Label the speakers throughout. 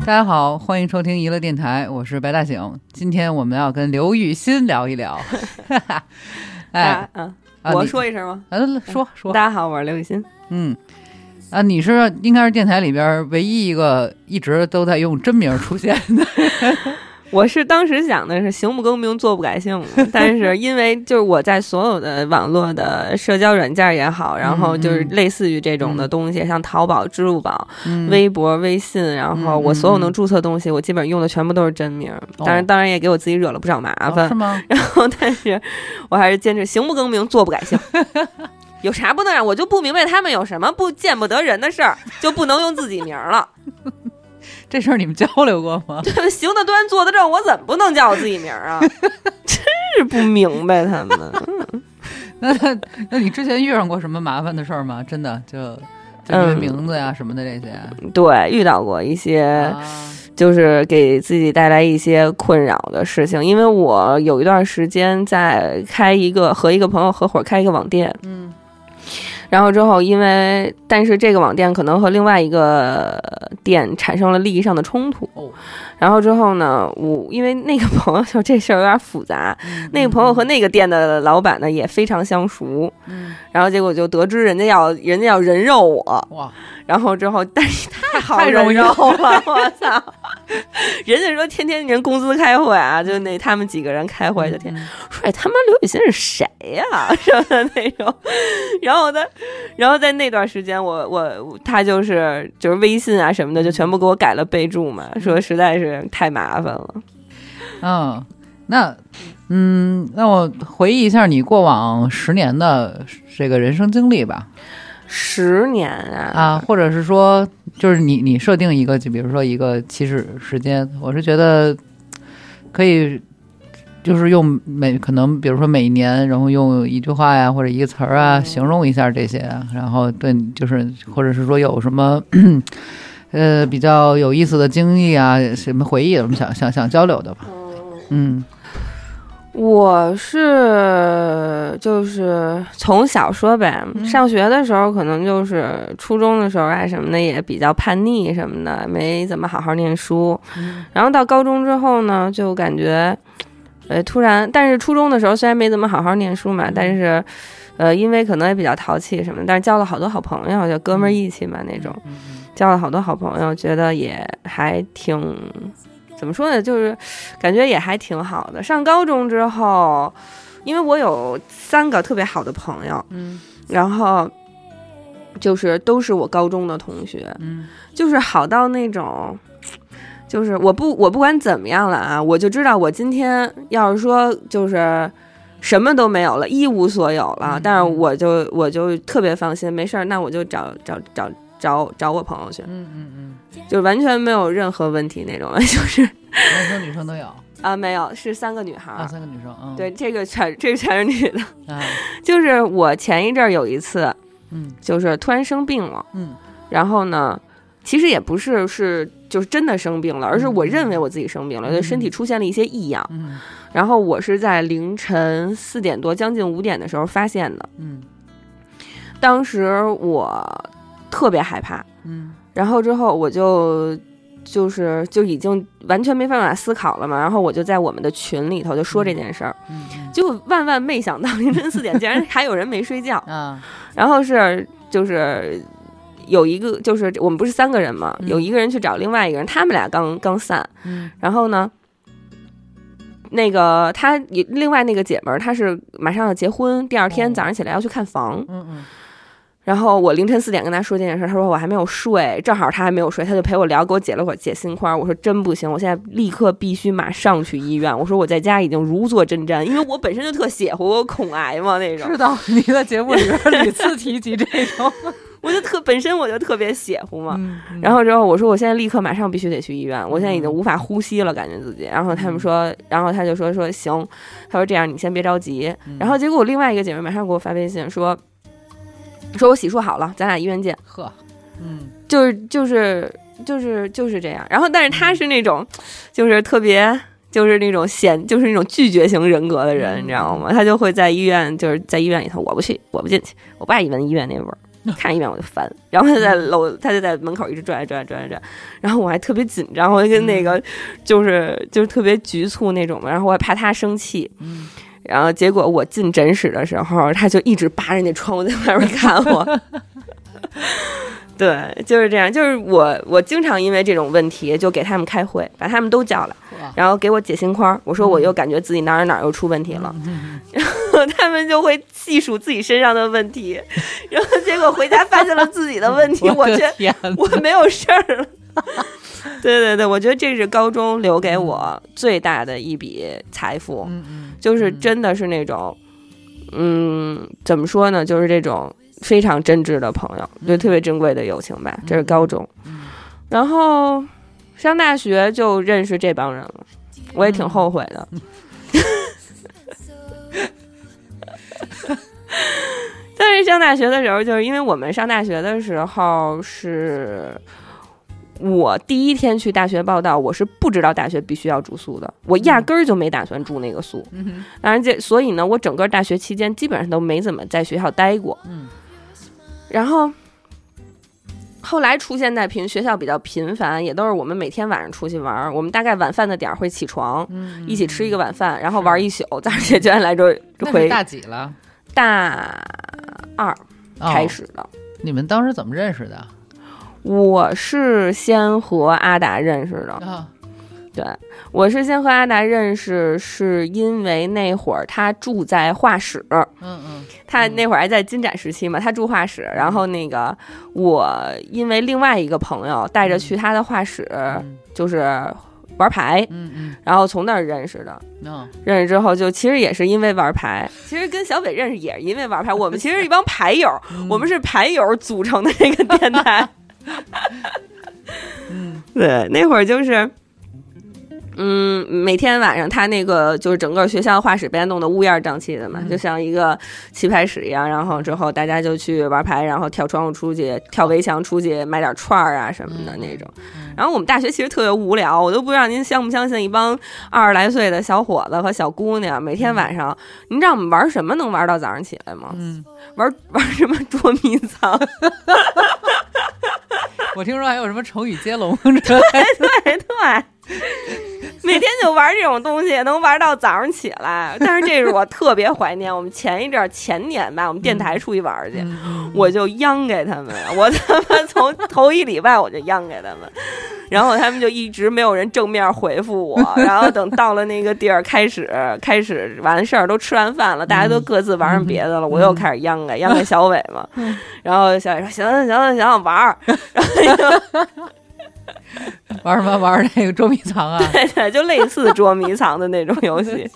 Speaker 1: 大家好，欢迎收听娱乐电台，我是白大醒。今天我们要跟刘雨欣聊一聊。哎，
Speaker 2: 大家嗯，
Speaker 1: 啊
Speaker 2: 我
Speaker 1: 你
Speaker 2: 说一声吗？
Speaker 1: 呃，说说，
Speaker 2: 大家好，我是刘雨欣。
Speaker 1: 嗯，啊，你是应该是电台里边唯一一个一直都在用真名出现的。
Speaker 2: 我是当时想的是行不更名，坐不改姓嘛，但 是因为就是我在所有的网络的社交软件也好，然后就是类似于这种的东西，像淘宝、支付宝、
Speaker 1: 嗯
Speaker 2: 微博、微信，然后我所有能
Speaker 1: 嗯
Speaker 2: 注册东西，我基本用的全部都是真名。
Speaker 1: 哦
Speaker 2: 当然，当然也给我自己惹了不少 麻
Speaker 1: 哦
Speaker 2: 烦
Speaker 1: 是。吗？
Speaker 2: 然后， 但是我还是坚持行不更名，坐不 改姓。有啥不能让？我就不明白他们有什么不见不得人的事儿，就不能用自己名儿了。
Speaker 1: 这事儿你们交流过 吗？
Speaker 2: 这行得端，坐得正，我怎么不能叫我自己名儿啊？真是不明白他们。
Speaker 1: 那那那你之前遇上过什么麻烦的事儿吗？真的就就因为
Speaker 2: 嗯
Speaker 1: 名字呀、什么的这些。
Speaker 2: 对，遇到过一些
Speaker 1: 啊
Speaker 2: 就是给自己带来一些困扰的事情，因为我有一段时间在开一个和一个朋友合伙开一个网店，
Speaker 1: 嗯
Speaker 2: 然后之后因为但是这个网店可能和另外一个店产生了利益上的冲突，
Speaker 1: 哦
Speaker 2: 然后之后呢，我因为那个朋友 就这事儿有点复杂，那个朋友和那个店的老板呢也非常相熟，
Speaker 1: 嗯，
Speaker 2: 然后结果就得知人家要人家要人肉我，
Speaker 1: 哇，
Speaker 2: 然后之后，但是太好
Speaker 1: 太容易
Speaker 2: 人肉了，我操！ 人家说天天人公司开会啊，就那他们几个人开会，就天
Speaker 1: 嗯
Speaker 2: 说哎他妈刘雨欣是谁呀、 什么的那种。然后呢，然后在那段时间我，我他就是就是微信啊什么的，就全部给我改了备注嘛，说实在是太麻烦了。
Speaker 1: 嗯，那嗯，那我回忆一下你过往十年的这个人生经历吧，
Speaker 2: 十年啊，
Speaker 1: 啊，或者是说，就是你你设定一个，就比如说一个起始时间，我是觉得可以，就是用每可能比如说每年，然后用一句话呀或者一个词儿
Speaker 2: 嗯
Speaker 1: 啊形容一下这些，然后对你就是或者是说有什么。呃，比较有意思的经历啊，什么回忆，我们想想想交流的吧。
Speaker 2: 哦
Speaker 1: 嗯，
Speaker 2: 我是就是从小说呗，上学的时候可能就是初中的时候啊什么的也比较叛逆什么的，没怎么好好念书。然后到高中之后呢，就感觉，呃，突然，但是初中的时候虽然没怎么好好念书嘛，但是，呃，因为可能也比较淘气什么的，但是交了好多好朋友，就哥们儿义气嘛那种，交了好多好朋友，觉得也还挺。怎么说呢？就是感觉也还挺好的。上高中之后，因为我有三个特别好的朋友，
Speaker 1: 嗯
Speaker 2: 然后就是都是我高中的同学，
Speaker 1: 嗯
Speaker 2: 就是好到那种。就是我不我不管怎么样了啊，我就知道我今天要是说就是什么都没有了，一无所有
Speaker 1: 嗯
Speaker 2: 了，但是我就我就特别放心，没事儿，那我就找找找找找我朋友去，
Speaker 1: 嗯嗯嗯，
Speaker 2: 就完全没有任何问题那种， 就是
Speaker 1: 男生女生都有
Speaker 2: 啊没有，是三个女孩儿，
Speaker 1: 啊，三个女生，嗯，
Speaker 2: 对，这个全这个全是女的。
Speaker 1: 啊，
Speaker 2: 就是我前一阵儿有一次，
Speaker 1: 嗯
Speaker 2: 就是突然生病了，
Speaker 1: 嗯
Speaker 2: 然后呢，其实也不是是就是真的生病了，而是我认为我自己生病了，就身体出现了一些异样。
Speaker 1: 嗯
Speaker 2: 然后我是在凌晨四点多，将近五点的时候发现的。
Speaker 1: 嗯
Speaker 2: 当时我特别害怕，
Speaker 1: 嗯
Speaker 2: 然后之后我就就是就已经完全没办法思考了嘛，然后我就在我们的群里头就说这件事儿，
Speaker 1: 嗯
Speaker 2: 就万万没想到凌晨四点竟然还有人没睡 觉。
Speaker 1: 嗯啊，
Speaker 2: 然后是就是有一个就是我们不是三个人嘛，
Speaker 1: 嗯
Speaker 2: 有一个人去找另外一个人，他们俩刚刚散，
Speaker 1: 嗯
Speaker 2: 然后呢。那个，她也另外那个姐们儿，她是马上要结婚，第二天
Speaker 1: 哦
Speaker 2: 早上起来要去看房。
Speaker 1: 嗯
Speaker 2: 然后我凌晨四点跟她说这件事，她说我还没有睡，正好她还没有睡，她就陪我聊，给我解了会儿解心宽儿。我说真不行，我现在立刻必须马上去医院。我说我在家已经如坐针毡，因为我本身就特邪乎，我有恐癌嘛那
Speaker 1: 嗯，
Speaker 2: 种。
Speaker 1: 知道你的节目里边屡次提及这 种，
Speaker 2: 我就特本身我就特别邪乎嘛。
Speaker 1: 嗯嗯
Speaker 2: 然后之后我说我现在立刻马上必须得去医院，我现在已经无法呼吸了，感觉自己。然后他们说，
Speaker 1: 嗯
Speaker 2: 然后他就说说行，他说这样你先别着急。
Speaker 1: 嗯
Speaker 2: 然后结果我另外一个姐妹马上给我发微信说，说我洗漱好了，咱俩医院见。
Speaker 1: 呵，嗯
Speaker 2: 就是就是就是就是这样。然后但是他是那种，就是特别。就是那种显，就是那种拒绝型人格的人，你知道吗？他就会在医院，就是在医院里头，我不去，我不进去，我不爱闻医院那味儿。看一遍我就翻，然后他就在楼，他就在门口一直转转转转，然后我还特别紧张，我就跟那个就是就是特别局促那种嘛，然后我还怕他生气，
Speaker 1: 嗯
Speaker 2: 然后结果我进诊室的时候，他就一直扒着那窗户在外面看 我。对，就是这样。就是我，我经常因为这种问题就给他们开会，把他们都叫来， 然后给我解心框。我说我又感觉自己哪儿哪儿又出问题
Speaker 1: 嗯
Speaker 2: 了， 他们就会细数自己身上的问题， 然后结果回家发现了自己的 问题，我
Speaker 1: 的
Speaker 2: 觉
Speaker 1: 天哪，
Speaker 2: 我没有事儿 了。对对对，我觉得这是高中留给我最大的一笔财富。
Speaker 1: 嗯嗯，
Speaker 2: 就是真的是那种，嗯，怎么说呢，就是这种非常真挚的朋友，就特别珍贵的友情吧。这是高中，然后上大学就认识这帮人了，我也挺后悔的。 但是上大学的时候，就是因为我们上大学的时候是。我第一天去大学报道，我是不知道大学必须要住宿的，我压根儿就没打算住那个宿。
Speaker 1: 嗯
Speaker 2: 当然这所以呢，我整个大学期间基本上都没怎么在学校待过。
Speaker 1: 嗯
Speaker 2: 然后后来出现在频学校比较频繁，也都是我们每天晚上出去玩儿，我们大概晚饭的点儿会起床，
Speaker 1: 嗯，
Speaker 2: 一起吃一个晚饭，然后玩一宿，再解决完来之后就
Speaker 1: 那
Speaker 2: 回
Speaker 1: 是大几了？
Speaker 2: 大二
Speaker 1: 哦
Speaker 2: 开，始的。
Speaker 1: 你们当时怎么认识的？
Speaker 2: 我是先和阿达认识的，
Speaker 1: 啊，
Speaker 2: 对，我是先和阿达认识，是因为那会儿他住在画室，
Speaker 1: 嗯嗯
Speaker 2: 他那会儿还在金展时期嘛，他住画室，然后那个我因为另外一个朋友带着去他的画室，
Speaker 1: 嗯
Speaker 2: 就是玩牌，
Speaker 1: 嗯
Speaker 2: 然后从那儿认识的。
Speaker 1: 嗯，哦
Speaker 2: 认识之后就其实也是因为玩牌，其实跟小北认识也是因为玩牌。我们其实是一帮牌 友，我们是牌友组成的这个电 台。
Speaker 1: 嗯
Speaker 2: 对，那会儿就是。嗯，每天晚上他那个就是整个学校画室被他弄得乌烟瘴气的嘛，
Speaker 1: 嗯
Speaker 2: 就像一个棋牌室一样。然后之后大家就去玩牌，然后跳窗户出去，跳围墙出去买点串儿啊什么的
Speaker 1: 嗯
Speaker 2: 那种。
Speaker 1: 嗯
Speaker 2: 然后我们大学其实特别无聊，我都不知道您相不相信，一帮二十来岁的小伙子和小姑娘，每天晚上，您知道我们玩什么能玩到早上起来吗？
Speaker 1: 嗯，
Speaker 2: 玩玩什么捉迷藏？
Speaker 1: 我听说还有什么成语接龙之类 的，
Speaker 2: 对对，每天就玩这种东西，能玩到早上起来。但是这是我特别怀念，我们前一阵儿前年吧，我们电台出去玩去，
Speaker 1: 嗯
Speaker 2: 我就央给他们了，我他妈从头一礼拜我就央给他们，然后他们就一直没有人正面回复我，然后等到了那个地儿开始开始完事儿，都吃完饭了，
Speaker 1: 嗯
Speaker 2: 大家都各自玩上别的了，我又开始央给央给小伟嘛，
Speaker 1: 嗯
Speaker 2: 然后小伟说行了行了行了玩儿，
Speaker 1: 玩什么玩那个捉迷藏啊？
Speaker 2: 对对，就类似捉迷藏的那种游戏。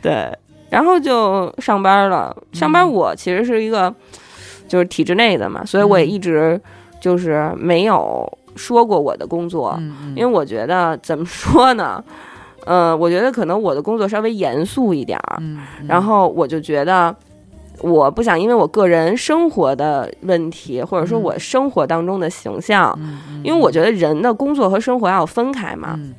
Speaker 2: 对，然后就上班了。上班我其实是一个就是体制内的嘛，所以我也一直就是没有说过我的工作，
Speaker 1: 嗯
Speaker 2: 因为我觉得怎么说呢，呃，我觉得可能我的工作稍微严肃一点儿，
Speaker 1: 嗯，嗯
Speaker 2: 然后我就觉得。我不想因为我个人生活的问题，或者说我生活当中的形象，
Speaker 1: 嗯嗯
Speaker 2: 因为我觉得人的工作和生活要分开嘛，
Speaker 1: 嗯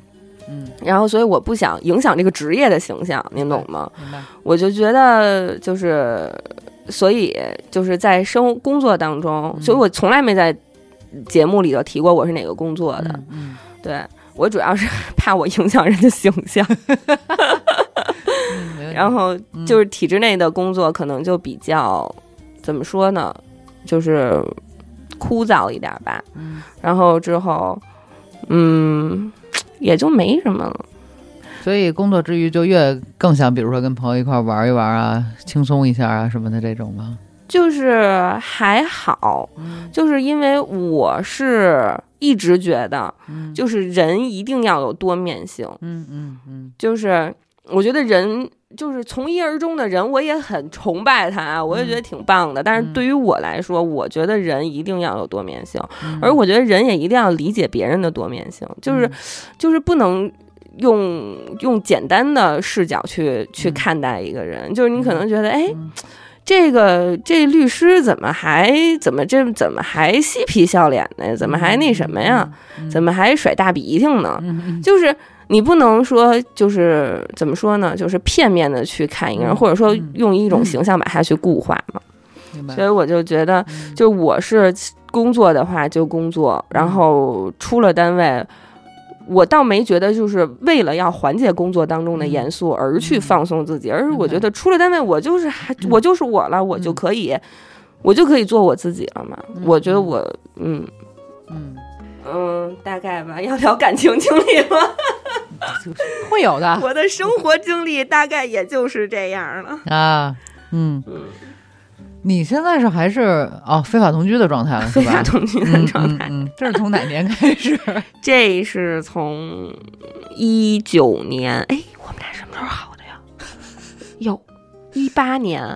Speaker 1: 嗯，
Speaker 2: 然后所以我不想影响这个职业的形象，您懂吗？
Speaker 1: 明白，
Speaker 2: 我就觉得就是，所以就是在生工作当中，
Speaker 1: 嗯
Speaker 2: 所以我从来没在节目里头提过我是哪个工作的，
Speaker 1: 嗯嗯
Speaker 2: 对。我主要是 怕我影响人的形象，
Speaker 1: 嗯，没问题
Speaker 2: 然后就是体制内的工作可能就比较怎么说呢，就是枯燥一点吧。
Speaker 1: 嗯
Speaker 2: 然后之后，嗯，也就没什么了。
Speaker 1: 所以工作之余就越更想，比如说跟朋友一块儿玩一玩啊，轻松一下啊什么的这种吗？
Speaker 2: 就是还好，
Speaker 1: 嗯
Speaker 2: 就是因为我是一直觉得，
Speaker 1: 嗯
Speaker 2: 就是人一定要有多面性，
Speaker 1: 嗯嗯嗯
Speaker 2: 就是我觉得人。就是从一而终的人，我也很崇拜他，我也
Speaker 1: 嗯
Speaker 2: 觉得挺棒的。但是对于我来说，我觉得人一定要有多面性，
Speaker 1: 嗯，
Speaker 2: 而我觉得人也一定要理解别人的多面性，就是就是不能用用简单的视角去去
Speaker 1: 嗯
Speaker 2: 看待一个人。就是你可能觉得，哎，
Speaker 1: 嗯
Speaker 2: 这个这律师怎么还怎么这怎么还嬉皮笑脸呢？怎么还那什么呀？？怎
Speaker 1: 么？
Speaker 2: 么还甩大鼻涕呢？
Speaker 1: 嗯嗯嗯
Speaker 2: 就是你不能说就是怎么说呢？就是片面的去看一个人，
Speaker 1: 嗯
Speaker 2: 或者说
Speaker 1: 嗯
Speaker 2: 用一种形象把他去固化嘛。
Speaker 1: 嗯明白
Speaker 2: 所以我就觉得，就我是工作的话就工作，然
Speaker 1: 嗯
Speaker 2: 后出了单位，我倒没觉得就是为了要缓解工作当中的
Speaker 1: 嗯
Speaker 2: 严肃而去
Speaker 1: 嗯
Speaker 2: 放松自己，而是我觉
Speaker 1: OK
Speaker 2: 得出了单位，我就是还我就是我了，我就
Speaker 1: 嗯
Speaker 2: 可以，我就可以做我自己了嘛。我觉得我，嗯
Speaker 1: 嗯，
Speaker 2: 嗯，大概吧。要聊感情经历吗？
Speaker 1: 会有的
Speaker 2: 我的生活经历大概也就是这样了。
Speaker 1: 啊，嗯，
Speaker 2: 嗯，
Speaker 1: 你现在是还是哦非法同居的状态了是
Speaker 2: 非
Speaker 1: 吧
Speaker 2: 法？同居的
Speaker 1: 嗯
Speaker 2: 状态
Speaker 1: 嗯。嗯，这是从哪年开始？
Speaker 2: 这是从一九年，哎，我们俩什么时候好的呀？ 有，一八年，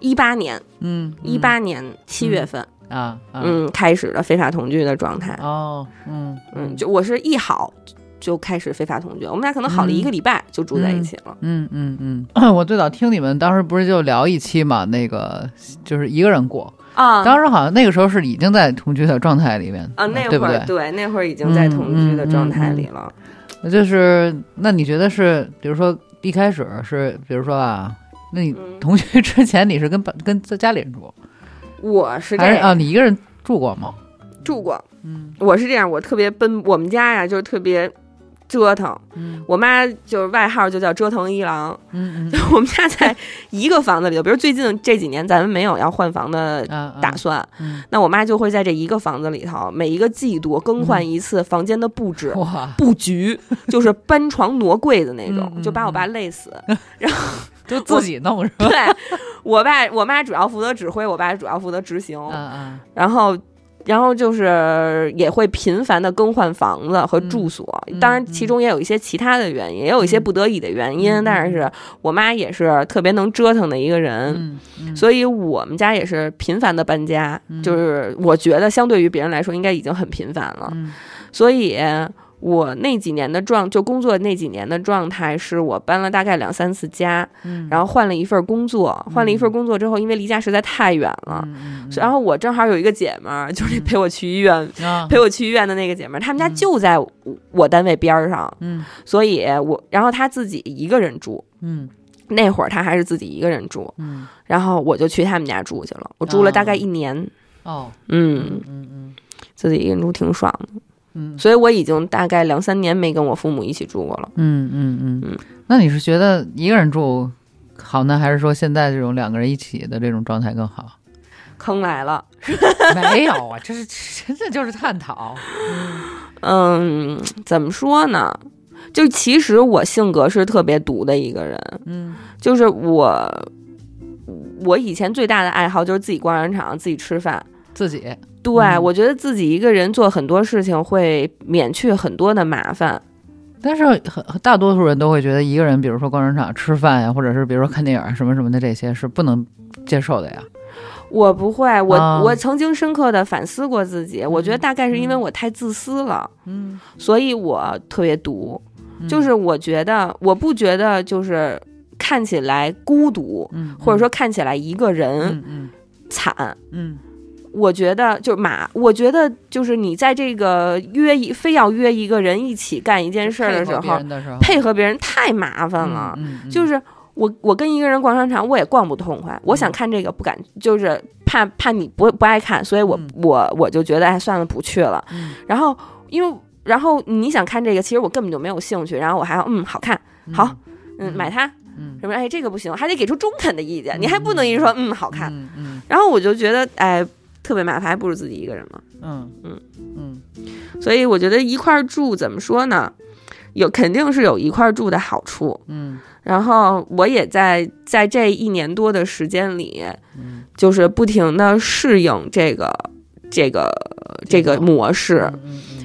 Speaker 2: 一八年，
Speaker 1: 嗯，
Speaker 2: 一八年七月份，
Speaker 1: 啊啊
Speaker 2: 嗯开始的非法同居的状态。
Speaker 1: 哦嗯
Speaker 2: 嗯，就我是一好就开始非法同居，我们俩可能好了一个礼拜就住在一起了。
Speaker 1: 嗯嗯嗯， 我最早听你们当时不是就聊一期嘛，那个就是一个人过，
Speaker 2: 啊
Speaker 1: 嗯当时好像那个时候是已经在同居的状态里面
Speaker 2: 啊，那
Speaker 1: 对不
Speaker 2: 会儿
Speaker 1: 对？嗯
Speaker 2: 那会儿已经在同居的状态里了。
Speaker 1: 就是那你觉得是，比如说一开始是，比如说啊，那你
Speaker 2: 嗯
Speaker 1: 同居之前你是跟爸跟在家里人住，
Speaker 2: 我是这
Speaker 1: 还是
Speaker 2: 样、
Speaker 1: 啊你一个人住过吗？
Speaker 2: 住过，
Speaker 1: 嗯
Speaker 2: 我是这样，我特别奔，我们家呀就是特别折腾，
Speaker 1: 嗯
Speaker 2: 我妈就是外号就叫折腾一郎。
Speaker 1: 嗯嗯
Speaker 2: 我们家在一个房子里头，比如最近这几年咱们没有要换房的
Speaker 1: 啊啊
Speaker 2: 打算，
Speaker 1: 嗯
Speaker 2: 那我妈就会在这一个房子里头，每一个季度更换一次房间的布置。
Speaker 1: 哇，
Speaker 2: 布局就是搬床挪柜子那种，
Speaker 1: 嗯嗯
Speaker 2: 就把我爸累死。
Speaker 1: 就自己弄是吧？
Speaker 2: 对我爸，我妈主要负责指挥， 我爸主要负责执行。
Speaker 1: 啊啊
Speaker 2: 然后，然后就是也会频繁的更换房子和住所，
Speaker 1: 嗯
Speaker 2: 当然
Speaker 1: 嗯
Speaker 2: 其中也有一些其他的原因，也有一些
Speaker 1: 嗯
Speaker 2: 不得已的原因。
Speaker 1: 嗯嗯
Speaker 2: 但是我妈也是特别能折腾的一个人，
Speaker 1: 嗯嗯
Speaker 2: 所以我们家也是频繁的搬家，
Speaker 1: 嗯
Speaker 2: 就是我觉得相对于别人来说，应该已经很频繁了。
Speaker 1: 嗯
Speaker 2: 所以我那几年的状，就工作那几年的状态，是我搬了大概两三次家，
Speaker 1: 嗯
Speaker 2: 然后换了一份工作，换了一份
Speaker 1: 嗯
Speaker 2: 工作之后，因为离家实在太远了。
Speaker 1: 嗯嗯
Speaker 2: 然后我正好有一个姐们儿，就是
Speaker 1: 嗯
Speaker 2: 陪我去医院、
Speaker 1: 嗯啊
Speaker 2: 陪我去医院的那个姐们儿，他们家
Speaker 1: 嗯
Speaker 2: 就在我我单位边儿上，
Speaker 1: 嗯
Speaker 2: 所以我然后她自己一个人住，
Speaker 1: 嗯
Speaker 2: 那会儿她还是自己一个人住，
Speaker 1: 嗯
Speaker 2: 然后我就去他们家住去了，我住了大概一年，
Speaker 1: 哦
Speaker 2: 嗯，
Speaker 1: 嗯嗯
Speaker 2: 自己一个人住挺爽的，
Speaker 1: 嗯
Speaker 2: 所以我已经大概两三年没跟我父母一起住过了。
Speaker 1: 嗯嗯嗯
Speaker 2: 嗯，
Speaker 1: 那你是觉得一个人住好呢，还是说现在这种两个人一起的这种状态更好？
Speaker 2: 坑来了，
Speaker 1: 没有啊，这是这就是探讨。
Speaker 2: 嗯，怎么说呢？就其实我性格是特别毒的一个人，
Speaker 1: 嗯
Speaker 2: 就是我，我以前最大的爱好就是自己逛商场，自己吃饭。，
Speaker 1: 自己
Speaker 2: 对、
Speaker 1: 嗯
Speaker 2: 我觉得自己一个人做很多事情会免去很多的麻烦。
Speaker 1: 但是很很大多数人都会觉得一个人，比如说逛商场、吃饭呀，或者是比如说看电影啊什么什么的，这些是不能接受的呀。
Speaker 2: 我不会，我、
Speaker 1: 啊
Speaker 2: 我曾经深刻的反思过自己，我觉得大概是因为我太自私了，
Speaker 1: 嗯，
Speaker 2: 所以我特别毒。嗯就是我觉得，我不觉得就是看起来孤独，
Speaker 1: 嗯，
Speaker 2: 或者说看起来一个人
Speaker 1: 嗯嗯
Speaker 2: 惨，
Speaker 1: 嗯
Speaker 2: 我觉得就是马，我觉得就是你在这个约一非要约一个人一起干一件事儿的时候，
Speaker 1: 的时候
Speaker 2: 配合别人太麻烦了。
Speaker 1: 嗯，
Speaker 2: 就是我我跟一个人逛商场，我也逛不痛快。我
Speaker 1: 嗯
Speaker 2: 想看这个不敢，就是怕怕你不不爱看，所以我、
Speaker 1: 嗯
Speaker 2: 我我就觉得哎算了不去了。然后因为然后你想看这个，其实我根本就没有兴趣。然后我还要嗯好看，嗯
Speaker 1: 嗯
Speaker 2: 买它
Speaker 1: 嗯
Speaker 2: 什么哎这个不行，还得给出中肯的意见，
Speaker 1: 嗯
Speaker 2: 你还不能一说嗯好
Speaker 1: 好
Speaker 2: 看。
Speaker 1: 嗯嗯
Speaker 2: 然后我就觉得哎特别麻烦，还不如自己一个人呢。
Speaker 1: 嗯嗯
Speaker 2: 所以我觉得一块儿住怎么说呢？有肯定是有一块儿住的好处。
Speaker 1: 嗯
Speaker 2: 然后我也在在这一年多的时间里，
Speaker 1: 嗯，
Speaker 2: 就是不停的适应这个这个这个嗯模式。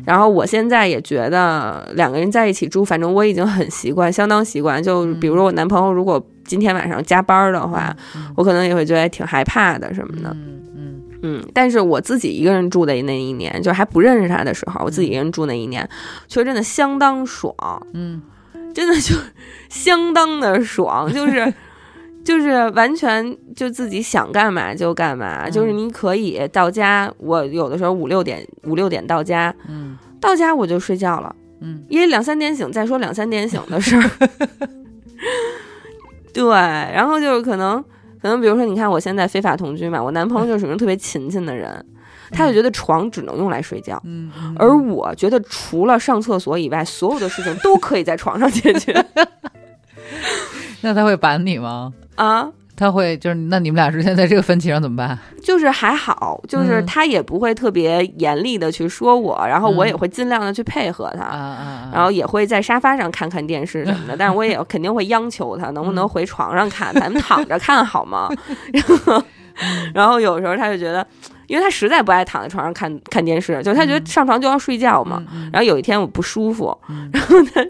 Speaker 2: 然后我现在也觉得两个人在一起住，反正我已经很习惯，相当习惯。就比如说我男朋友如果今天晚上加班的话，我可能也会觉得挺害怕的什么的。
Speaker 1: 嗯嗯
Speaker 2: 嗯，但是我自己一个人住的那一年，就是还不认识他的时候，我自己一个人住那一年，却真的相当爽，
Speaker 1: 嗯
Speaker 2: 真的就 相当的爽，就是就是完全就自己想干嘛就干嘛，就是
Speaker 1: 嗯
Speaker 2: 你可以到家，我有的时候五六点五六点到家，
Speaker 1: 嗯
Speaker 2: 到家我就睡觉了，
Speaker 1: 嗯
Speaker 2: 因为两三点醒再说 两三点醒的事儿。对，然后就是可能可能比如说，你看我现在非法同居嘛，我男
Speaker 1: 嗯
Speaker 2: 朋友就属于特别勤勤的人，他就觉得床只能用来睡觉，
Speaker 1: 嗯，
Speaker 2: 而我觉得除了上厕所以外，所有的事情都可以在床上解 决
Speaker 1: 那他会板你吗？
Speaker 2: 啊。
Speaker 1: 他会就是那你们俩之间在这个分歧上怎么办？
Speaker 2: 就是还好，就是
Speaker 1: 嗯
Speaker 2: 他也不会特别严厉的去说我，然后我也会尽量的去配合他。
Speaker 1: 嗯啊啊啊！
Speaker 2: 然后也会在沙发上看看电视什么 的，但是我也肯定会央求他，能不
Speaker 1: 嗯
Speaker 2: 能回床上看？咱们躺着看 好吗？ 然后，然后有时候他就觉得，因为他实在不爱躺在床上看看电视，就是他觉得上床就要睡觉嘛。
Speaker 1: 嗯，
Speaker 2: 然后有一天我不舒服，
Speaker 1: 嗯
Speaker 2: 然后他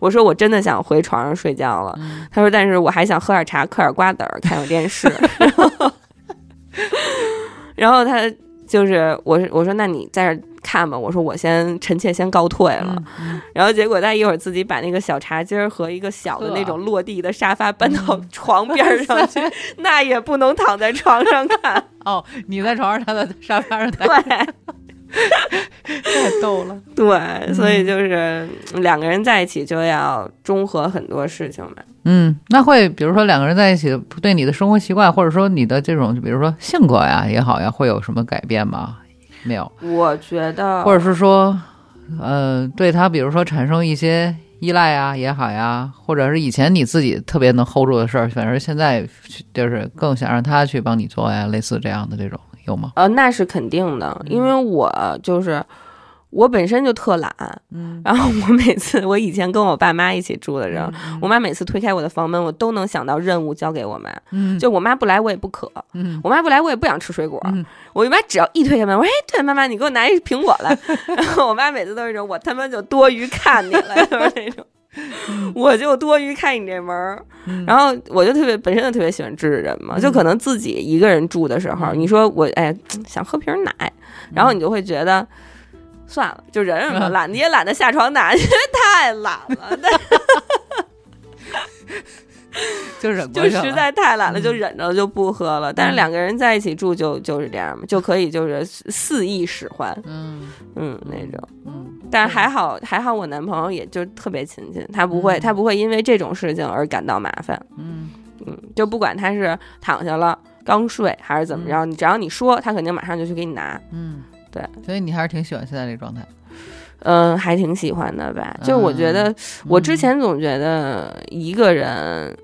Speaker 2: 我说我真的想回床上睡觉了，
Speaker 1: 嗯
Speaker 2: 他说但是我还想喝点茶，嗑点瓜子儿，看会儿 电视。然后，然后他就是我我说那你在这儿看吧，我说我先臣妾先告退了。
Speaker 1: 嗯嗯
Speaker 2: 然后结果他一会儿自己把那个小茶几儿和一个小的那种落地的沙发搬到床边儿上 去，那也不能躺在床上看。
Speaker 1: 哦，你在床上，他在沙发上， 太
Speaker 2: 对
Speaker 1: 太逗了。嗯
Speaker 2: 对，所以就是两个人在一起就要中和很多事情嘛。
Speaker 1: 嗯，那会比如说两个人在一起，对你的生活习惯，或者说你的这种，就比如说性格呀也好呀，会有什么改变吗？没有，
Speaker 2: 我觉得，
Speaker 1: 或者是说，呃，对他，比如说产生一些依赖啊也好呀，或者是以前你自己特别能 hold 住的事儿，反而现在去就是更想让他去帮你做呀，类似这样的这种有吗？
Speaker 2: 呃，那是肯定的，
Speaker 1: 嗯
Speaker 2: 因为我就是。我本身就特懒，
Speaker 1: 嗯，
Speaker 2: 然后我每次我以前跟我爸妈一起住的时候，我妈每次推开我的房门，我都能想到任务交给我妈。
Speaker 1: 嗯
Speaker 2: 就我妈不来，我也不渴，
Speaker 1: 嗯
Speaker 2: 我妈不来，我也不想吃水果。
Speaker 1: 嗯
Speaker 2: 我妈只要一推开门，我说：“哎，对，妈妈，你给我拿一苹果 来。”然后我妈每次都是这种，我他妈就多余看 你了，就是那种，我就多余看你这门儿。
Speaker 1: 嗯
Speaker 2: 然后我就特别本身就特别喜欢治人嘛，就可能自己一个人住的时候，
Speaker 1: 嗯
Speaker 2: 你说我哎想喝瓶奶，然后你就会觉得。算了，就忍忍吧，
Speaker 1: 嗯
Speaker 2: 懒得也懒得下床拿，因 为太懒了，但
Speaker 1: 就忍过
Speaker 2: 就
Speaker 1: 去了，
Speaker 2: 实在太懒了，
Speaker 1: 嗯
Speaker 2: 就忍着就不喝了。但是
Speaker 1: 嗯
Speaker 2: 两个人在一起住就就是这样嘛，就可以就是肆意使唤，
Speaker 1: 嗯
Speaker 2: 嗯那种。
Speaker 1: 嗯
Speaker 2: 但是还好还好，我男朋友也就特别勤勤，他不会他不会因为这种事情而感到麻烦，
Speaker 1: 嗯
Speaker 2: 嗯，就不管他是躺下了刚睡还是怎么着，你只要你说，他肯定马上就去给你拿。
Speaker 1: 嗯，
Speaker 2: 对，
Speaker 1: 所以你还是挺喜欢现在这个状态。
Speaker 2: 嗯，还挺喜欢的吧？就我觉
Speaker 1: 嗯
Speaker 2: 得，我之前总觉得一个人，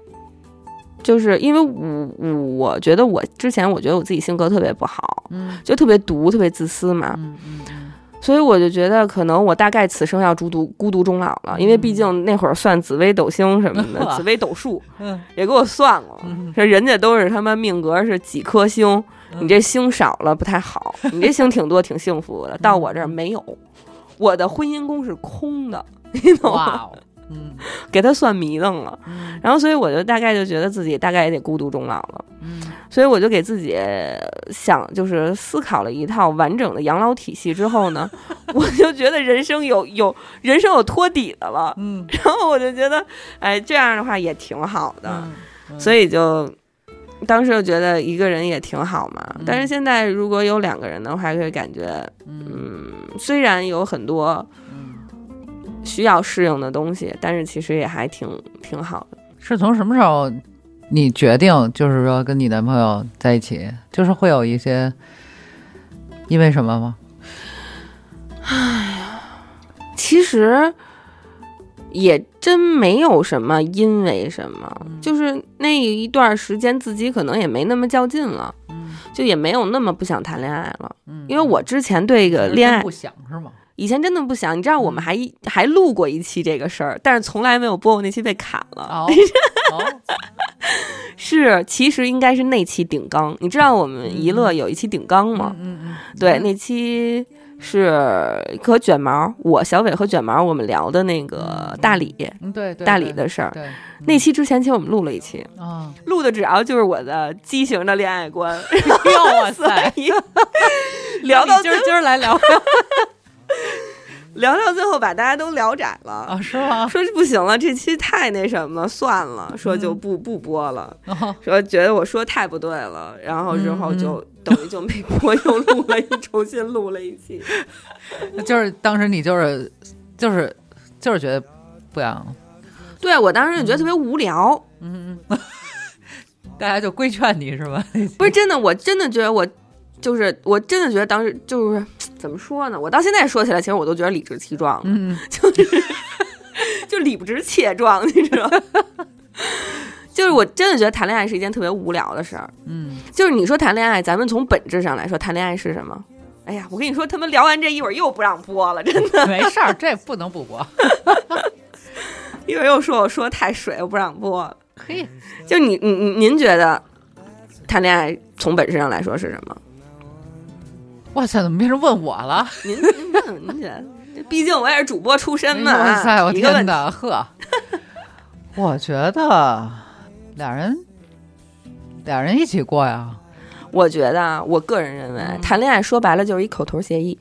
Speaker 2: 就是因为我我我觉得我之前我觉得我自己性格特别不好，
Speaker 1: 嗯
Speaker 2: 就特别毒，特别自私嘛，
Speaker 1: 嗯嗯嗯
Speaker 2: 所以我就觉得可能我大概此生要孤独孤独终老了，因为毕竟那会儿算紫微斗星什么的，
Speaker 1: 嗯 哇
Speaker 2: 紫微斗数
Speaker 1: 嗯
Speaker 2: 也给我算过
Speaker 1: 嗯，
Speaker 2: 这人家都是他妈命格是几颗星，你这星少了不 太好，你这星挺多挺幸福的，到我
Speaker 1: 嗯
Speaker 2: 这儿没有，我的婚姻宫是空的，你懂吗？
Speaker 1: 哇哦，嗯
Speaker 2: 给他算迷瞪了，
Speaker 1: 嗯
Speaker 2: 然后所以我就大概就觉得自己大概也得孤独终老了，
Speaker 1: 嗯
Speaker 2: 所以我就给自己想就是思考了一套完整的养老体系之 后呢，我就觉得人生有有人生有托底的了，
Speaker 1: 嗯
Speaker 2: 然后我就觉得哎这样的话也挺好的，
Speaker 1: 嗯，嗯
Speaker 2: 所以就。当时就觉得一个人也挺好嘛，但是
Speaker 1: 嗯
Speaker 2: 现在如果有两个人的话，会感觉，
Speaker 1: 嗯
Speaker 2: 嗯，虽然有很多
Speaker 1: 嗯，
Speaker 2: 需要适应的东西，但是其实也还挺挺好的。
Speaker 1: 是从什么时候你决定就是说跟你男朋友在一起，就是会有一些因为什么吗？
Speaker 2: 其实也真没有什么，因为什么，
Speaker 1: 嗯
Speaker 2: 就是那一段时间自己可能也没那么较劲了，
Speaker 1: 嗯
Speaker 2: 就也没有那么不想谈恋爱了。
Speaker 1: 嗯
Speaker 2: 因为我之前对这个恋爱
Speaker 1: 不想是吗？
Speaker 2: 以前真的不想，你知道我们
Speaker 1: 嗯
Speaker 2: 还还录过一期这个事儿，但是从来没有播过，那期被砍了。
Speaker 1: 哦 哦，
Speaker 2: 是，其实应该是那期顶缸，你知道我们娱乐有一期顶缸吗？
Speaker 1: 嗯
Speaker 2: 对，那期是和卷毛，我小伟和卷毛我们聊的那个大理。
Speaker 1: 嗯，对对，
Speaker 2: 大理
Speaker 1: 对
Speaker 2: 的事儿，
Speaker 1: 对嗯
Speaker 2: 那期之前其实我们录了一期，
Speaker 1: 啊，
Speaker 2: 录的主要就是我的畸形的恋爱 观，
Speaker 1: 哟哇
Speaker 2: 所
Speaker 1: 塞，
Speaker 2: 以聊到
Speaker 1: 今
Speaker 2: 最
Speaker 1: 儿今儿来聊
Speaker 2: 聊到最后把大家都聊窄了，
Speaker 1: 啊，是吗？
Speaker 2: 说不行了，这期太那什么了，算了，说就不不播了，
Speaker 1: 哦
Speaker 2: 说觉得我说太不对了，然后之后
Speaker 1: 嗯嗯
Speaker 2: 就等于就没播， 又录了一重新录了一 期，
Speaker 1: 就是当时你就是就是就是觉得不想，
Speaker 2: 对我当时就觉得特别无聊，
Speaker 1: 嗯，嗯大家就规劝你是吧？
Speaker 2: 不是真的，我真的觉得我就是我真的觉得当时就是怎么说呢？我到现在说起来，其实我都觉得理直气壮，
Speaker 1: 嗯，
Speaker 2: 就理直气壮，你知道吗？ 就是我真的觉得谈恋爱是一件特别无聊的事儿。
Speaker 1: 嗯，
Speaker 2: 就是你说谈恋爱，咱们从本质上来说，谈恋爱是什么？哎呀，我跟你说，他们聊完这一会儿又不让播了，真的，
Speaker 1: 没事儿，这不能不播，
Speaker 2: 一会儿又说我说太水，我不让播了。
Speaker 1: 可以。
Speaker 2: 就你你你您觉得谈恋爱从本质上来说是什么？
Speaker 1: 哇塞，怎么变成问我了？
Speaker 2: 您您问您觉得，毕竟我也是主播出身嘛。
Speaker 1: 哎哇塞，我
Speaker 2: 啊一个
Speaker 1: 天
Speaker 2: 问题，
Speaker 1: 哪，呵，我觉得俩人俩人一起过呀，
Speaker 2: 我觉得啊，我个人认为，
Speaker 1: 嗯
Speaker 2: 谈恋爱说白了就是一口头协议。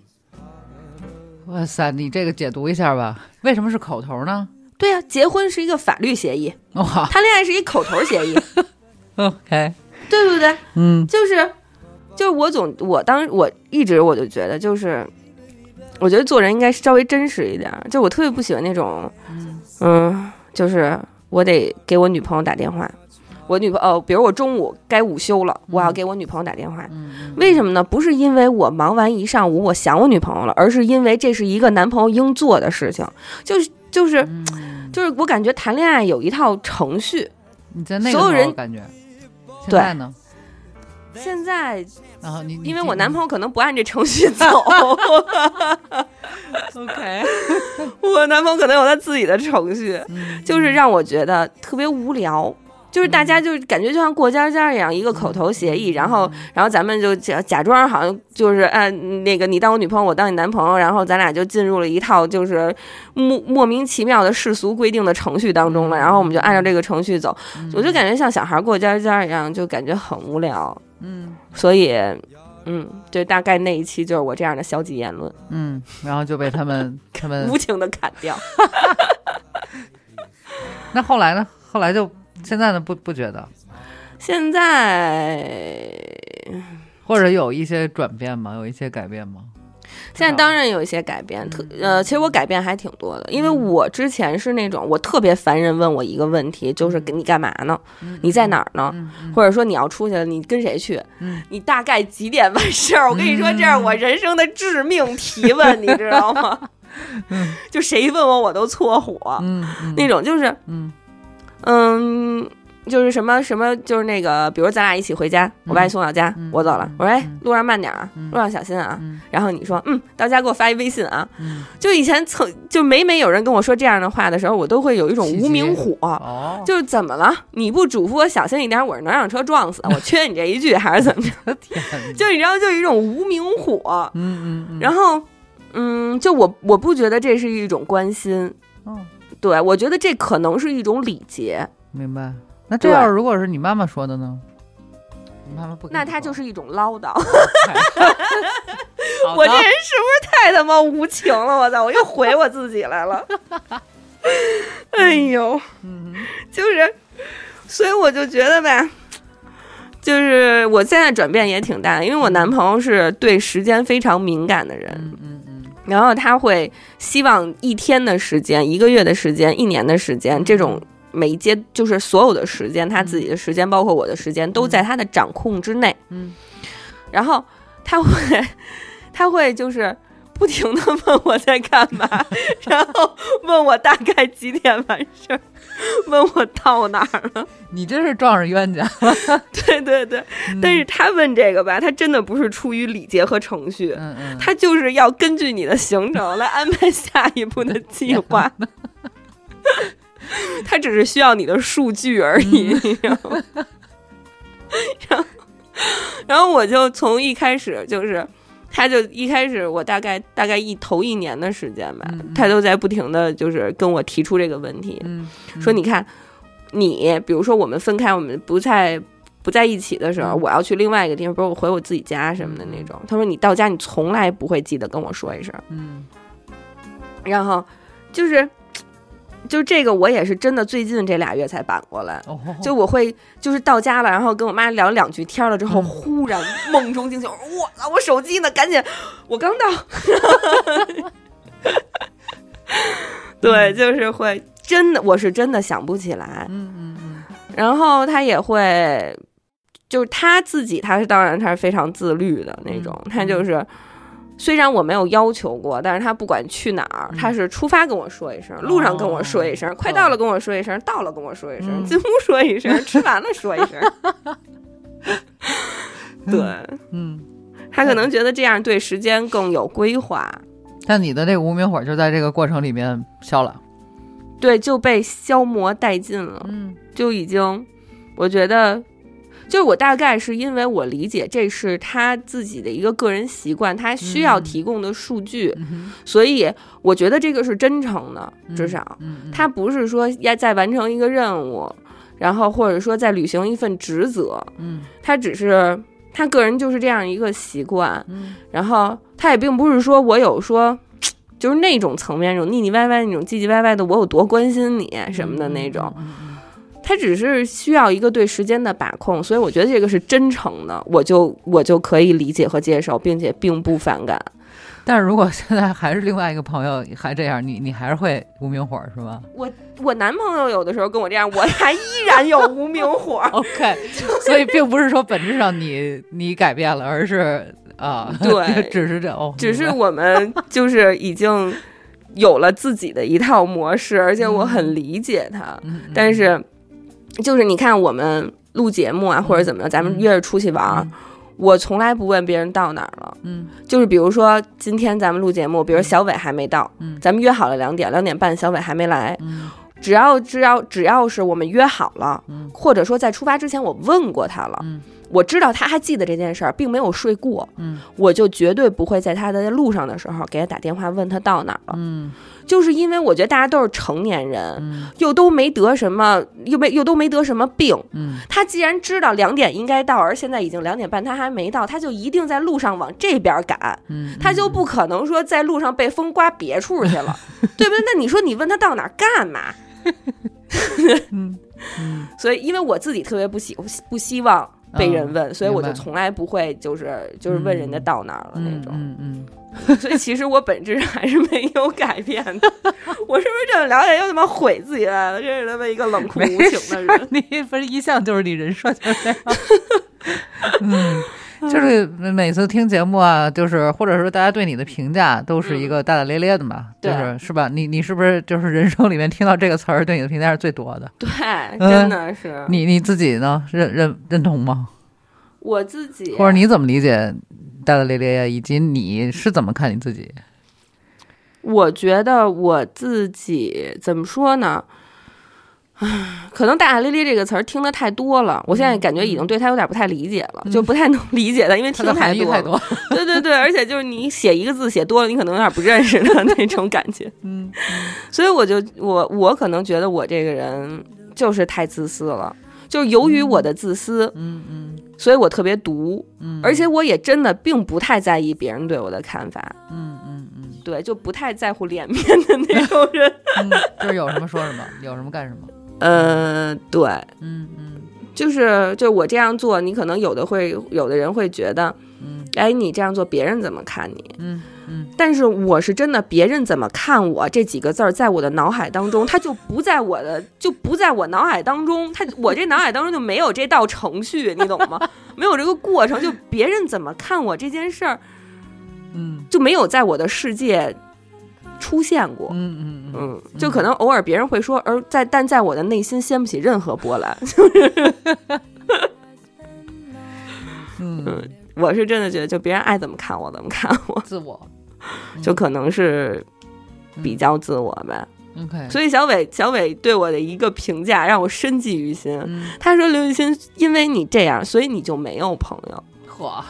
Speaker 1: 哇塞，你这个解读一下吧，为什么是口头呢？
Speaker 2: 对啊，结婚是一个法律协议，
Speaker 1: 哇
Speaker 2: 谈恋爱是一口头协议，
Speaker 1: ，OK，
Speaker 2: 对不对？
Speaker 1: 嗯
Speaker 2: 就是就是我总我当我一直我就觉得就是，我觉得做人应该稍微真实一点儿。就我特别不喜欢那种，嗯，就是我得给我女朋友打电话，我女朋友、比如我中午该午休了，我要给我女朋友打电话。
Speaker 1: 嗯，
Speaker 2: 为什么呢？不是因为我忙完一上午我想我女朋友了，而是因为这是一个男朋友应做的事情。就是就是就是，我感觉谈恋爱有一套程序。
Speaker 1: 你在那个
Speaker 2: 所有
Speaker 1: 时候
Speaker 2: 人
Speaker 1: 感觉，现
Speaker 2: 对
Speaker 1: 在呢？
Speaker 2: 现在
Speaker 1: 然后你，你
Speaker 2: 因为
Speaker 1: 继
Speaker 2: 我
Speaker 1: 续
Speaker 2: 男朋友可能不按这程序走。
Speaker 1: OK，
Speaker 2: 我男朋友可能有他自己的程序，
Speaker 1: 嗯
Speaker 2: 就是让我觉得特别无聊。就是大家就是感觉就像过家家一样，一个口头协
Speaker 1: 嗯
Speaker 2: 议，然后然后咱们就假假装好像就是哎那个你当我女朋友，我当你男朋友，然后咱俩就进入了一套就是莫莫名其妙的世俗规定的程序当中了，然后我们就按照这个程序走，
Speaker 1: 嗯
Speaker 2: 我就感觉像小孩过家家一样，就感觉很无聊。
Speaker 1: 嗯
Speaker 2: 所以，嗯，这大概那一期就是我这样的消极言论，
Speaker 1: 嗯，然后就被他 们他们
Speaker 2: 无情的砍掉。
Speaker 1: 那后来呢？后来就现在呢不不觉得，
Speaker 2: 现在
Speaker 1: 或者有一些转变吗？有一些改变吗？
Speaker 2: 现在
Speaker 1: 嗯
Speaker 2: 当然有一些改变，特呃，其实我改变还挺多的，因为
Speaker 1: 嗯
Speaker 2: 我之前是那种我特别烦人问我一个问题，就是给你干嘛呢？你在哪儿呢？
Speaker 1: 嗯嗯
Speaker 2: 或者说你要出去了，你跟谁去？
Speaker 1: 嗯
Speaker 2: 你大概几点完事儿？我跟你说，这是我人生的致命提问，你知道 吗？就谁问我，我都搓火，
Speaker 1: 嗯嗯
Speaker 2: 那种就是
Speaker 1: 嗯
Speaker 2: 嗯。就是什么什么，就是那个，比如咱俩一起回家，我把你送到家，
Speaker 1: 嗯
Speaker 2: 我走了
Speaker 1: 嗯。
Speaker 2: 我说，哎
Speaker 1: 嗯，
Speaker 2: 路上慢点啊，
Speaker 1: 嗯
Speaker 2: 路上小心啊。
Speaker 1: 嗯
Speaker 2: 然后你说，嗯，到家给我发一微信啊。
Speaker 1: 嗯
Speaker 2: 就以前曾就每每有人跟我说这样的话的时候，我都会有一种无名火，
Speaker 1: 哦，
Speaker 2: 就是怎么了？你不嘱咐我小心一点，我是能让车撞死，我缺你这一句还是怎么着？
Speaker 1: 就天哪，
Speaker 2: 就你知道，就有一种无名 火。
Speaker 1: 嗯嗯嗯，
Speaker 2: 然后，嗯，就我我不觉得这是一种关心，
Speaker 1: 哦，
Speaker 2: 对我觉得这可能是一种礼节，
Speaker 1: 明白。那这要是如果是你妈妈说的呢？你妈妈不跟你说，
Speaker 2: 那它就是一种唠叨。
Speaker 1: 好的
Speaker 2: 我这人是不是太他妈无情了？我操！我又回我自己 来了。哎呦，
Speaker 1: 嗯
Speaker 2: 就是，所以我就觉得吧，就是我现在转变也挺大的，因为我男朋友是对时间非常敏感的人，
Speaker 1: 嗯嗯嗯
Speaker 2: 然后他会希望一天的时间、一个月的时间、一年的时间这种。每一阶就是所有的时间，他自己的时间，包括我的时间，都在他的掌控之内。
Speaker 1: 嗯
Speaker 2: 然后他会， 他会就是不停的问我在干嘛， 然后问我大概几点完事儿，问我到哪儿了。
Speaker 1: 嗯，你这是撞上冤家， 嗯
Speaker 2: 对对对，但是他问这个吧，他真的不是出于礼节和程序，
Speaker 1: 嗯嗯，
Speaker 2: 他就是要根据你的行程来安排下一步的计划。 他只是需要你的数据而已，你知道吗？ 然后，然后我就从一开始就是，他就一开始我大概大概一头一年的时间吧，
Speaker 1: 嗯嗯
Speaker 2: 他都在不停的就是跟我提出这个问题，
Speaker 1: 嗯
Speaker 2: 说你看，你比如说我们分开，我们不在不在一起的时候，
Speaker 1: 嗯
Speaker 2: 我要去另外一个地方，比如我回我自己家什么的那种。他说你到家，你从来不会记得跟我说一声。
Speaker 1: 嗯
Speaker 2: 然后就是，就这个我也是真的最近这俩月才反过来。
Speaker 1: 哦，
Speaker 2: 就我会就是到家了，然后跟我妈聊两句天了之后，
Speaker 1: 嗯
Speaker 2: 忽然梦中惊醒，我操，我手机呢？赶紧，我刚到。
Speaker 1: 嗯
Speaker 2: 对，就是会真的，我是真的想不起来。
Speaker 1: 嗯嗯嗯，
Speaker 2: 然后他也会，就是他自己，他是当然他是非常自律的那种，
Speaker 1: 嗯
Speaker 2: 他就是。虽然我没有要求过，但是他不管去哪儿，
Speaker 1: 嗯哦
Speaker 2: 他是出发跟我说一声，路上跟我说一声，快到了跟我说一声，到了跟我说一声，
Speaker 1: 嗯
Speaker 2: 进屋说一声，吃完了说一 声。对
Speaker 1: 嗯，
Speaker 2: 他可能觉得这样对时间更有规划，
Speaker 1: 但你的这个无名火就在这个过程里面消了。
Speaker 2: 对就被消磨殆尽了。
Speaker 1: 嗯
Speaker 2: 就已经，我觉得，就是我大概是因为我理解这是他自己的一个个人习惯，他需要
Speaker 1: 嗯
Speaker 2: 提供的数据，
Speaker 1: 嗯
Speaker 2: 所以我觉得这个是真诚的，
Speaker 1: 哼，
Speaker 2: 至少
Speaker 1: 嗯，
Speaker 2: 他不是说要在完成一个任务，然后或者说在履行一份职责，
Speaker 1: 嗯
Speaker 2: 他只是他个人就是这样一个习惯，
Speaker 1: 嗯
Speaker 2: 然后他也并不是说我有说。就是那种层面，那种腻腻歪歪、那种唧唧歪歪的，我有多关心你什么的那种，，
Speaker 1: 嗯嗯
Speaker 2: 他只是需要一个对时间的把控，所以我觉得这个是真诚的，我就我就可以理解和接受，并且并不反感。
Speaker 1: 嗯但是如果现在还是另外一个朋友还这样，你你还是会无名火是吧。
Speaker 2: 我男朋友有的时候跟我这样，我还依然有无名火
Speaker 1: ？OK，所以并不是说本质上你你改变了，而是啊，
Speaker 2: 对
Speaker 1: 只是这哦，
Speaker 2: 只是
Speaker 1: 明白
Speaker 2: 我们就是已经有了自己的一套模式，而且我很理解他。
Speaker 1: 嗯嗯
Speaker 2: 但是，就是你看我们录节目啊，
Speaker 1: 嗯
Speaker 2: 或者怎么着，咱们约着出去玩儿，我从来不问别人到哪儿了。
Speaker 1: 嗯
Speaker 2: 就是比如说今天咱们录节目，比如小伟还没到，
Speaker 1: 嗯
Speaker 2: 咱们约好了两点，两点半小伟还没来，
Speaker 1: 嗯
Speaker 2: 只要只要只要是我们约好了，
Speaker 1: 嗯
Speaker 2: 或者说在出发之前我问过他了，
Speaker 1: 嗯
Speaker 2: 我知道他还记得这件事儿，并没有睡过，
Speaker 1: 嗯
Speaker 2: 我就绝对不会在他在路上的时候给他打电话问他到哪儿了，
Speaker 1: 嗯
Speaker 2: 就是因为我觉得大家都是成年人，
Speaker 1: 嗯
Speaker 2: 又都没得什么，又没又都没得什么病。
Speaker 1: 嗯
Speaker 2: 他既然知道两点应该到，而现在已经两点半，他还没到，他就一定在路上往这边赶。
Speaker 1: 嗯，
Speaker 2: 他就不可能说在路上被风刮别处去了， 对不对？那你说你问他到哪儿干嘛？
Speaker 1: 嗯嗯
Speaker 2: 所以，因为我自己特别不喜不希望被人问，所以我就
Speaker 1: 嗯明白
Speaker 2: 从来不会就是就是问人家到哪儿了那
Speaker 1: 嗯
Speaker 2: 种。
Speaker 1: 嗯嗯，
Speaker 2: 所以其实我本质上还是没有改变的。 我是不是这么了解又他妈毁自己来了？真是他妈一个冷酷无情的人。
Speaker 1: 你不是一向就是你人设就是这样。 嗯，就是每次听节目啊，就是或者说大家对你的评价都是一个大大咧咧的嘛，
Speaker 2: 嗯对
Speaker 1: 就是是吧？你你是不是就是人生里面听到这个词儿对你的评价是最多的？
Speaker 2: 对，
Speaker 1: 嗯
Speaker 2: 真的是
Speaker 1: 你你自己呢？认认认同吗？
Speaker 2: 我自己，
Speaker 1: 或者你怎么理解大大咧咧呀？以及你是怎么看你自己？
Speaker 2: 我觉得我自己怎么说呢？唉，可能“大大咧咧”这个词儿听的太多了，我现在感觉已经对他有点不太理解了，就不太能 理解他，因为
Speaker 1: 嗯它
Speaker 2: 听
Speaker 1: 的
Speaker 2: 太
Speaker 1: 含义
Speaker 2: 多
Speaker 1: 太
Speaker 2: 了。
Speaker 1: 多。
Speaker 2: 对对对，而且就是你写一个字写多了，你可能有点不认识的那种感觉。
Speaker 1: 嗯，
Speaker 2: 所以我就我我可能觉得我这个人就是太自私了，就是由于我的自私，
Speaker 1: 嗯嗯
Speaker 2: 所以我特别毒，
Speaker 1: 嗯
Speaker 2: 而且我也真的并不太在意别人对我的看法，
Speaker 1: 嗯嗯嗯
Speaker 2: 对，就不太在乎脸面的那种人。
Speaker 1: 嗯， 就是有什么说什么，有什么干什么。
Speaker 2: 呃，对，
Speaker 1: 嗯嗯
Speaker 2: 就是就我这样做，你可能有的会有的人会觉得，
Speaker 1: 嗯
Speaker 2: 哎，你这样做别人怎么看你？
Speaker 1: 嗯嗯
Speaker 2: 但是我是真的，别人怎么看我这几个字儿，在我的脑海当中，它就不在我的就不在我脑海当中，它我这脑海当中就没有这道程序，你懂 吗？没有这个过程，就别人怎么看我这件事儿，
Speaker 1: 嗯
Speaker 2: 就没有在我的世界出现过。
Speaker 1: 嗯嗯嗯。
Speaker 2: 嗯，就可能偶尔别人会说，而在但在我的内心掀不起任何波澜。
Speaker 1: 嗯，
Speaker 2: 我是真的觉得，就别人爱怎么看我怎么看我，
Speaker 1: 自我
Speaker 2: 就可能是
Speaker 1: 嗯
Speaker 2: 比较自我吧。
Speaker 1: OK，
Speaker 2: 所以小伟，小伟对我的一个评价让我深记于心。
Speaker 1: 嗯，
Speaker 2: 他说：“刘雨欣，因为你这样，所以你就没有朋友。
Speaker 1: 嚯，”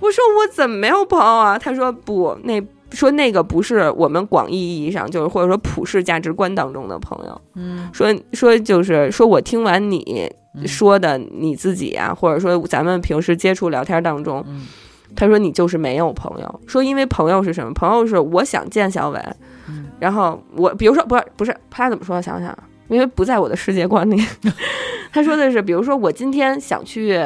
Speaker 2: 我说：“我怎么没有朋友啊？”他说：“不，那说那个不是我们广义意义上，就是或者说普世价值观当中的朋友。
Speaker 1: 嗯，
Speaker 2: 说说就是说我听完你
Speaker 1: 嗯，
Speaker 2: 说的你自己啊，或者说咱们平时接触聊天当中，
Speaker 1: 嗯
Speaker 2: 他说你就是没有朋友。说因为朋友是什么？朋友是我想见小伟，
Speaker 1: 嗯
Speaker 2: 然后我比如说不是不是他怎么说？想想，因为不在我的世界 观里。他说的是，比如说我今天想去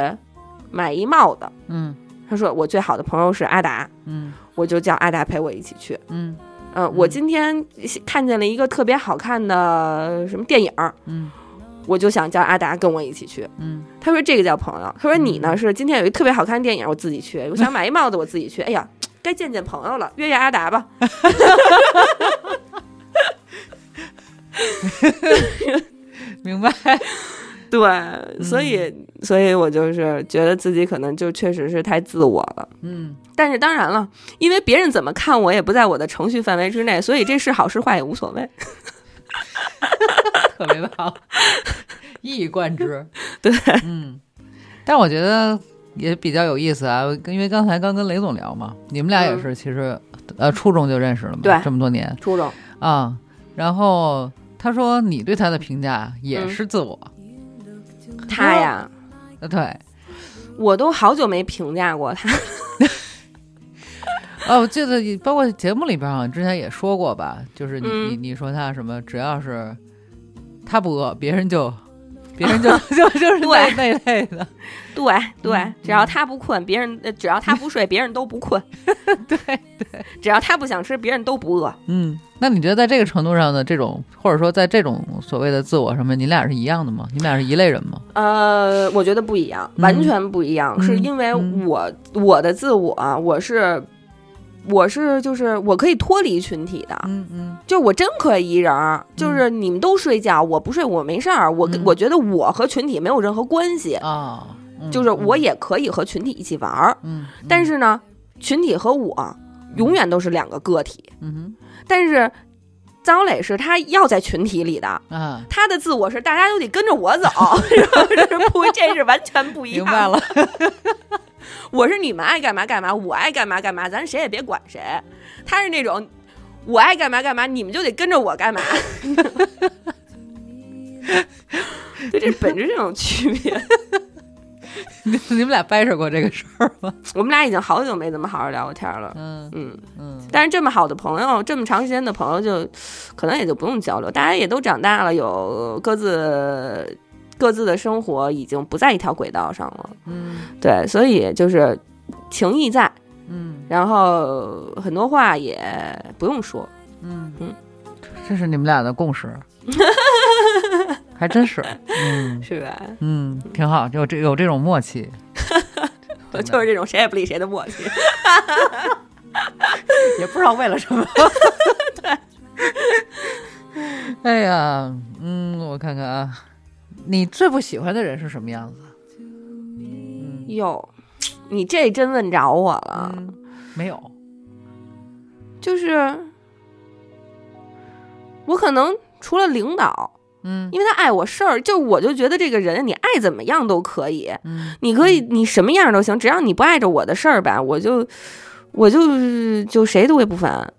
Speaker 2: 买一帽子，
Speaker 1: 嗯
Speaker 2: 他说我最好的朋友是阿达，
Speaker 1: 嗯
Speaker 2: 我就叫阿达陪我一起去。呃
Speaker 1: 嗯
Speaker 2: 嗯，我今天看见了一个特别好看的什么电影儿，
Speaker 1: 嗯
Speaker 2: 我就想叫阿达跟我一起去。
Speaker 1: 嗯，
Speaker 2: 他说这个叫朋友。他说你呢是今天有一特别好看的电影，我自己 去，我想买一帽子，我自己去。哎呀，该见见朋友了，约约阿达吧。
Speaker 1: 明白。
Speaker 2: 对，所以所以我就是觉得自己可能就确实是太自我了。
Speaker 1: 嗯，
Speaker 2: 但是当然了，因为别人怎么看我也不在我的程序范围之内，所以这是好是坏也无所谓。
Speaker 1: 特别 棒，一以贯之。
Speaker 2: 对，
Speaker 1: 嗯，但我觉得也比较有意思啊，因为刚才刚跟雷总聊嘛，你们俩也是，其实、呃初中就认识了嘛，
Speaker 2: 嗯对
Speaker 1: 这么多年
Speaker 2: 初中，
Speaker 1: 啊。然后他说你对他的评价
Speaker 2: 嗯
Speaker 1: 也是自我，
Speaker 2: 他呀，
Speaker 1: 呃对。
Speaker 2: 我都好久没评价过他。
Speaker 1: 哦，我记得包括节目里边好啊像之前也说过吧，就是你、
Speaker 2: 嗯
Speaker 1: 你你说他什么，只要是他不饿，别人就别人就 就就是那那类的，
Speaker 2: 对对
Speaker 1: 嗯，
Speaker 2: 只要他不困，别人呃只要他不睡，别人都不 困。
Speaker 1: 对，
Speaker 2: 只要他不想吃，别人都不饿。
Speaker 1: 嗯，那你觉得在这个程度上的这种，或者说在这种所谓的自我上面，你俩是一样的吗？你们俩是一类人吗？
Speaker 2: 呃，我觉得不一样，完全不一样，
Speaker 1: 嗯
Speaker 2: 是因为
Speaker 1: 嗯
Speaker 2: 我、我的自我，我是我是就是我可以脱离群体的，
Speaker 1: 嗯嗯
Speaker 2: 就我真可以一人儿，就是你们都睡觉，我不睡，我没事儿，我跟、
Speaker 1: 嗯
Speaker 2: 我觉得我和群体没有任何关系，
Speaker 1: 啊，嗯
Speaker 2: 就是我，也可以和群体一起玩儿，
Speaker 1: 嗯，嗯
Speaker 2: 但，是呢，群体和我永远都是两个个体，
Speaker 1: 嗯
Speaker 2: 但是张磊是他要在群体里的。
Speaker 1: 哼啊，
Speaker 2: 他的自我是大家都得跟着我 走，然后这是不，这是完全不一
Speaker 1: 明
Speaker 2: 样。
Speaker 1: 白 了，
Speaker 2: 我是你们爱干嘛干嘛，我爱干嘛干嘛，咱谁也别管谁。他是那种我爱干嘛干嘛，你们就得跟着我 干嘛。就这本质这种区别，
Speaker 1: 你你们俩掰扯过这个事儿吗？
Speaker 2: 我们俩已经好久没怎么好好聊过天了。
Speaker 1: 嗯
Speaker 2: 嗯，
Speaker 1: 嗯，
Speaker 2: 但是这么好的朋友，这么长时间的朋友就，可能也就不用交流，大家也都长大了，有各自各自的生活，已经不在一条轨道上了。
Speaker 1: 嗯
Speaker 2: 对，所以就是情谊在，
Speaker 1: 嗯
Speaker 2: 然后很多话也不用说，
Speaker 1: 嗯
Speaker 2: 嗯，
Speaker 1: 这是你们俩的共 识，还真是，嗯
Speaker 2: 是吧？
Speaker 1: 嗯，挺好，有这有这种默契，真的
Speaker 2: 就是这种谁也不理谁的默契。
Speaker 1: 也不知道为了什么。对， 哎呀，嗯，我看看啊，你最不喜欢的人是什么样子？嗯
Speaker 2: 哟，你这真问着我了，
Speaker 1: 嗯，没有，
Speaker 2: 就是我可能除了领导，
Speaker 1: 嗯
Speaker 2: 因为他碍我事儿，就我就觉得这个人你爱怎么样都可以，
Speaker 1: 嗯
Speaker 2: 你可以你什么样都行，只要你不碍着我的事儿吧，我就我就是就谁都会不烦。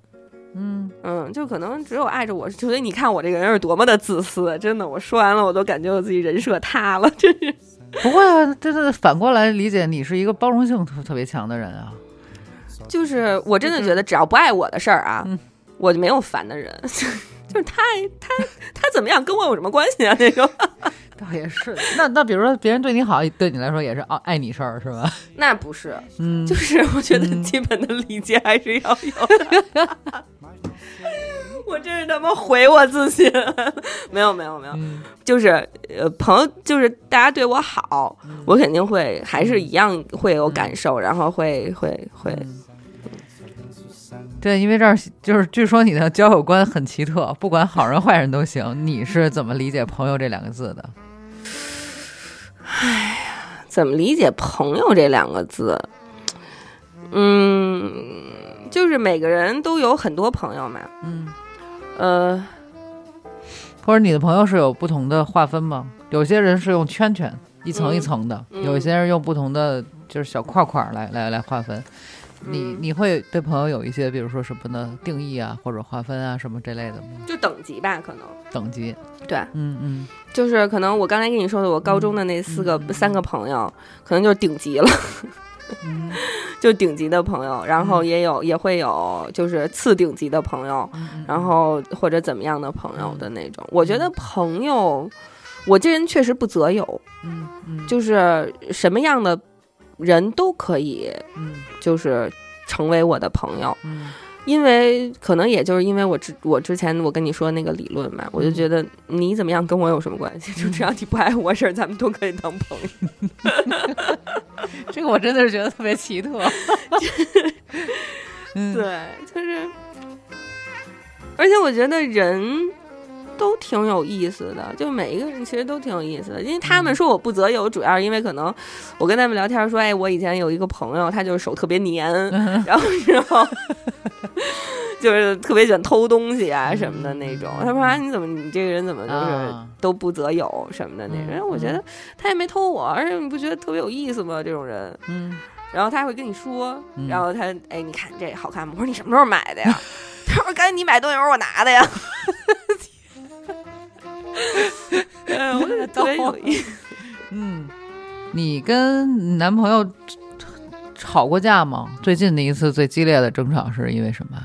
Speaker 1: 嗯，
Speaker 2: 嗯，就可能只有爱着我，所以你看我这个人是多么的自私，真的，我说完了我都感觉我自己人设塌了， 真是。
Speaker 1: 不过啊真的反过来理解，你是一个包容性特特别强的人啊。
Speaker 2: 就是我真的觉得，只要不碍我的事儿啊，
Speaker 1: 嗯
Speaker 2: 我就没有烦的人。 就是他他他怎么样，跟我有什么关系啊？那种
Speaker 1: 倒也是，那那比如说别人对你好，对你来说也是哦爱爱你事儿是吧？
Speaker 2: 那不是，
Speaker 1: 嗯，
Speaker 2: 就是我觉得
Speaker 1: 嗯
Speaker 2: 基本的理解还是要有的。 我真是他妈毁我自信了，没有没有没有，
Speaker 1: 嗯
Speaker 2: 就是呃，朋友就是大家对我好，
Speaker 1: 嗯
Speaker 2: 我肯定会还是一样会有感受，然后会会会，
Speaker 1: 嗯对，因为这儿就是据说你的交友观很奇特，不管好人坏人都行。你是怎么理解“朋友”这两个字的？
Speaker 2: 怎么理解“朋友”这两个字？嗯，就是每个人都有很多朋友嘛，
Speaker 1: 嗯，
Speaker 2: 呃，
Speaker 1: 或者你的朋友是有不同的划分吗？有些人是用圈圈一层一
Speaker 2: 嗯
Speaker 1: 层的，
Speaker 2: 嗯
Speaker 1: 有些人用不同的就是小块块儿来来来划分。你
Speaker 2: 嗯
Speaker 1: 你会对朋友有一些，比如说什么的定义啊，或者划分啊什么这类的吗？
Speaker 2: 就等级吧，可能
Speaker 1: 等级？
Speaker 2: 对，
Speaker 1: 嗯嗯，
Speaker 2: 就是可能我刚才跟你说的，我高中的那四个、
Speaker 1: 嗯嗯
Speaker 2: 三个朋友，可能就是顶级了，
Speaker 1: 嗯
Speaker 2: 就顶级的朋友，然后也有、也会有就是次顶级的朋友，
Speaker 1: 嗯
Speaker 2: 然后或者怎么样的朋友的那种。我觉得朋友，我这人确实不择友，
Speaker 1: 嗯嗯，
Speaker 2: 就是什么样的人都可以，
Speaker 1: 嗯
Speaker 2: 就是成为我的朋友。
Speaker 1: 嗯
Speaker 2: 因为可能也就是因为我之我之前我跟你说那个理论嘛，
Speaker 1: 嗯
Speaker 2: 我就觉得你怎么样跟我有什么关系？就只要你不碍我事儿，咱们都可以当朋友。
Speaker 1: 这个我真的是觉得特别奇 特。嗯，
Speaker 2: 对，就是，而且我觉得人都挺有意思的，就每一个人其实都挺有意思的。因为他们
Speaker 1: 嗯
Speaker 2: 说我不择友，主要是因为可能我跟他们聊天说，哎，我以前有一个朋友，他就是手特别黏，
Speaker 1: 嗯
Speaker 2: 然后然后就是特别喜欢偷东西啊什么的那种。他说啊，你怎么你这个人怎么就是
Speaker 1: 嗯啊
Speaker 2: 都不择友什么的那种？
Speaker 1: 嗯
Speaker 2: 然后我觉得他也没偷我，而且你不觉得特别有意思吗？这种人，
Speaker 1: 嗯，
Speaker 2: 然后他还会跟你说，
Speaker 1: 嗯
Speaker 2: 然后他哎，你看这好看吗？我说你什么时候买 的呀？他说刚才你买东西时候我拿的呀。哎，我觉得特别有意思。
Speaker 1: 嗯，你跟男朋友吵过架吗？最近的一次最激烈的争吵是因为什么？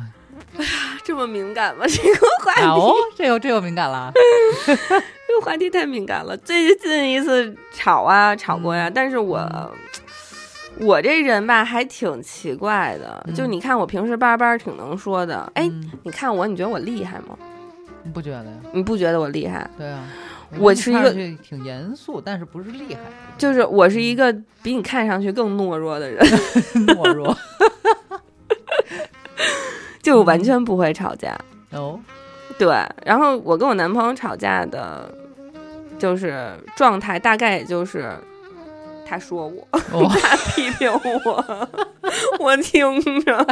Speaker 2: 这么敏感吗？ 这个话题，
Speaker 1: 啊哦，这又这又敏感了。
Speaker 2: 这个话题太敏感了。最近一次吵啊，吵
Speaker 1: 嗯
Speaker 2: 过呀，但是我。呃我这人吧，还挺奇怪的，
Speaker 1: 嗯
Speaker 2: 就你看我平时叭叭挺能说的，哎，
Speaker 1: 嗯
Speaker 2: 你看我，你觉得我厉害吗？
Speaker 1: 你不觉得呀？
Speaker 2: 你不觉得我厉害？
Speaker 1: 对啊，
Speaker 2: 我是一个
Speaker 1: 看上去挺严肃，但是不是厉害，
Speaker 2: 就是我是一个比你看上去更懦弱的人。
Speaker 1: 懦弱。
Speaker 2: 就
Speaker 1: 嗯
Speaker 2: 完全不会吵架。
Speaker 1: 哦，
Speaker 2: 对，然后我跟我男朋友吵架的，就是状态大概也就是他说我，
Speaker 1: 哦，
Speaker 2: 他批评我， 我听着，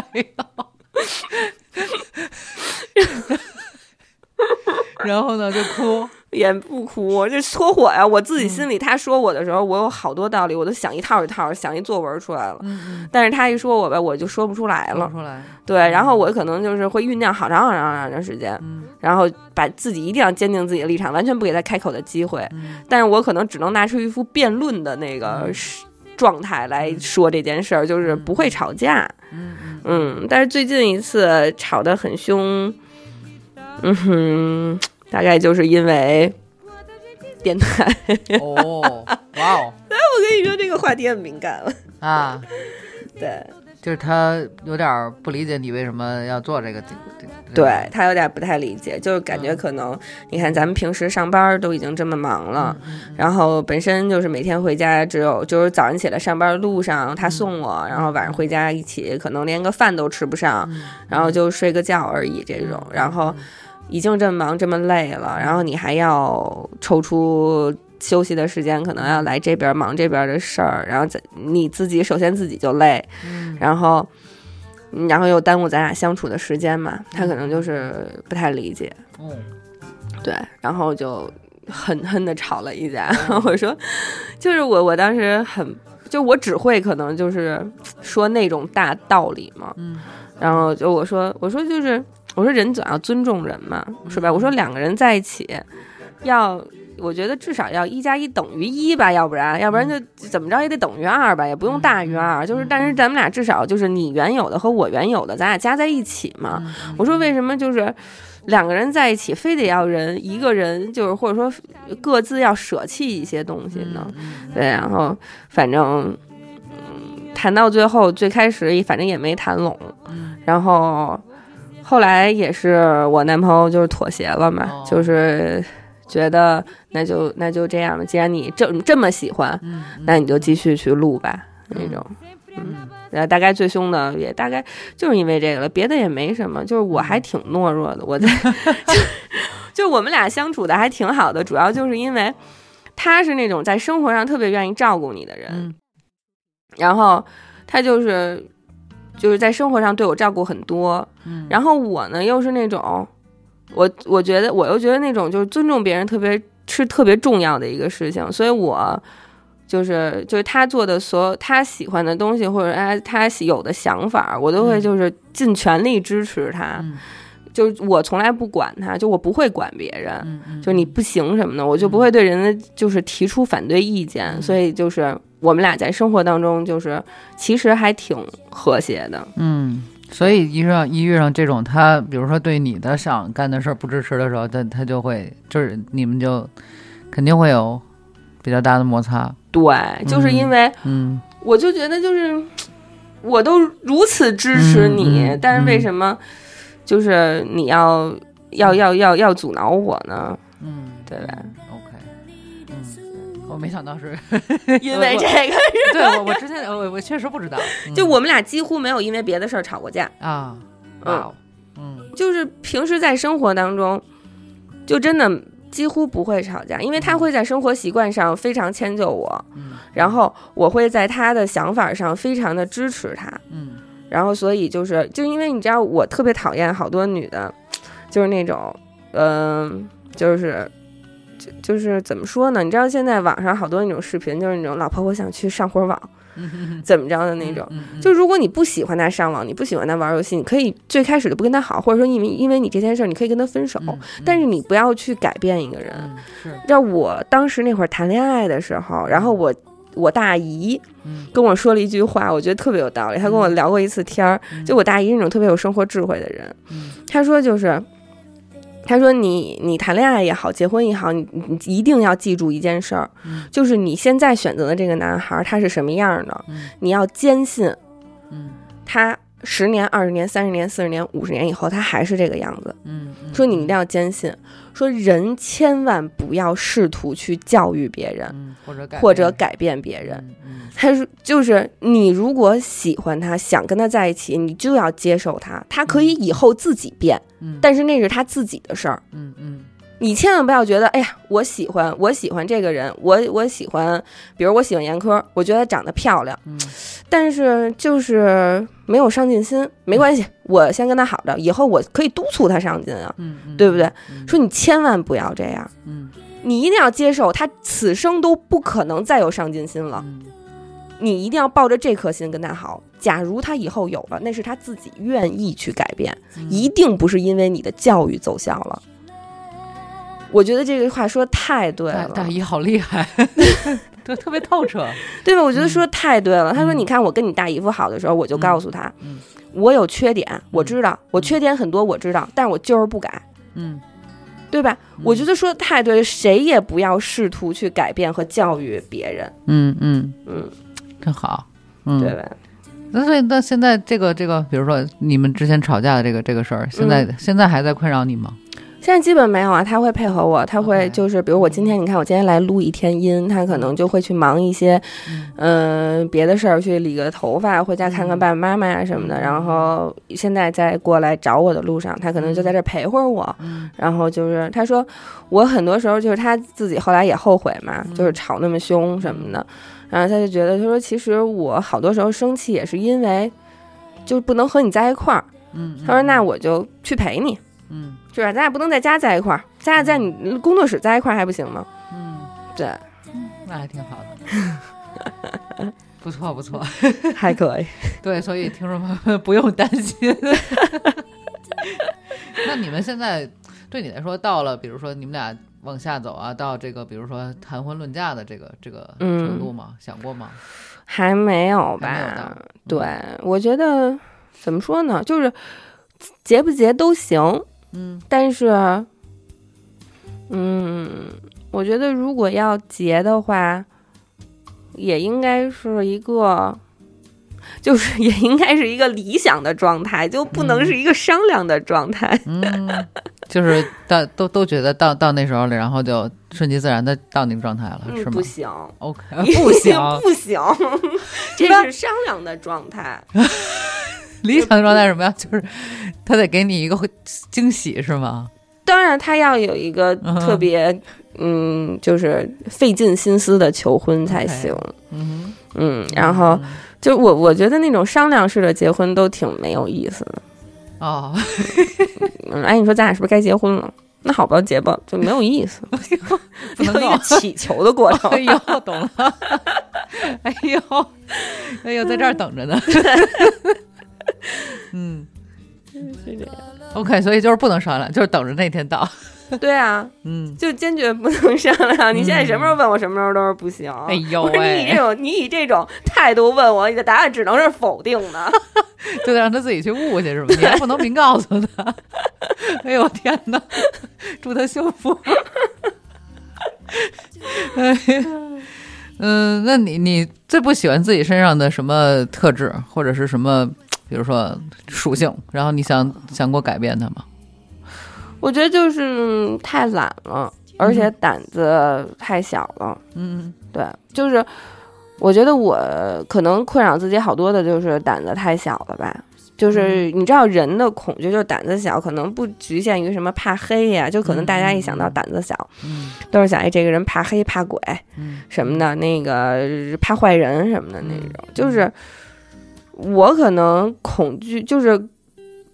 Speaker 1: 然后呢就哭。
Speaker 2: 也不哭，这搓火呀！我自己
Speaker 1: 嗯
Speaker 2: 心里他说我的时候，我有好多道理，我都想一套一套，想一作文出来了。
Speaker 1: 嗯嗯，
Speaker 2: 但是他一说我吧，我就说不出来
Speaker 1: 说
Speaker 2: 了
Speaker 1: 不。出来。
Speaker 2: 对，然后我可能就是会酝酿好长好长好长时间，
Speaker 1: 嗯
Speaker 2: 然后把自己一定要坚定自己的立场，完全不给他开口的机会。
Speaker 1: 嗯
Speaker 2: 但是我可能只能拿出一副辩论的那个
Speaker 1: 嗯
Speaker 2: 是状态来说这件事儿，就是不会吵架。
Speaker 1: 嗯
Speaker 2: 嗯，但是最近一次吵得很凶，嗯哼，大概就是因为电台。
Speaker 1: 嗯，哦，哇哦
Speaker 2: 我跟你说，这个话题很敏感了。
Speaker 1: 啊，
Speaker 2: 对，
Speaker 1: 就是他有点儿不理解你为什么要做这个。这这这
Speaker 2: 对他有点不太理解，就是感觉
Speaker 1: 嗯
Speaker 2: 可能，你看咱们平时上班都已经这么忙了，
Speaker 1: 嗯
Speaker 2: 然后本身就是每天回家只有就是早上起来上班路上他
Speaker 1: 嗯
Speaker 2: 送我，然后晚上回家一起，可能连个饭都吃不上，
Speaker 1: 嗯
Speaker 2: 然后就睡个觉而已这种。然后已经这么忙这么累了，然后你还要抽出。休息的时间可能要来这边忙这边的事儿，然后再你自己首先自己就累，
Speaker 1: 嗯
Speaker 2: 然后，然后又耽误咱俩相处的时间嘛，他可能就是不太理解，
Speaker 1: 嗯
Speaker 2: 对，然后就狠狠的吵了一架。我说，就是我我当时很，就我只会可能就是说那种大道理嘛，
Speaker 1: 嗯
Speaker 2: 然后就我说我说就是我说人总要尊重人嘛，是吧？我说两个人在一起要。我觉得至少要一加一等于一吧，要不然，要不然就怎么着也得等于二吧，也不用大于二。就是，但是咱们俩至少就是你原有的和我原有的，咱俩加在一起嘛。
Speaker 1: 嗯
Speaker 2: 我说为什么就是两个人在一起，非得要人一个人就是或者说各自要舍弃一些东西呢？
Speaker 1: 嗯
Speaker 2: 对，然后反正嗯，谈到最后，最开始反正也没谈拢，
Speaker 1: 嗯
Speaker 2: 然后后来也是我男朋友就是妥协了嘛，
Speaker 1: 哦
Speaker 2: 就是觉得那就那就这样了，既然你这这么喜欢，
Speaker 1: 嗯
Speaker 2: 那你就继续去录吧。那
Speaker 1: 嗯
Speaker 2: 种，
Speaker 1: 嗯
Speaker 2: 呃，大概最凶的也大概就是因为这个了，别的也没什么。就是我还挺懦弱的，我在就就我们俩相处的还挺好的，主要就是因为他是那种在生活上特别愿意照顾你的人，
Speaker 1: 嗯
Speaker 2: 然后他就是就是在生活上对我照顾很多，
Speaker 1: 嗯，
Speaker 2: 然后我呢又是那种，我我觉得我又觉得那种就是尊重别人特别是特别重要的一个事情，所以我就是就是他做的所有他喜欢的东西或者他他喜有的想法，我都会
Speaker 1: 嗯
Speaker 2: 就是尽全力支持他，
Speaker 1: 嗯
Speaker 2: 就是我从来不管他，就我不会管别人。
Speaker 1: 嗯嗯，
Speaker 2: 就是你不行什么的，我就不会对人家就是提出反对意
Speaker 1: 嗯
Speaker 2: 见，所以就是我们俩在生活当中就是其实还挺和谐的，
Speaker 1: 嗯，所以一遇上一遇上这种他，比如说对你的想干的事儿不支持的时候，他他就会就是你们就肯定会有比较大的摩擦。
Speaker 2: 对，就是因为
Speaker 1: 嗯
Speaker 2: 我就觉得就是我都如此支持你，
Speaker 1: 嗯嗯
Speaker 2: 但是为什么就是你要要要要要阻挠我 呢？
Speaker 1: 嗯，
Speaker 2: 对吧
Speaker 1: ？OK，嗯，我没想到是，
Speaker 2: 因为这个，
Speaker 1: 对我我之前我我确实不知道，嗯
Speaker 2: 就我们俩几乎没有因为别的事儿吵过架，
Speaker 1: 啊，哇哦，嗯
Speaker 2: 就是平时在生活当中，就真的几乎不会吵架，因为他会在生活习惯上非常迁就我，
Speaker 1: 嗯
Speaker 2: 然后我会在他的想法上非常的支持他，
Speaker 1: 嗯
Speaker 2: 然后所以就是就因为你知道我特别讨厌好多女的，就是那种，嗯、就是。就就是怎么说呢？你知道现在网上好多那种视频，就是那种老婆我想去上会 儿网，
Speaker 1: 嗯，
Speaker 2: 怎么着的那种。
Speaker 1: 嗯，嗯
Speaker 2: 就如果你不喜欢他上网，你不喜欢他玩游戏，你可以最开始就不跟他好，或者说因为因为你这件事儿，你可以跟他分手，
Speaker 1: 嗯
Speaker 2: 但是你不要去改变一个人。
Speaker 1: 嗯是，
Speaker 2: 让我当时那会儿谈恋爱的时候，然后我我大姨
Speaker 1: 嗯
Speaker 2: 跟我说了一句话，我觉得特别有道理。她跟我聊过一次天儿，
Speaker 1: 嗯
Speaker 2: 就我大姨是那种特别有生活智慧的人，
Speaker 1: 嗯
Speaker 2: 她说就是。她说你：“你谈恋爱也好，结婚也好，你你一定要记住一件事儿，
Speaker 1: 嗯
Speaker 2: 就是你现在选择的这个男孩儿他是什么样的，
Speaker 1: 嗯
Speaker 2: 你要坚信
Speaker 1: 嗯
Speaker 2: 他十年、二十年、三十年、四十年、五十年以后，他还是这个样子。
Speaker 1: 嗯嗯，
Speaker 2: 说你一定要坚信，说人千万不要试图去教育别人
Speaker 1: 嗯或者改
Speaker 2: 或者
Speaker 1: 变
Speaker 2: 改变别人。，
Speaker 1: 嗯
Speaker 2: 他说就是你如果喜欢他，想跟他在一起，你就要接受他，他可以以后自己变，
Speaker 1: 嗯，
Speaker 2: 但是那是他自己的事儿。
Speaker 1: 嗯嗯
Speaker 2: 你千万不要觉得，哎呀，我喜欢，我喜欢这个人，我我喜欢，比如我喜欢严科，我觉得她长得漂亮，
Speaker 1: 嗯
Speaker 2: 但是就是没有上进心，没关系，我先跟他好着，以后我可以督促他上进啊，
Speaker 1: 嗯嗯，
Speaker 2: 对不对？
Speaker 1: 嗯
Speaker 2: 说你千万不要这样，
Speaker 1: 嗯
Speaker 2: 你一定要接受他此生都不可能再有上进心了，
Speaker 1: 嗯
Speaker 2: 你一定要抱着这颗心跟他好。假如他以后有了，那是他自己愿意去改变，
Speaker 1: 嗯
Speaker 2: 一定不是因为你的教育走向了。我觉得这个话说得太对
Speaker 1: 大
Speaker 2: 了，
Speaker 1: 大姨好厉 害，特特别透彻，
Speaker 2: 对吧？我觉得说得太对了。他说：“
Speaker 1: 嗯
Speaker 2: 你看，我跟你大姨夫好的时候，我就告诉他，
Speaker 1: 嗯
Speaker 2: 我有缺点，我知道，我缺点很多，我知道，但是我就是不改，
Speaker 1: 嗯，
Speaker 2: 对吧？
Speaker 1: 嗯
Speaker 2: 我觉得说得太对了，谁也不要试图去改变和教育别人，
Speaker 1: 嗯嗯
Speaker 2: 嗯，
Speaker 1: 真好，嗯，
Speaker 2: 对吧？
Speaker 1: 那所以，那现在这个这个，比如说你们之前吵架的这个这个事儿，现在、现在还在困扰你吗？
Speaker 2: 现在基本没有啊，他会配合我，他会
Speaker 1: OK
Speaker 2: 就是，比如我今天，你看我今天来录一天音，他可能就会去忙一些，嗯、别的事儿，去理个头发，回家看
Speaker 1: 嗯
Speaker 2: 看爸爸妈妈呀、什么的。然后现在在过来找我的路上，他可能就在这儿陪会儿我。
Speaker 1: 嗯
Speaker 2: 然后就是他说，我很多时候就是他自己后来也后悔嘛，
Speaker 1: 嗯
Speaker 2: 就是吵那么凶什么的，然后他就觉得，他说其实我好多时候生气也是因为，就是不能和你在一块儿。
Speaker 1: 嗯，
Speaker 2: 他说那我就去陪你，
Speaker 1: 嗯
Speaker 2: 是吧？咱俩不能在家在一块儿，咱俩在你工作室在一块儿还不行吗？
Speaker 1: 嗯，
Speaker 2: 对，
Speaker 1: 那还挺好的， 不错不错。
Speaker 2: 还可以。
Speaker 1: 对，所以听众朋友们不用担心。 那你们现在对你来说，到了比如说你们俩往下走啊，到这个比如说谈婚论嫁的这个这个
Speaker 2: 嗯
Speaker 1: 程度吗？想过吗？嗯
Speaker 2: 还没有
Speaker 1: 还没有
Speaker 2: 吧
Speaker 1: 到？
Speaker 2: 对，我觉得怎么说呢，就是结不结都行，
Speaker 1: 嗯
Speaker 2: 但是，嗯，我觉得如果要结的话，也应该是一个，就是也应该是一个理想的状态，就不能
Speaker 1: 嗯
Speaker 2: 是一个商量的状态。
Speaker 1: 嗯，就是到都都觉得到到那时候了，然后就顺其自然的到那个状态了，
Speaker 2: 嗯，
Speaker 1: 是吗
Speaker 2: 不行，
Speaker 1: ？OK，
Speaker 2: 呃不
Speaker 1: 不行，
Speaker 2: 不 行，这
Speaker 1: 吧
Speaker 2: 是商量的状态。
Speaker 1: 理想状态是什么呀？就是他得给你一个会惊喜，是吗？
Speaker 2: 当然，他要有一个
Speaker 1: 嗯哼
Speaker 2: 特别，嗯就是费尽心思的求婚才
Speaker 1: OK
Speaker 2: 行。
Speaker 1: 嗯
Speaker 2: 嗯，然后就我我觉得那种商量式的结婚都挺没有意思的。
Speaker 1: 哼 哦，
Speaker 2: 嗯，哎，你说咱俩是不是该结婚了？那好吧，结吧，就没有意 思，
Speaker 1: 不能
Speaker 2: 没有一
Speaker 1: 够
Speaker 2: 个祈求的过程
Speaker 1: 哎。呦，懂了。哎呦，哎呦，在这儿等着呢。嗯
Speaker 2: 是这样
Speaker 1: ，OK，所以就是不能商量，就是等着那天到。
Speaker 2: 对啊，
Speaker 1: 嗯，
Speaker 2: 就坚决不能商量。你现在什么时候问我，什么时候都是不行。
Speaker 1: 哎呦
Speaker 2: 我说你以这
Speaker 1: 喂，
Speaker 2: 种你以这种态度问我，你的答案只能是否定的。
Speaker 1: 就得让他自己去悟去，是吧？你还不能明告诉他。 哎呦，天哪！ 祝他幸福。哎，嗯，那你你最不喜欢自己身上的什么特质，或者是什么，比如说属性，然后你想想过改变它吗？
Speaker 2: 我觉得就是嗯太懒了，而且胆子太小了。
Speaker 1: 嗯
Speaker 2: 对，就是我觉得我可能困扰自己好多的就是胆子太小了吧。就是你知道人的恐惧，就是胆子小，可能不局限于什么怕黑呀、就可能大家一想到胆子小，
Speaker 1: 嗯
Speaker 2: 都是想哎这个人怕黑怕鬼
Speaker 1: 嗯
Speaker 2: 什么的，那个怕坏人什么的那种。就是我可能恐惧，就是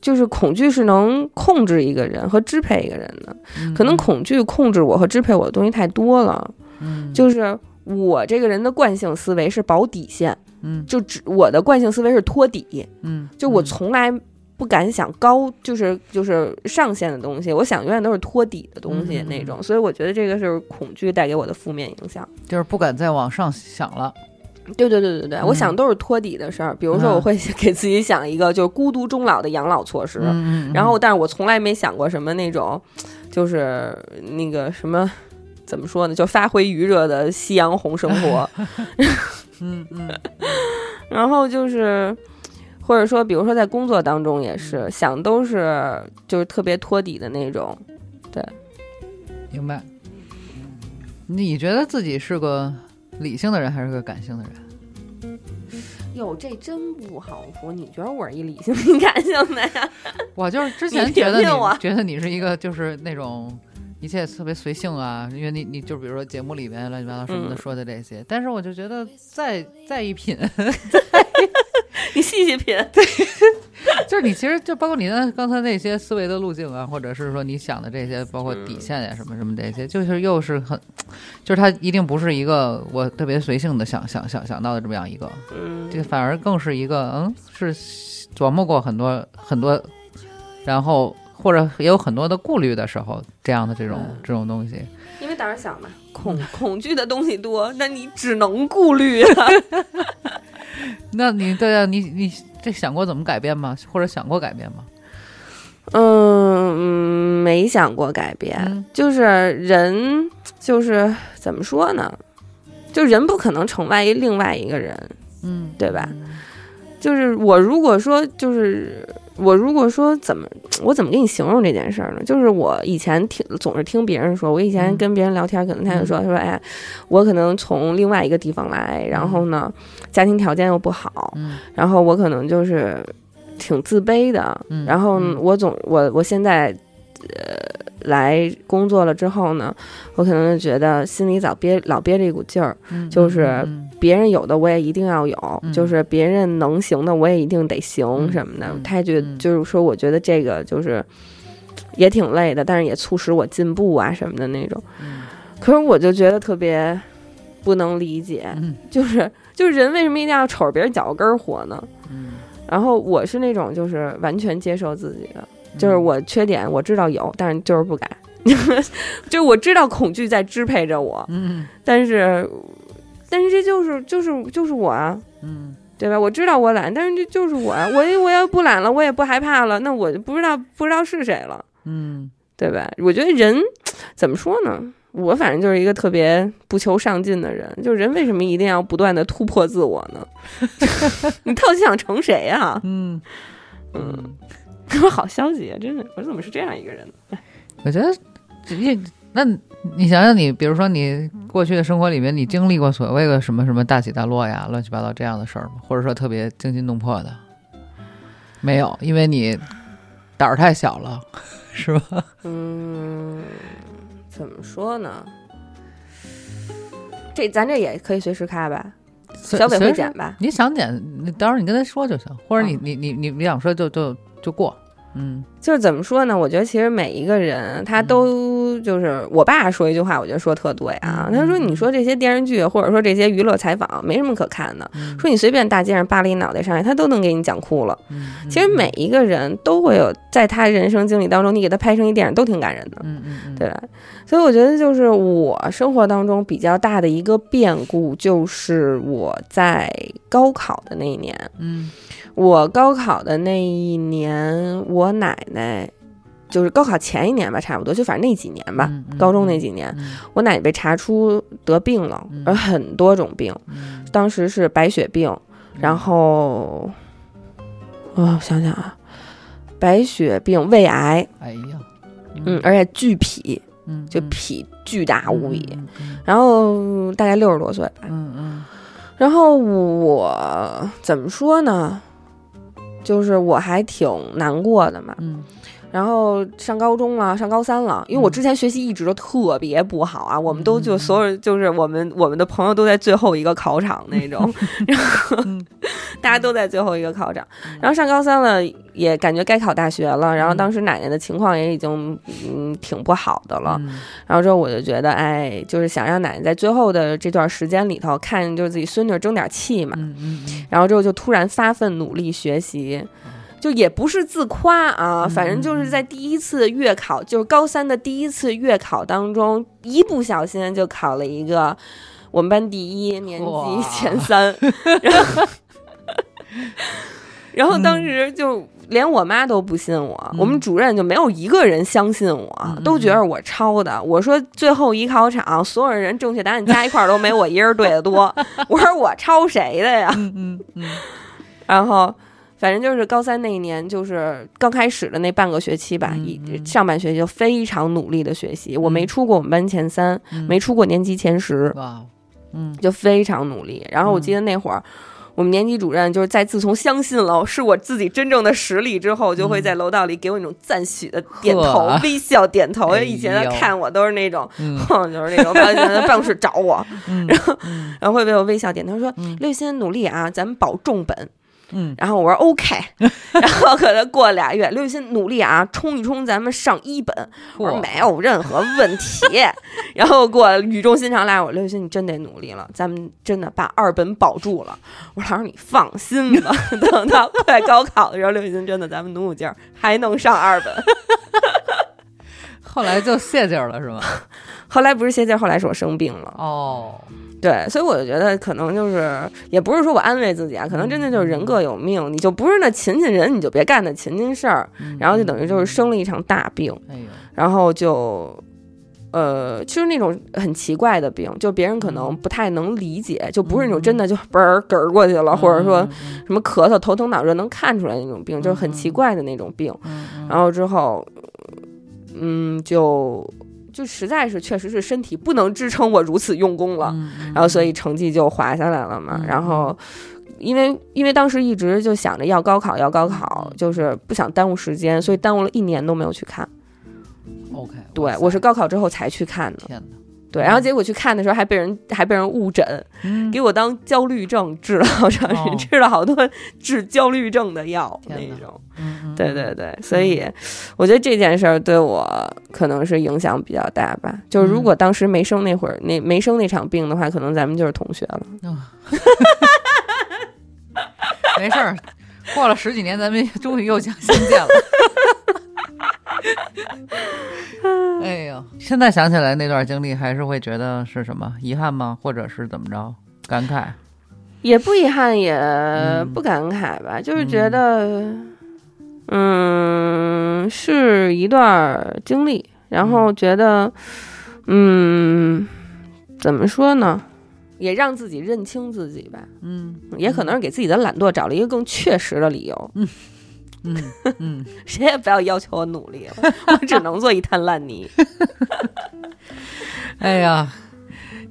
Speaker 2: 就是恐惧是能控制一个人和支配一个人的。
Speaker 1: 嗯
Speaker 2: 可能恐惧控制我和支配我的东西太多了，
Speaker 1: 嗯
Speaker 2: 就是我这个人的惯性思维是保底线，
Speaker 1: 嗯
Speaker 2: 就只我的惯性思维是托底，
Speaker 1: 嗯，
Speaker 2: 就我
Speaker 1: 嗯
Speaker 2: 从来不敢想高，就是就是上限的东西，我想永远都是托底的东西
Speaker 1: 嗯嗯嗯
Speaker 2: 那种，所以我觉得这个是恐惧带给我的负面影响。
Speaker 1: 就是不敢再往上想了。
Speaker 2: 对对对对对，
Speaker 1: 嗯
Speaker 2: 我想都是托底的事儿，比如说
Speaker 1: 嗯
Speaker 2: 我会 给自己想一个就是孤独终老的养老措施，
Speaker 1: 嗯嗯，
Speaker 2: 然后，但是我从来没想过什么那种，就是那个什么，怎么说呢，就发挥余热的夕阳红生 活。
Speaker 1: 嗯嗯
Speaker 2: 然后就是，或者说，比如说在工作当中也是，想都是就是特别托底的那种。
Speaker 1: 嗯，明白。你觉得自己是个理性的人还是个感性的人？
Speaker 2: 哟，这真不好说。你觉得我是一理性、敏感性的呀？
Speaker 1: 我就是之
Speaker 2: 你
Speaker 1: 前觉得
Speaker 2: 评
Speaker 1: 你
Speaker 2: 评我
Speaker 1: 觉得你是一个就是那种一切特别随性啊，因为你你就比如说节目里面乱七八糟什么的
Speaker 2: 嗯
Speaker 1: 说的这些，但是我就觉得再再一品，
Speaker 2: 你细细 品。
Speaker 1: 就是你其实就包括你的刚才那些思维的路径啊，或者是说你想的这些，包括底线呀、什么什么这些，就是又是很，就是它一定不是一个我特别随性的想想想想到的这么样一个，
Speaker 2: 嗯，
Speaker 1: 这反而更是一个嗯是琢磨过很多很多，然后或者也有很多的顾虑的时候，这样的这种
Speaker 2: 嗯
Speaker 1: 这种东西。
Speaker 2: 因为当时想嘛，恐恐惧的东西多，那你只能顾虑了。
Speaker 1: 那你对啊，你你这想过怎么改变吗？或者想过改变吗？
Speaker 2: 嗯，没想过改变。
Speaker 1: 嗯
Speaker 2: 就是人，就是怎么说呢？就人不可能成为另外一个人，
Speaker 1: 嗯，
Speaker 2: 对吧？就是我如果说，就是我如果说怎么，我怎么给你形容这件事儿呢？就是我以前听总是听别人说，我以前
Speaker 1: 嗯
Speaker 2: 跟别人聊天，可能他就说，他说哎，我可能从另外一个地方来，然后呢，家庭条件又不好，
Speaker 1: 嗯
Speaker 2: 然后我可能就是挺自卑的，
Speaker 1: 嗯
Speaker 2: 然后
Speaker 1: 嗯
Speaker 2: 我总我我现在呃来工作了之后呢，我可能就觉得心里早憋老憋着一股劲儿，
Speaker 1: 嗯，
Speaker 2: 就是
Speaker 1: 嗯
Speaker 2: 别人有的我也一定要有，
Speaker 1: 嗯
Speaker 2: 就是别人能行的我也一定得行
Speaker 1: 嗯
Speaker 2: 什么的。
Speaker 1: 嗯
Speaker 2: 他觉
Speaker 1: 嗯
Speaker 2: 就是说，我觉得这个就是也挺累的，但是也促使我进步啊什么的那种。
Speaker 1: 嗯
Speaker 2: 可是我就觉得特别不能理解，
Speaker 1: 嗯
Speaker 2: 就是就是人为什么一定要瞅着别人脚后跟儿活呢？
Speaker 1: 嗯
Speaker 2: 然后我是那种就是完全接受自己的，
Speaker 1: 嗯
Speaker 2: 就是我缺点我知道有，但是就是不改， 就是我知道恐惧在支配着我，
Speaker 1: 嗯
Speaker 2: 但是但是这就是就是就是我啊，
Speaker 1: 嗯
Speaker 2: 对吧？我知道我懒，但是这就是我啊，我我要不懒了，我也不害怕了，那我就不知道不知道是谁了，
Speaker 1: 嗯
Speaker 2: 对吧？我觉得人怎么说呢？我反正就是一个特别不求上进的人，就是人为什么一定要不断的突破自我呢？ 你到底想成谁啊呀、
Speaker 1: 嗯
Speaker 2: 嗯。
Speaker 1: 嗯，
Speaker 2: 我 好消极啊！真的，我怎么是这样一个人呢？
Speaker 1: 我觉得这那你想想你，比如说你过去的生活里面，你经历过所谓的什么什么大起大落呀、乱七八糟这样的事儿吗？或者说特别惊心动魄的？没有，因为你胆儿太小了，是吧？
Speaker 2: 嗯，怎么说呢？这咱这也可以随时开吧，小北
Speaker 1: 随
Speaker 2: 会
Speaker 1: 时
Speaker 2: 剪吧。
Speaker 1: 你想剪，你到时候你跟他说就行，或者你、
Speaker 2: 嗯
Speaker 1: 你你你你想说就就就过，嗯
Speaker 2: 就是怎么说呢？我觉得其实每一个人他都就是，我爸说一句话，我觉得说特对啊。
Speaker 1: 嗯
Speaker 2: 他说：“你说这些电视剧或者说这些娱乐采访没什么可看的，
Speaker 1: 嗯
Speaker 2: 说你随便大街上扒拉一脑袋上来，他都能给你讲哭了。
Speaker 1: 嗯嗯
Speaker 2: 其实每一个人都会有，在他人生经历当中，你给他拍成一电影都挺感人的。
Speaker 1: 嗯嗯嗯
Speaker 2: 对吧？所以我觉得，就是我生活当中比较大的一个变故，就是我在高考的那一年，
Speaker 1: 嗯
Speaker 2: 我高考的那一年，我奶奶就是高考前一年吧，差不多，就反正那几年吧，
Speaker 1: 嗯嗯
Speaker 2: 高中那几年，
Speaker 1: 嗯
Speaker 2: 我奶奶被查出得病了，
Speaker 1: 嗯
Speaker 2: 而很多种病，
Speaker 1: 嗯
Speaker 2: 当时是白血病，然后，我想想啊，白血病、胃癌，
Speaker 1: 哎呀，
Speaker 2: 嗯，而且巨痞，
Speaker 1: 嗯，
Speaker 2: 就
Speaker 1: 嗯
Speaker 2: 痞巨大无比。，
Speaker 1: 嗯
Speaker 2: 然后大概六十多岁吧。
Speaker 1: 嗯嗯
Speaker 2: 然后我怎么说呢？就是我还挺难过的嘛。
Speaker 1: 嗯
Speaker 2: 然后上高中了，上高三了，因为我之前学习一直都特别不好啊。我们都
Speaker 1: 嗯嗯
Speaker 2: 就
Speaker 1: 嗯
Speaker 2: 所有就是我们我们的朋友都在最后一个考场 那种，然后
Speaker 1: 嗯
Speaker 2: 大家都在最后一个考场。然后上高三了，也感觉该考大学了。
Speaker 1: 嗯
Speaker 2: 然后当时奶奶的情况也已经嗯挺不好的了。
Speaker 1: 嗯
Speaker 2: 然后之后我就觉得，哎，就是想让奶奶在最后的这段时间里头，看就是自己孙女争点气嘛。
Speaker 1: 嗯嗯
Speaker 2: 然后之后就突然发奋努力学习，就也不是自夸啊，
Speaker 1: 哦嗯
Speaker 2: 反正就是在第一次月考，就是高三的第一次月考当中，一不小心就考了一个我们班第一，年级
Speaker 1: 哇
Speaker 2: 前三。然后然后当时就连我妈都不信我，
Speaker 1: 嗯
Speaker 2: 我们主任就没有一个人相信我，
Speaker 1: 嗯嗯
Speaker 2: 啊都觉得我抄的。我说最后一考场，所有人正确答案加一块儿都没我一人对的多。我说我抄谁的呀？
Speaker 1: 嗯嗯嗯
Speaker 2: 然后反正就是高三那一年，就是刚开始的那半个学期吧，
Speaker 1: 嗯
Speaker 2: 一
Speaker 1: 嗯
Speaker 2: 上半学期就非常努力的学习，我没
Speaker 1: 嗯
Speaker 2: 出过我们班前三，
Speaker 1: 嗯，
Speaker 2: 没出过年级前十，
Speaker 1: 哇，嗯
Speaker 2: 就非常努力。然后我记得那会儿。我们年级主任就是在自从相信了是我自己真正的实力之后，就会在楼道里给我那种赞许的点头、
Speaker 1: 嗯呵
Speaker 2: 微笑点头。
Speaker 1: 哎呦
Speaker 2: 以前他看我都是那种，
Speaker 1: 嗯
Speaker 2: 哼，就是那种，他在办公室找我，
Speaker 1: 嗯
Speaker 2: 然后会被我微笑点头说
Speaker 1: 嗯：“
Speaker 2: 刘雨欣努力啊，咱们保重本。”
Speaker 1: 嗯
Speaker 2: 然后我说 OK，然后可能过俩月，刘雨欣努力啊，冲一冲咱们上一本，我说
Speaker 1: 嚯
Speaker 2: 没有任何问题。然后过了语重心长拉我，刘雨欣你真得努力了，咱们真的把二本保住了。我说老师你放心吧， 等到快高考的时候，刘雨欣真的咱们努努劲儿还能上二本。
Speaker 1: 后来就谢劲儿了是吗？
Speaker 2: 后来不是歇劲儿，后来是我生病了。
Speaker 1: 哦，
Speaker 2: 对，所以我就觉得可能就是，也不是说我安慰自己啊，可能真的就是人各有命，你就不是那勤勤人，你就别干那勤勤事儿。
Speaker 1: 嗯
Speaker 2: 然后就等于就是生了一场大病，
Speaker 1: 哎呦，
Speaker 2: 然后就，呃，其实那种很奇怪的病，就别人可
Speaker 1: 嗯
Speaker 2: 能不太能理解，就不是那种真的就嘣儿嗝儿过去了，或者说
Speaker 1: 嗯
Speaker 2: 什么咳嗽、头疼脑热能看出来那种病，就是很
Speaker 1: 嗯嗯
Speaker 2: 奇怪的那种病。
Speaker 1: 嗯嗯
Speaker 2: 然后之后，嗯，就就实在是确实是身体不能支撑我如此用功了，
Speaker 1: 嗯
Speaker 2: 然后所以成绩就滑下来了嘛。
Speaker 1: 嗯
Speaker 2: 然后因为因为当时一直就想着要高考要高考，
Speaker 1: 嗯
Speaker 2: 就是不想耽误时间，所以耽误了一年都没有去看。
Speaker 1: OK，
Speaker 2: 对我是高考之后才去看的，
Speaker 1: 天哪，
Speaker 2: 对，然后结果去看的时候还被人还被人误诊，
Speaker 1: 嗯
Speaker 2: 给我当焦虑症 治了好长时间，
Speaker 1: 哦
Speaker 2: 吃了好多治焦虑症的药
Speaker 1: 天
Speaker 2: 那
Speaker 1: 哪
Speaker 2: 种。
Speaker 1: 嗯
Speaker 2: 对对对，所以我觉得这件事儿对我可能是影响比较大吧。就是如
Speaker 1: 嗯
Speaker 2: 果当时没生那会儿，那没生那场病的话，可能咱们就是同学了。
Speaker 1: 嗯没事儿，过了十几年，咱们终于又相相见了。哎呦，现在想起来那段经历，还是会觉得是什么遗憾吗？或者是怎么着？感慨？
Speaker 2: 也不遗憾，也
Speaker 1: 嗯
Speaker 2: 不感慨吧，就是觉得，嗯，是一段儿经历，然后觉得，嗯，怎么说呢，也让自己认清自己吧，
Speaker 1: 嗯
Speaker 2: 也可能是给自己的懒惰找了一个更确实的理由。
Speaker 1: 嗯嗯，
Speaker 2: 谁也不要要求我努力了，我只能做一滩烂泥。
Speaker 1: 哎呀。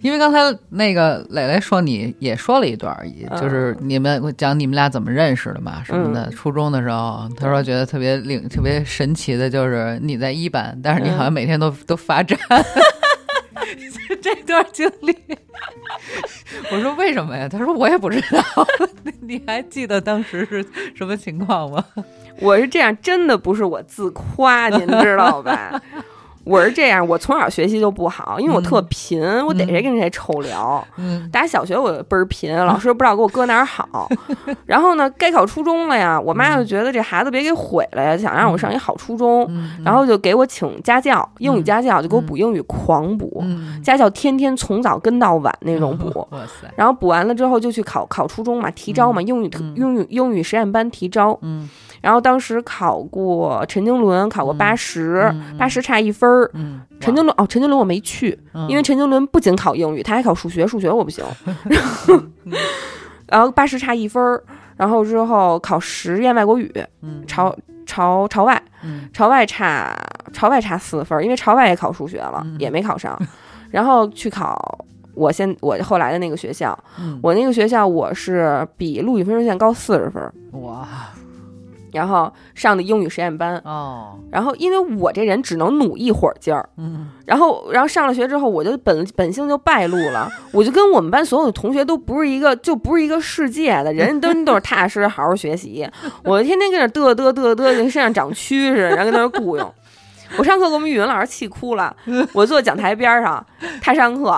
Speaker 1: 因为刚才那个磊磊说你也说了一段儿，
Speaker 2: 嗯
Speaker 1: 也就是你们我讲你们俩怎么认识的嘛什么的。初中的时候，他说觉得特别领特别神奇的，就是你在一班，但是你
Speaker 2: 嗯
Speaker 1: 好像每天都、都罚站。 这段经历，我说为什么呀？他说我也不知道。 你还记得当时是什么情况 吗？
Speaker 2: 我是这样，真的不是我自夸，您知 道吧？我是这样，我从小学习就不好，因为我特贫，我逮谁跟谁臭聊。
Speaker 1: 嗯
Speaker 2: 打小学我倍儿贫，老师又不知道给我搁哪 儿好。然后呢，该考初中了呀，我妈就觉得这孩子别给毁了呀，想让我上一好初中，
Speaker 1: 嗯
Speaker 2: 然后就给我请家教，英语家教就给我补英语，狂补，
Speaker 1: 嗯，
Speaker 2: 家教天天从早跟到晚那种补。
Speaker 1: 哇塞，
Speaker 2: 然后补完了之后就去考考初中嘛，提招嘛，英语特
Speaker 1: 嗯
Speaker 2: 英语英语实验班提招，
Speaker 1: 嗯
Speaker 2: 然后当时考过陈经纶，考过
Speaker 1: 嗯
Speaker 2: 八十、
Speaker 1: 嗯
Speaker 2: 八十差一分儿。
Speaker 1: 嗯，
Speaker 2: 陈经纶哦，陈经纶我没去，
Speaker 1: 嗯
Speaker 2: 因为陈经纶不仅考英语，他还考数学，数学我 不行。然后八十差一分儿，然后之后考实验外国语，
Speaker 1: 嗯
Speaker 2: 朝朝朝外，
Speaker 1: 嗯
Speaker 2: 朝外差朝外差四分儿，因为朝外也考数学了，
Speaker 1: 嗯
Speaker 2: 也没 考上。然后去考我现我后来的那个学校，
Speaker 1: 嗯
Speaker 2: 我那个学校我是比录取分数线高四十分儿，
Speaker 1: 哇
Speaker 2: 然后上的英语实验班。
Speaker 1: 哦
Speaker 2: 然后因为我这人只能努一会儿劲儿，
Speaker 1: 嗯
Speaker 2: 然后然后上了学之后，我就本本性就败露了，我就跟我们班所有的同学都不是一个，就不是一个世界的，人家都都是踏实好好学习，我天天跟那嘚嘚嘚嘚，跟身上长蛆似的，然后跟那儿雇佣。我上课给我们语文老师气哭了，我坐讲台边儿上，他上课，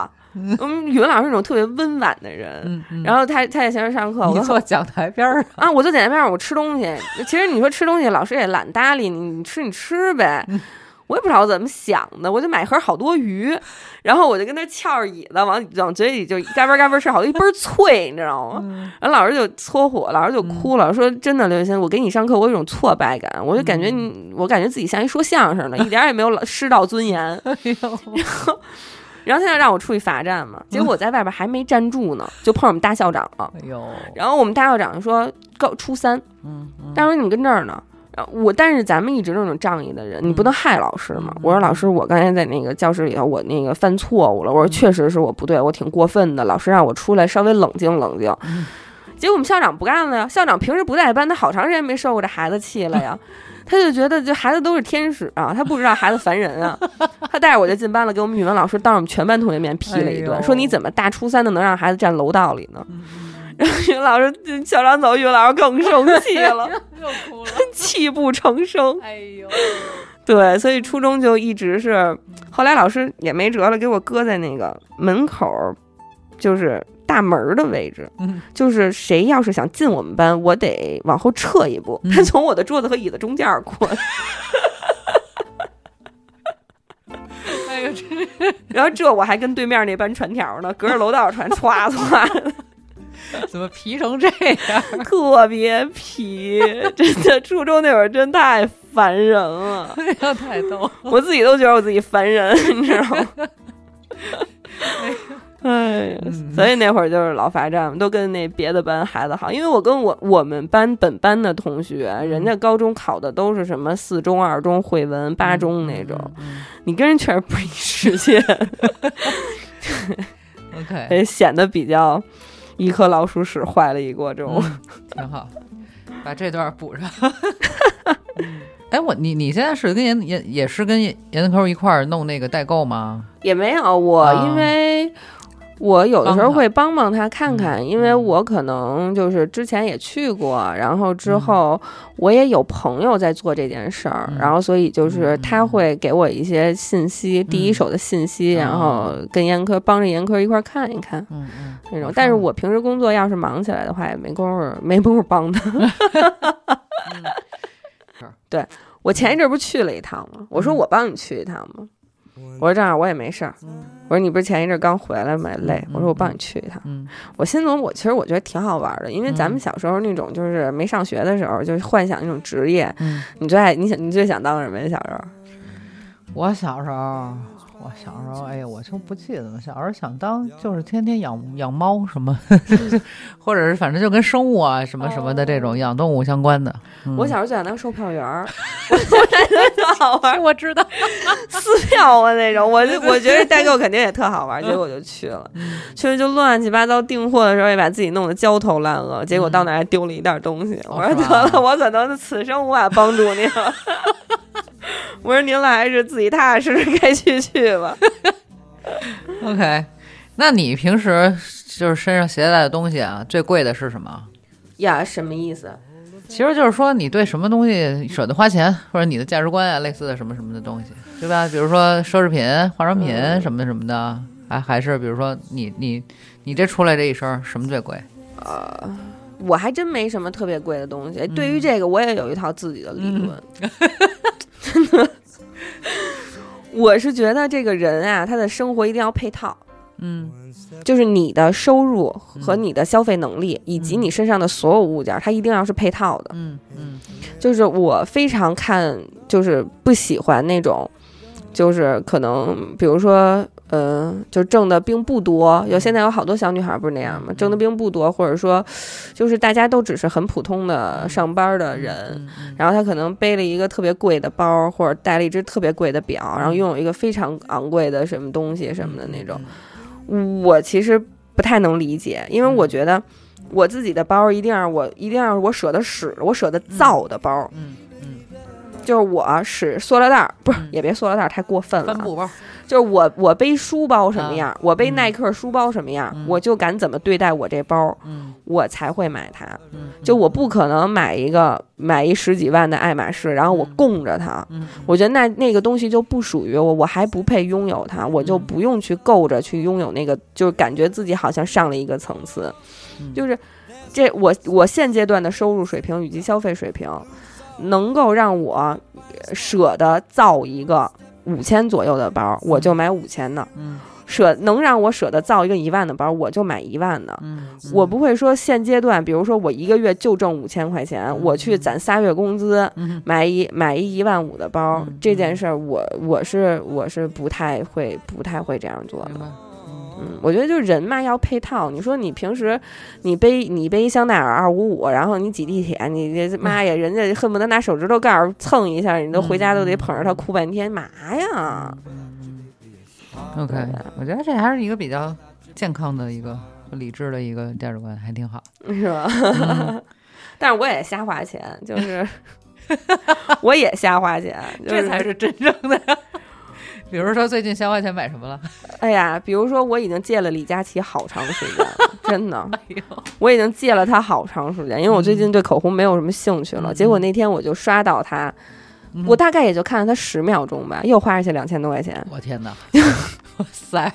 Speaker 2: 我们语文老师是那种特别温婉的人，
Speaker 1: 嗯嗯，
Speaker 2: 然后他他在前面上课，我
Speaker 1: 你
Speaker 2: 跟
Speaker 1: 坐讲台边儿
Speaker 2: 啊，我就在那边儿我吃东西。其实你说吃东西，老师也懒搭理你，你吃你吃呗。
Speaker 1: 嗯
Speaker 2: 我也不知道我怎么想的，我就买盒好多鱼，然后我就跟那儿翘着椅子往往嘴里就嘎嘣嘎嘣吃，好多一倍儿脆，你知道吗？
Speaker 1: 嗯
Speaker 2: 然后老师就搓火，老师就哭了，说真的，刘雨欣，我给你上课，我有一种挫败感，我就感
Speaker 1: 嗯
Speaker 2: 觉你，我感觉自己像一说相声的，一点儿也没有老师道尊严。
Speaker 1: 哎呦，
Speaker 2: 然后现在让我出去罚站嘛，
Speaker 1: 嗯
Speaker 2: 结果我在外边还没站住呢，就碰上我们大校长了。
Speaker 1: 哎呦，
Speaker 2: 然后我们大校长说，高初三。
Speaker 1: 嗯嗯
Speaker 2: 大家说你们跟这儿呢？然后我但是咱们一直都是那种仗义的人，你不能害老师嘛
Speaker 1: 嗯。
Speaker 2: 我说老师，我刚才在那个教室里头，我那个犯错误了。
Speaker 1: 嗯
Speaker 2: 我说确实是我不对，我挺过分的。老师让我出来稍微冷静冷静。
Speaker 1: 嗯
Speaker 2: 结果我们校长不干了呀，校长平时不在班，他好长时间没受过这孩子气了呀。 他就觉得这孩子都是天使啊，他不知道孩子烦 人啊。他带着我就进班了，给我们语文老师当着我们全班同学面批了一顿，
Speaker 1: 哎呦嗯
Speaker 2: 说你怎么大初三的能让孩子站楼道里呢？然后语文老师校长走，语文老师更生气了。
Speaker 1: 又哭了，
Speaker 2: 泣不成声。
Speaker 1: 哎 呦，
Speaker 2: 对，所以初中就一直是，后来老师也没辙了，给我搁在那个门口儿，就是大门儿的位置。
Speaker 1: 嗯
Speaker 2: 就是谁要是想进我们班，我得往后撤一步。
Speaker 1: 嗯
Speaker 2: 他从我的桌子和椅子中间儿过，
Speaker 1: 哎呦，真
Speaker 2: 然后这我还跟对面那班传条呢，隔着楼道传，歘歘，
Speaker 1: 怎么皮成这样？
Speaker 2: 特别皮。 真的，初中那会儿真太烦人了，
Speaker 1: 哎呦，太逗了，
Speaker 2: 我自己都觉得我自己烦人，你知道吗？哎呀，
Speaker 1: 嗯
Speaker 2: 所以那会儿就是老罚站，都跟那别的班孩子好，因为我跟我我们班本班的同学，人
Speaker 1: 嗯
Speaker 2: 家高中考的都是什么四中、二中、汇文、八中那种，
Speaker 1: 嗯。
Speaker 2: 你跟人确实不是 一世界，
Speaker 1: 嗯 OK，
Speaker 2: 也显得比较一颗老鼠屎坏了一锅粥。
Speaker 1: 嗯挺好，把这段补上。 哎，我你你现在是跟严严也是跟严严科一块儿弄那个代购吗？
Speaker 2: 也没有，我
Speaker 1: 啊
Speaker 2: 因为我有的时
Speaker 1: 帮
Speaker 2: 候
Speaker 1: 他嗯
Speaker 2: 会帮帮他看看，因为我可能就是之前也去过，然后之后我也有朋友在做这件事儿，
Speaker 1: 嗯
Speaker 2: 然后所以就是
Speaker 1: 嗯
Speaker 2: 他会给我一些信息，第一手的信息，
Speaker 1: 哦
Speaker 2: 然后跟严科帮着严科一块儿看一看。
Speaker 1: 嗯嗯，
Speaker 2: 那种
Speaker 1: 好，
Speaker 2: 但
Speaker 1: 事
Speaker 2: 是
Speaker 1: 儿
Speaker 2: 我平时工作要是忙起来的话，也没工夫，没工夫 帮他。
Speaker 1: 嗯是
Speaker 2: 对我前一阵儿不是去了一趟吗？我说
Speaker 1: 嗯
Speaker 2: 我帮你去一趟吗？我说这样我也没事儿。我说你不是前一阵儿刚回来吗？累。我说我帮你去一趟。
Speaker 1: 嗯
Speaker 2: 我心总我其实我觉得挺好玩的，因为咱们小时候那种就是没上学的时候，就是幻想那种职业，
Speaker 1: 嗯，
Speaker 2: 你最爱你想你最想当什么呀？小时候
Speaker 1: 我小时候。我小时候，哎呀，我就不记得了。小时候想当就是天天养养猫什么， 或者是反正就跟生物啊什么什么的这种养动物相关的。嗯
Speaker 2: 我小时候最想当售票 员儿，我觉得特好玩儿，
Speaker 1: 哎我知道，
Speaker 2: 撕票啊那种。 我就我觉得代购肯定也特好 玩儿，结果我就去了，去了就乱七八糟订货的时候也把自己弄得焦头烂额，结果到那儿还丢了一袋东西。我
Speaker 1: 哦
Speaker 2: 说
Speaker 1: 是
Speaker 2: 得
Speaker 1: 吧
Speaker 2: 了，我可能此生无法帮助您 了。我说您来还是自己踏踏实实该去去吧。
Speaker 1: OK，那你平时就是身上携带的东西啊，最贵的是什么？
Speaker 2: 呀，什么意思？
Speaker 1: 其实就是说你对什么东西舍得花钱，或者你的价值观啊，类似的什么什么的东西，对吧？比如说奢侈品、化妆品
Speaker 2: 嗯
Speaker 1: 什么的什么的，还还是比如说你你你这出来这一身什么最贵？
Speaker 2: 呃我还真没什么特别贵的东西。哎对于这个，我也有一套自己的理论。真的， 我是觉得这个人啊，他的生活一定要配套。
Speaker 1: 嗯
Speaker 2: 就是你的收入和你的消费能力，以及你身上的所有物件，它一定要是配套的。
Speaker 1: 嗯嗯
Speaker 2: 就是我非常看，就是不喜欢那种，就是可能比如说，嗯、就挣的并不多。有现在有好多小女孩不是那样吗？挣的并不多，或者说，就是大家都只是很普通的上班的人。
Speaker 1: 嗯嗯
Speaker 2: 然后她可能背了一个特别贵的包，或者戴了一只特别贵的表，然后拥有一个非常昂贵的什么东西什么的那种。我其实不太能理解，因为我觉得我自己的包一定要我一定要我舍得使，我舍得造的包，
Speaker 1: 嗯嗯，
Speaker 2: 就是我使塑料袋儿，不是、也别塑料袋儿太过分了
Speaker 1: 帆嗯
Speaker 2: 啊，
Speaker 1: 布包，
Speaker 2: 就是我我背书包什么样，我背
Speaker 1: 嗯
Speaker 2: 耐克书包什么样，
Speaker 1: 嗯
Speaker 2: 我就敢怎么对待我这包，
Speaker 1: 嗯
Speaker 2: 我才会买它。
Speaker 1: 嗯，
Speaker 2: 就我不可能买一个买一十几万的爱马仕，然后我
Speaker 1: 嗯
Speaker 2: 供着它。
Speaker 1: 嗯，嗯
Speaker 2: 我觉得那那个东西就不属于我，我还不配拥有它，我就
Speaker 1: 嗯
Speaker 2: 不用去够着去拥有那个，就是感觉自己好像上了一个层次，
Speaker 1: 嗯
Speaker 2: 就是这我我现阶段的收入水平以及消费水平，能够让我呃舍得造一个五千左右的包，我就买五千的；
Speaker 1: 嗯
Speaker 2: 舍能让我舍得造一个一万的包，我就买一万的。
Speaker 1: 嗯，嗯
Speaker 2: 我不会说现阶段，比如说我一个月就挣五千块钱，我去攒仨月工资，
Speaker 1: 嗯
Speaker 2: 买一买一一万五的包，
Speaker 1: 嗯
Speaker 2: 这件事儿我我是我是不太会不太会这样做
Speaker 1: 明
Speaker 2: 的。
Speaker 1: 白，
Speaker 2: 嗯，我觉得就是人嘛要配套。你说你平时你背你背一香奈儿二五五，然后你挤地铁，你这妈呀，人家恨不得拿手指头盖儿蹭一下，你都回家
Speaker 1: 嗯
Speaker 2: 都得捧着它哭半天，嘛呀？
Speaker 1: OK，
Speaker 2: 对吧
Speaker 1: 我觉得这还是一个比较健康的一个和理智的一个价值观，还挺好。
Speaker 2: 是吧？
Speaker 1: 嗯
Speaker 2: 但是我也瞎花钱，就是 我也瞎花钱，就是、
Speaker 1: 这才是真正的。 比如说最近消花钱买什么了？
Speaker 2: 哎呀，比如说我已经戒了李佳琦好长时间了，真的，
Speaker 1: 哎呦，
Speaker 2: 我已经戒了他好长时间，因为我最近对口红没有什么兴趣了。
Speaker 1: 嗯
Speaker 2: 结果那天我就刷到他，
Speaker 1: 嗯
Speaker 2: 我大概也就看了他十秒钟吧，又花下去两千多块钱。
Speaker 1: 我天哪！ 哇塞，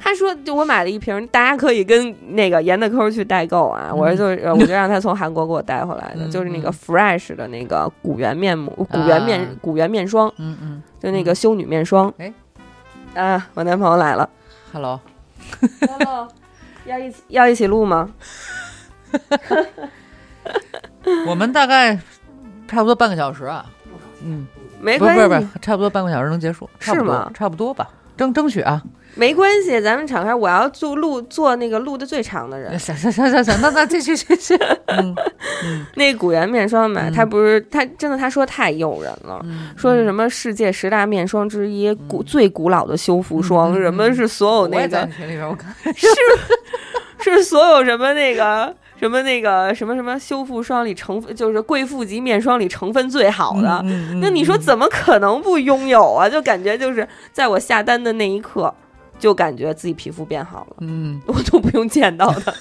Speaker 2: 他说，就我买了一瓶，大家可以跟那个严德抠去代购啊。
Speaker 1: 嗯
Speaker 2: 我就呃我就让他从韩国给我带回来的，
Speaker 1: 嗯
Speaker 2: 就是那个
Speaker 1: 嗯
Speaker 2: Fresh 的那个古源面膜、古源面、
Speaker 1: 啊
Speaker 2: 古源面霜，
Speaker 1: 嗯嗯
Speaker 2: 就那个修女面霜。
Speaker 1: 哎
Speaker 2: 啊，我男朋友来了。
Speaker 1: ，Hello，
Speaker 2: 要一起要一起录吗？
Speaker 1: 我们大概差不多半个小时啊，嗯，
Speaker 2: 没
Speaker 1: 不是
Speaker 2: 哎关
Speaker 1: 不
Speaker 2: 系，
Speaker 1: 是不是，差不多半个小时能结束，差不
Speaker 2: 是吗
Speaker 1: 多差不多吧，争争取啊，
Speaker 2: 没关系，咱们敞开。我要做录做那个录的最长的人。
Speaker 1: 行行行行行，那那继续继续，嗯
Speaker 2: 那古源面霜嘛，
Speaker 1: 嗯
Speaker 2: 他不是他真的他说太诱人了。
Speaker 1: 嗯，
Speaker 2: 说是什么世界十大面霜之一，古最古老的修复霜，
Speaker 1: 嗯嗯
Speaker 2: 什么是所有
Speaker 1: 我
Speaker 2: 哦那
Speaker 1: 也在
Speaker 2: 个嗯
Speaker 1: 你群里边，我看，
Speaker 2: 是所有什么那个什么那个什么什么修复霜里成分就是贵妇级面霜里成分最好的，
Speaker 1: 嗯
Speaker 2: 那你说怎么可能不拥有啊？就感觉就是在我下单的那一刻，就感觉自己皮肤变好了，
Speaker 1: 嗯，
Speaker 2: 我都不用见到它。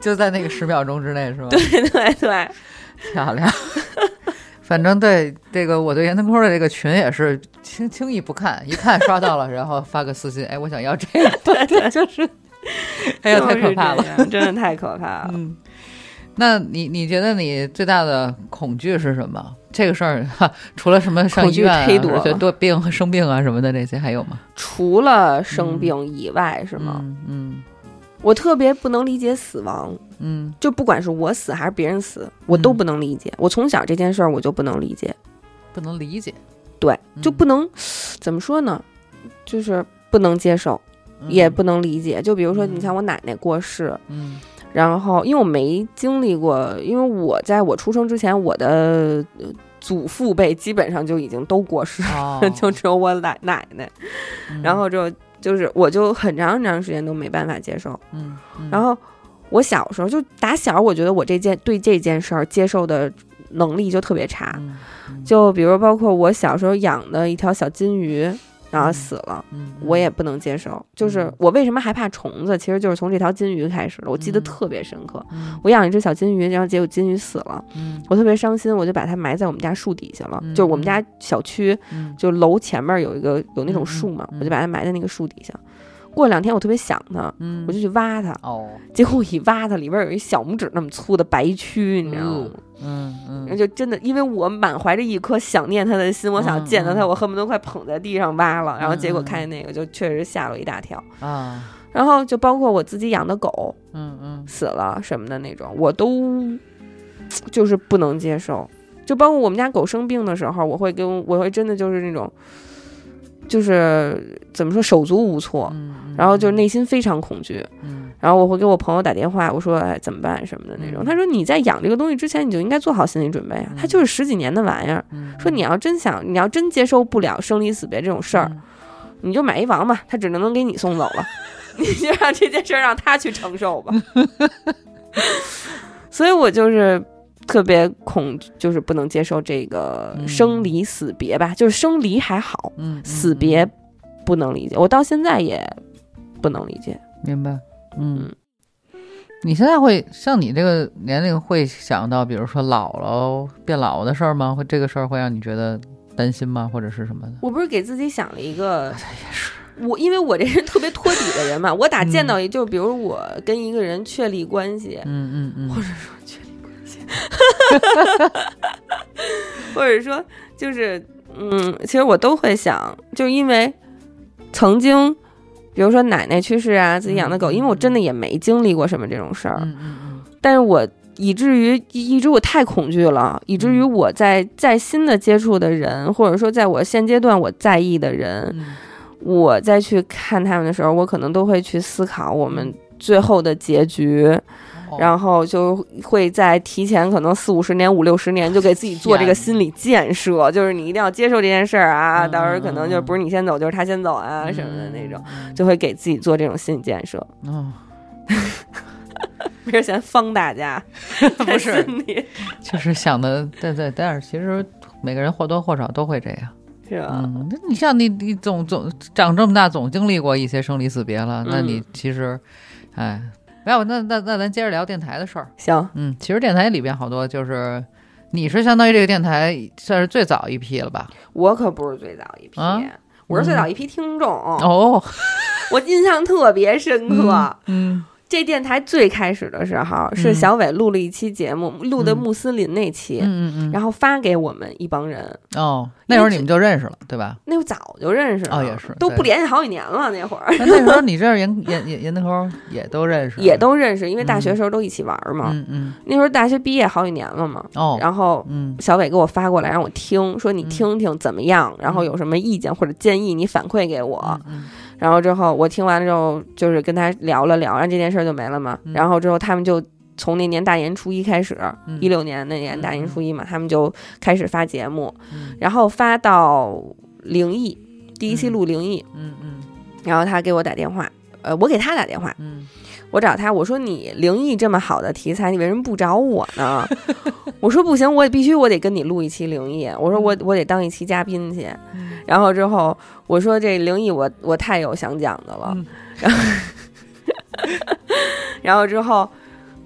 Speaker 1: 就在那个十秒钟之内是吧？
Speaker 2: 对对对，
Speaker 1: 漂亮。 反正对这个，我对严腾空的这个群也是轻轻易不看，一看刷到了，然后发个 私信，哎，我想要这个， 对对，就是，哎呀，太可怕了。
Speaker 2: 了，真的太可怕了。
Speaker 1: 嗯，那你你觉得你最大的恐惧是什么？这个事儿， 哈，除了什么上
Speaker 2: 恐
Speaker 1: 医
Speaker 2: 惧
Speaker 1: 院、啊、
Speaker 2: 忒多
Speaker 1: 而且
Speaker 2: 了
Speaker 1: 多病和生病啊什么的这些，还有吗？
Speaker 2: 除了生病以外，是吗？
Speaker 1: 嗯嗯
Speaker 2: 我特别不能理解死亡，
Speaker 1: 嗯
Speaker 2: 就不管是我死还是别人死，我都不能理解。我从小这件事儿我就不能理解，
Speaker 1: 不能理解，
Speaker 2: 对，
Speaker 1: 嗯
Speaker 2: 就不能、怎么说呢，就是不能接受，
Speaker 1: 嗯
Speaker 2: 也不能理解。就比如说，
Speaker 1: 嗯
Speaker 2: 你像我奶奶过世，
Speaker 1: 嗯
Speaker 2: 然后因为我没经历过，因为我在我出生之前，我的呃祖父辈基本上就已经都过世了，，
Speaker 1: 哦
Speaker 2: 就只有我奶奶奶，
Speaker 1: 嗯
Speaker 2: 然后就就是我就很长很长时间都没办法接受。
Speaker 1: 嗯，嗯
Speaker 2: 然后我小时候就打小，我觉得我这件对这件事儿接受的能力就特别差，
Speaker 1: 嗯嗯
Speaker 2: 就比如包括我小时候养的一条小金鱼，然后死了。
Speaker 1: 嗯
Speaker 2: 我也不能接受，就是
Speaker 1: 嗯
Speaker 2: 我为什么害怕虫子，其实就是从这条金鱼开始的，我记得
Speaker 1: 嗯
Speaker 2: 特别深刻。
Speaker 1: 嗯
Speaker 2: 我养一只小金鱼，然后结果金鱼死了，
Speaker 1: 嗯
Speaker 2: 我特别伤心，我就把它埋在我们家树底下了。
Speaker 1: 嗯
Speaker 2: 就是我们家小区，
Speaker 1: 嗯
Speaker 2: 就楼前面有一个有那种树嘛，
Speaker 1: 嗯嗯嗯
Speaker 2: 我就把它埋在那个树底下。过两天我特别想他，
Speaker 1: 嗯
Speaker 2: 我就去挖他，
Speaker 1: 哦，
Speaker 2: 结果我一挖它，里边有一小拇指那么粗的白蛆，你知道吗？
Speaker 1: 嗯
Speaker 2: 然后
Speaker 1: 嗯，
Speaker 2: 就真的，因为我满怀着一颗想念他的心，我想见到
Speaker 1: 嗯
Speaker 2: 他，
Speaker 1: 嗯
Speaker 2: 我恨不得快捧在地上挖了。然后结果
Speaker 1: 嗯嗯
Speaker 2: 看见那个，就确实吓了我一大跳。
Speaker 1: 啊，
Speaker 2: 然后就包括我自己养的狗
Speaker 1: 嗯嗯
Speaker 2: 死了什么的那种，我都就是不能接受。就包括我们家狗生病的时候，我会跟我会真的就是那种，就是怎么说手足无措，
Speaker 1: 嗯，
Speaker 2: 然后就内心非常恐惧。
Speaker 1: 嗯
Speaker 2: 然后我会给我朋友打电话，我说哎怎么办什么的那
Speaker 1: 嗯
Speaker 2: 种。他说你在养这个东西之前，你就应该做好心理准备啊，它
Speaker 1: 嗯
Speaker 2: 就是十几年的玩意儿。
Speaker 1: 嗯，
Speaker 2: 说你要真想，你要真接受不了生离死别这种事儿，你就买一王吧，它只能能给你送走了， 你就让这件事儿让他去承受吧。 所以我就是特别恐，就是不能接受这个
Speaker 1: 嗯
Speaker 2: 生离死别吧，就是生离还好，
Speaker 1: 嗯，嗯
Speaker 2: 死别，不能理解，我到现在也不能理解。
Speaker 1: 明白，嗯。你现在会像你这个年龄会想到，比如说老了变老的事儿吗？会这个事儿会让你觉得担心吗？或者是什么的？
Speaker 2: 我不是给自己想了一个，我因为我这人特别托底的人嘛，我打
Speaker 1: 嗯
Speaker 2: 见到一就比如我跟一个人确立关系，
Speaker 1: 嗯嗯嗯，
Speaker 2: 或者说确立关系，或者说就是嗯，其实我都会想，就是因为曾经。比如说奶奶去世啊，自己养的狗，
Speaker 1: 嗯
Speaker 2: 因为我真的也没经历过什么这种事儿，
Speaker 1: 嗯嗯
Speaker 2: 但是我以至于以至于我太恐惧了，以至于
Speaker 1: 嗯
Speaker 2: 我在在新的接触的人，或者说在我现阶段我在意的人，
Speaker 1: 嗯
Speaker 2: 我再去看他们的时候，我可能都会去思考我们最后的结局，
Speaker 1: 嗯，后
Speaker 2: 然后就会在提前可能四五十年、五六十年就给自己做这个心理建设，就是你一定要接受这件事儿啊，
Speaker 1: 嗯
Speaker 2: 到时候可能就
Speaker 1: 嗯
Speaker 2: 不是你先走，就是他先走啊什么的那种，，
Speaker 1: 嗯
Speaker 2: 就会给自己做这种心理建设，
Speaker 1: 哦，
Speaker 2: 没事先方大家，
Speaker 1: 不是
Speaker 2: 心里
Speaker 1: 就是想的，对对，但是其实每个人或多或少都会这样。
Speaker 2: 是吧？
Speaker 1: 嗯，那你像你你总总长这么大，总经历过一些生离死别了，那你
Speaker 2: 嗯
Speaker 1: 其实，哎，没有，那那那咱接着聊电台的事儿。
Speaker 2: 行，
Speaker 1: 嗯，其实电台里边好多就是，你是相当于这个电台算是最早一批了吧？
Speaker 2: 我可不是最早一批。
Speaker 1: 啊
Speaker 2: 我是最早一批听众，
Speaker 1: 哦，
Speaker 2: 我印象特别深刻。
Speaker 1: 嗯
Speaker 2: 这电台最开始的时候是
Speaker 1: 嗯
Speaker 2: 小伟录了一期节目，录的
Speaker 1: 嗯
Speaker 2: 穆斯林那期，
Speaker 1: 嗯嗯
Speaker 2: 然后发给我们一帮人。
Speaker 1: 嗯，哦，那会儿你们就认识了，对吧？
Speaker 2: 那会儿早就认识了，
Speaker 1: 哦也是
Speaker 2: 都不
Speaker 1: 对
Speaker 2: 联系好几年了。那会儿
Speaker 1: 那那时候你这儿严严严严德头也都认识，
Speaker 2: 也都认识，因为大学
Speaker 1: 嗯
Speaker 2: 时候都一起玩嘛。
Speaker 1: 嗯嗯
Speaker 2: 那时候大学毕业好几年了嘛，
Speaker 1: 哦，
Speaker 2: 然后
Speaker 1: 嗯
Speaker 2: 小伟给我发过来让我听，说你
Speaker 1: 嗯
Speaker 2: 听听怎么样，然后有什么意见或者建议你反馈给我。
Speaker 1: 嗯嗯
Speaker 2: 然后之后我听完了之后，就是跟他聊了聊，然后这件事儿就没了嘛。
Speaker 1: 嗯
Speaker 2: 然后之后他们就从那年大年初一开始，
Speaker 1: 嗯
Speaker 2: 一六、年那年大年
Speaker 1: 嗯
Speaker 2: 初一嘛，他们就开始发节目，
Speaker 1: 嗯
Speaker 2: 然后发到灵异，第一期
Speaker 1: 嗯
Speaker 2: 录灵异，
Speaker 1: 嗯嗯
Speaker 2: 然后他给我打电话。呃，我给他打电话，
Speaker 1: 嗯。
Speaker 2: 我找他，我说你灵异这么好的题材，你为什么不找我 呢？我说不行，我也必须我得跟你录一期灵异，我说我我得当一期嘉宾去。
Speaker 1: 嗯
Speaker 2: 然后之后我说这灵异我我太有想讲的了，
Speaker 1: 嗯
Speaker 2: 然后之后，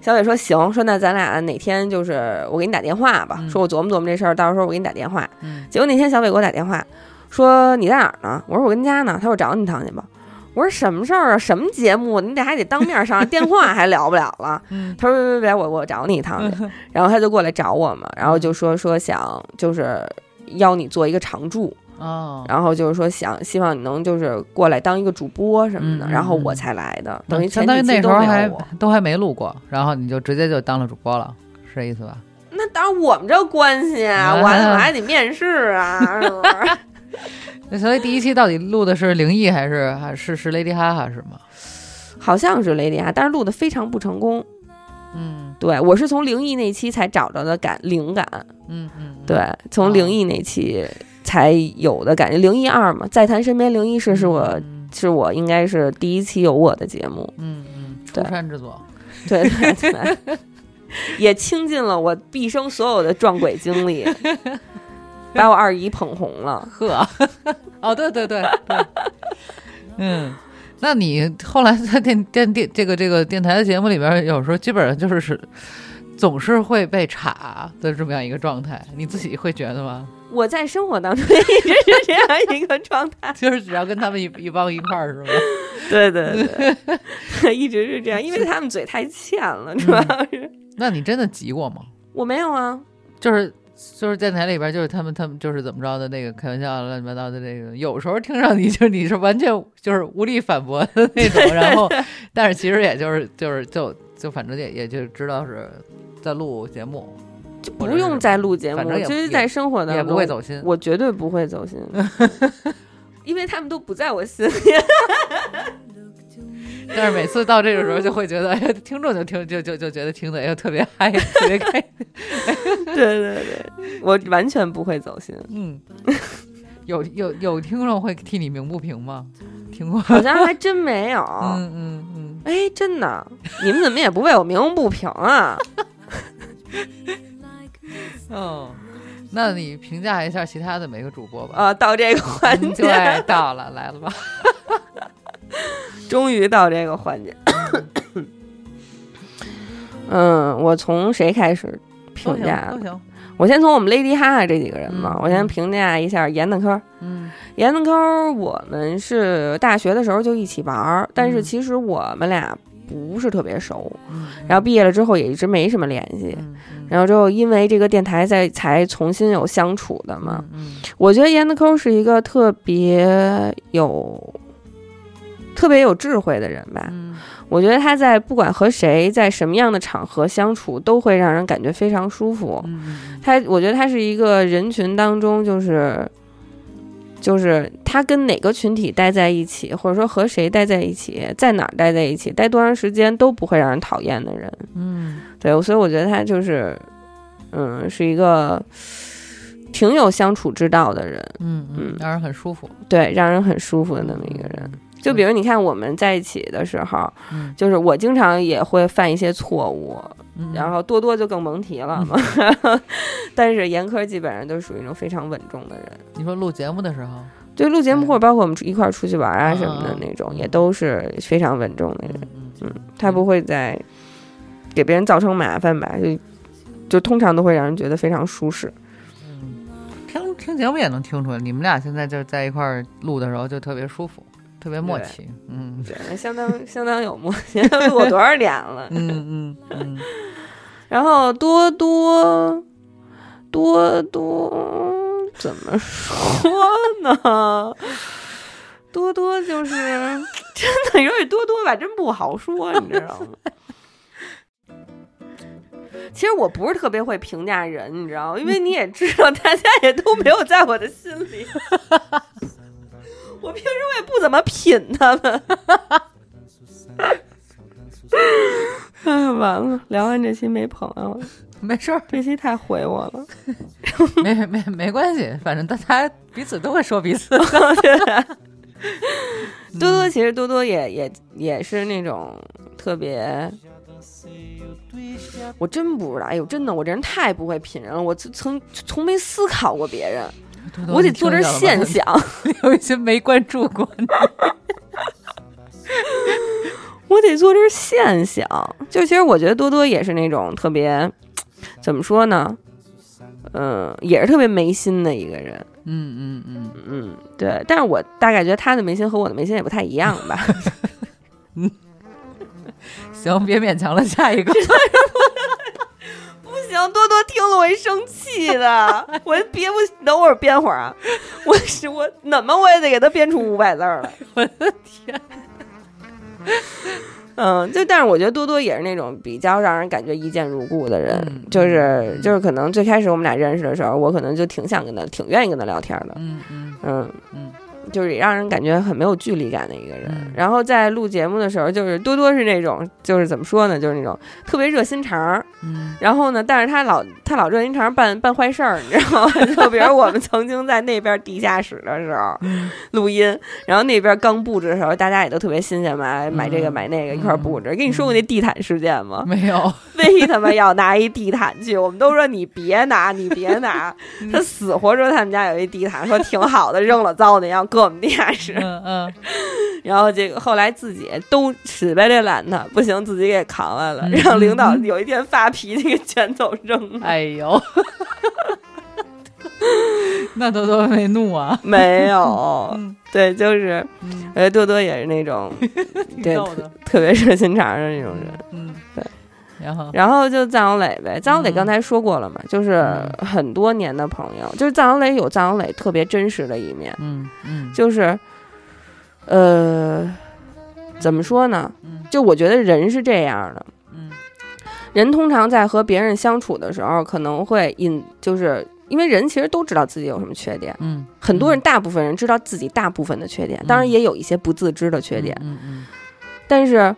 Speaker 2: 小伟说行，说那咱俩哪天就是我给你打电话吧，
Speaker 1: 嗯
Speaker 2: 说我琢磨琢磨这事儿，到时候我给你打电话。
Speaker 1: 嗯
Speaker 2: 结果那天小伟给我打电话，说你在哪儿呢？我说我跟家呢。他说找你一趟去吧。我说什么事儿啊？什么节目？你得还得当面 上，电话还聊不了了。
Speaker 1: 嗯
Speaker 2: 他说别别别，我我找你一趟去。然后他就过来找我嘛，
Speaker 1: 嗯
Speaker 2: 然后就说说想就是邀你做一个常驻，
Speaker 1: 哦，
Speaker 2: 然后就是说想希望你能就是过来当一个主播什么的，
Speaker 1: 嗯嗯
Speaker 2: 然后
Speaker 1: 嗯
Speaker 2: 我才来的，等于前
Speaker 1: 相当于
Speaker 2: 几
Speaker 1: 那时
Speaker 2: 期都
Speaker 1: 候
Speaker 2: 没
Speaker 1: 还
Speaker 2: 有我。
Speaker 1: 都还没录过，然后你就直接就当了主播了，是这意思吧？
Speaker 2: 那当然，我们这关系啊，
Speaker 1: 啊
Speaker 2: 我还我还得面试啊，是不 是？
Speaker 1: 那所以第一期到底录的是灵异还是还是是 Lady 哈哈是吗？
Speaker 2: 好像是雷迪啊，但是录的非常不成功。
Speaker 1: 嗯
Speaker 2: 对我是从灵异那期才找着的感灵感，
Speaker 1: 嗯嗯，
Speaker 2: 对，从灵异那期才有的感觉。灵异二嘛，再谈身边灵异事是我。
Speaker 1: 嗯
Speaker 2: 是我应该是第一期有我的节目，
Speaker 1: 嗯嗯，出
Speaker 2: 对
Speaker 1: 山之作，
Speaker 2: 对对对，也倾尽了我毕生所有的撞鬼经历，把我二姨捧红了。
Speaker 1: 呵，哦对对对对，嗯。那你后来在电电电这个这个电台的节目里边，有时候基本上就是是总是会被查的这么样一个状态，你自己会觉得吗？
Speaker 2: 我在 生活当中也一直是这样一个状态。
Speaker 1: 就是只要跟他们一一帮一块儿是吗？
Speaker 2: 对对对， 一直是这样，因为他们嘴太欠了，主要是。
Speaker 1: 那你真的急过吗？
Speaker 2: 我没有啊，
Speaker 1: 就是就是电台里边，就是他们他们就是怎么着的那个开玩笑啊乱七八糟的这个，有时候听上去就是你是完全就是无力反驳的那种，然后但是其实也就是就是就就反正也也就知道是在录节目，
Speaker 2: 就不用再录节
Speaker 1: 反
Speaker 2: 目，
Speaker 1: 正也
Speaker 2: 就
Speaker 1: 不
Speaker 2: 是在生活当中
Speaker 1: 也不会，走心。
Speaker 2: 我绝对不会走 心，因为他们都不在我心里。
Speaker 1: 但是每次到这个时候就会觉得，哎呀，听众就听就就就觉得听的哎呦特别嗨，特别开心。
Speaker 2: 对对对， 我完全不会走心，
Speaker 1: 嗯，有有有听众会替你鸣不平吗？听过？
Speaker 2: 好像还真没有。
Speaker 1: 嗯嗯嗯，
Speaker 2: 哎，真的，你们怎么也不为我鸣不平啊？
Speaker 1: 哦，那你评价一下其他的每个主播吧。
Speaker 2: 啊，到这个环
Speaker 1: 嗯
Speaker 2: 节，
Speaker 1: 对，到了，来了吧？
Speaker 2: 终于到这个环节。嗯，我从谁开始评价
Speaker 1: 都？行，
Speaker 2: 我先从我们 Lady 哈哈这几个人嘛，
Speaker 1: 嗯
Speaker 2: 我先评价一下严的科。
Speaker 1: 嗯
Speaker 2: 严的科，我们是大学的时候就一起玩儿，但是
Speaker 1: 嗯
Speaker 2: 其实我们俩不是特别熟，
Speaker 1: 嗯
Speaker 2: 然后毕业了之后也一直没什么联系。
Speaker 1: 嗯
Speaker 2: 然后之后，因为这个电台在才重新有相处的嘛，
Speaker 1: 嗯
Speaker 2: 我觉得严德抠是一个特别有、特别有智慧的人吧。
Speaker 1: 嗯
Speaker 2: 我觉得他在不管和谁，在什么样的场合相处，都会让人感觉非常舒服。
Speaker 1: 嗯
Speaker 2: 他，我觉得他是一个人群当中，就是就是他跟哪个群体待在一起，或者说和谁待在一起，在哪儿待在一起，待多长时间都不会让人讨厌的人。
Speaker 1: 嗯
Speaker 2: 对，所以我觉得他就是，嗯，是一个挺有相处之道的人。
Speaker 1: 嗯嗯，让人很舒服
Speaker 2: 对，让人很舒服的那么一个人。。就比如你看我们在一起的时候，
Speaker 1: 嗯，
Speaker 2: 就是我经常也会犯一些错误，
Speaker 1: 嗯
Speaker 2: 然后多多就更甭提了嘛。 但是严科基本上都属于那种非常稳重的人，
Speaker 1: 你说录节目的时候，
Speaker 2: 就录节目
Speaker 1: 嗯
Speaker 2: 或者包括我们一块儿出去玩啊什么的
Speaker 1: 嗯
Speaker 2: 那种，
Speaker 1: 嗯
Speaker 2: 也都是非常稳重的人。
Speaker 1: 嗯
Speaker 2: 他不会再给别人造成麻烦吧？就就通常都会让人觉得非常舒适。
Speaker 1: 嗯，听听节目也能听出来，你们俩现在就在一块儿录的时候就特别舒服，特别默契。嗯
Speaker 2: 对，相当相当有默契， 录我多少年了？
Speaker 1: 嗯嗯嗯
Speaker 2: 然后多多多多怎么说呢？多多就是 真的有点多多吧，真不好说，你知道吗？ 其实我不是特别会评价人，你知道吗？因为你也知道，大家也都没有在我的心里。 我平时我也不怎么品他们。哎，完了，聊完这期没朋友了。
Speaker 1: 没事儿，
Speaker 2: 这期太毁我了，
Speaker 1: 没没没关系，反正大家彼此都会说彼此。
Speaker 2: 多多其实多多也也也是那种特别，我真不知道，哎呦，真的，我这人太不会品人了，我从从从没思考过别人，我得做点现象，
Speaker 1: 有一些没关注过。
Speaker 2: 我得做点现象。就其实我觉得多多也是那种特别，怎么说呢？嗯，也是特别没心的一个人，
Speaker 1: 嗯嗯嗯，
Speaker 2: 嗯，对。但是我大概觉得他的没心和我的没心也不太一样吧。
Speaker 1: 行，别勉强了，下一个。
Speaker 2: 不行，多多听了我会生气的。 我憋不，等会儿编会儿啊。 我是我怎么我也得给他编出五百字儿来。
Speaker 1: 我的天，
Speaker 2: 嗯，就但是我觉得多多也是那种比较让人感觉一见如故的人，
Speaker 1: 嗯
Speaker 2: 就是就是可能最开始我们俩认识的时候，我可能就挺想跟他，挺愿意跟他聊天的。
Speaker 1: 嗯嗯
Speaker 2: 嗯
Speaker 1: 嗯
Speaker 2: 就是也让人感觉很没有距离感的一个人。
Speaker 1: 嗯
Speaker 2: 然后在录节目的时候，就是多多是那种，就是怎么说呢，就是那种特别热心肠儿，
Speaker 1: 嗯
Speaker 2: 然后呢，但是他老他老热心肠办办坏事儿，你知道吗？ 就比如我们曾经在那边地下室的时候
Speaker 1: 嗯
Speaker 2: 录音，然后那边刚布置的时候，大家也都特别新鲜嘛，哎买这个
Speaker 1: 嗯
Speaker 2: 买那个一块儿布置。跟你说过那地毯事件吗？
Speaker 1: 没有。
Speaker 2: 非他妈要拿一地毯去，我们都说你别拿，你别拿。
Speaker 1: 嗯
Speaker 2: 他死活说他们家有一地毯，说挺好的，扔了糟的要搁我们地下室。
Speaker 1: 嗯 嗯，
Speaker 2: 然后这个后来自己都死掰着懒的，不行自己给扛来了，
Speaker 1: 嗯
Speaker 2: 让领导有一天发脾气给卷走扔了。
Speaker 1: 哎呦，那多多没怒啊。
Speaker 2: 没有，
Speaker 1: 嗯
Speaker 2: 对，就是，我觉得多多也是 那种对
Speaker 1: 挺逗的
Speaker 2: 特别热心肠的那种人。
Speaker 1: 嗯，
Speaker 2: 对。
Speaker 1: 然后，
Speaker 2: 然后就臧小磊呗，臧小
Speaker 1: 嗯
Speaker 2: 磊刚才说过了嘛，就是很多年的朋友，就是臧小磊有臧小磊特别真实的一面，
Speaker 1: 嗯嗯，
Speaker 2: 就是，呃，怎么说呢？
Speaker 1: 嗯
Speaker 2: 就我觉得人是这样的，
Speaker 1: 嗯
Speaker 2: 人通常在和别人相处的时候，可能会隐，就是因为人其实都知道自己有什么缺点，
Speaker 1: 嗯，
Speaker 2: 很多人大部分人知道自己大部分的缺点，当然
Speaker 1: 嗯
Speaker 2: 也有一些不自知的缺点，
Speaker 1: 嗯嗯
Speaker 2: 但是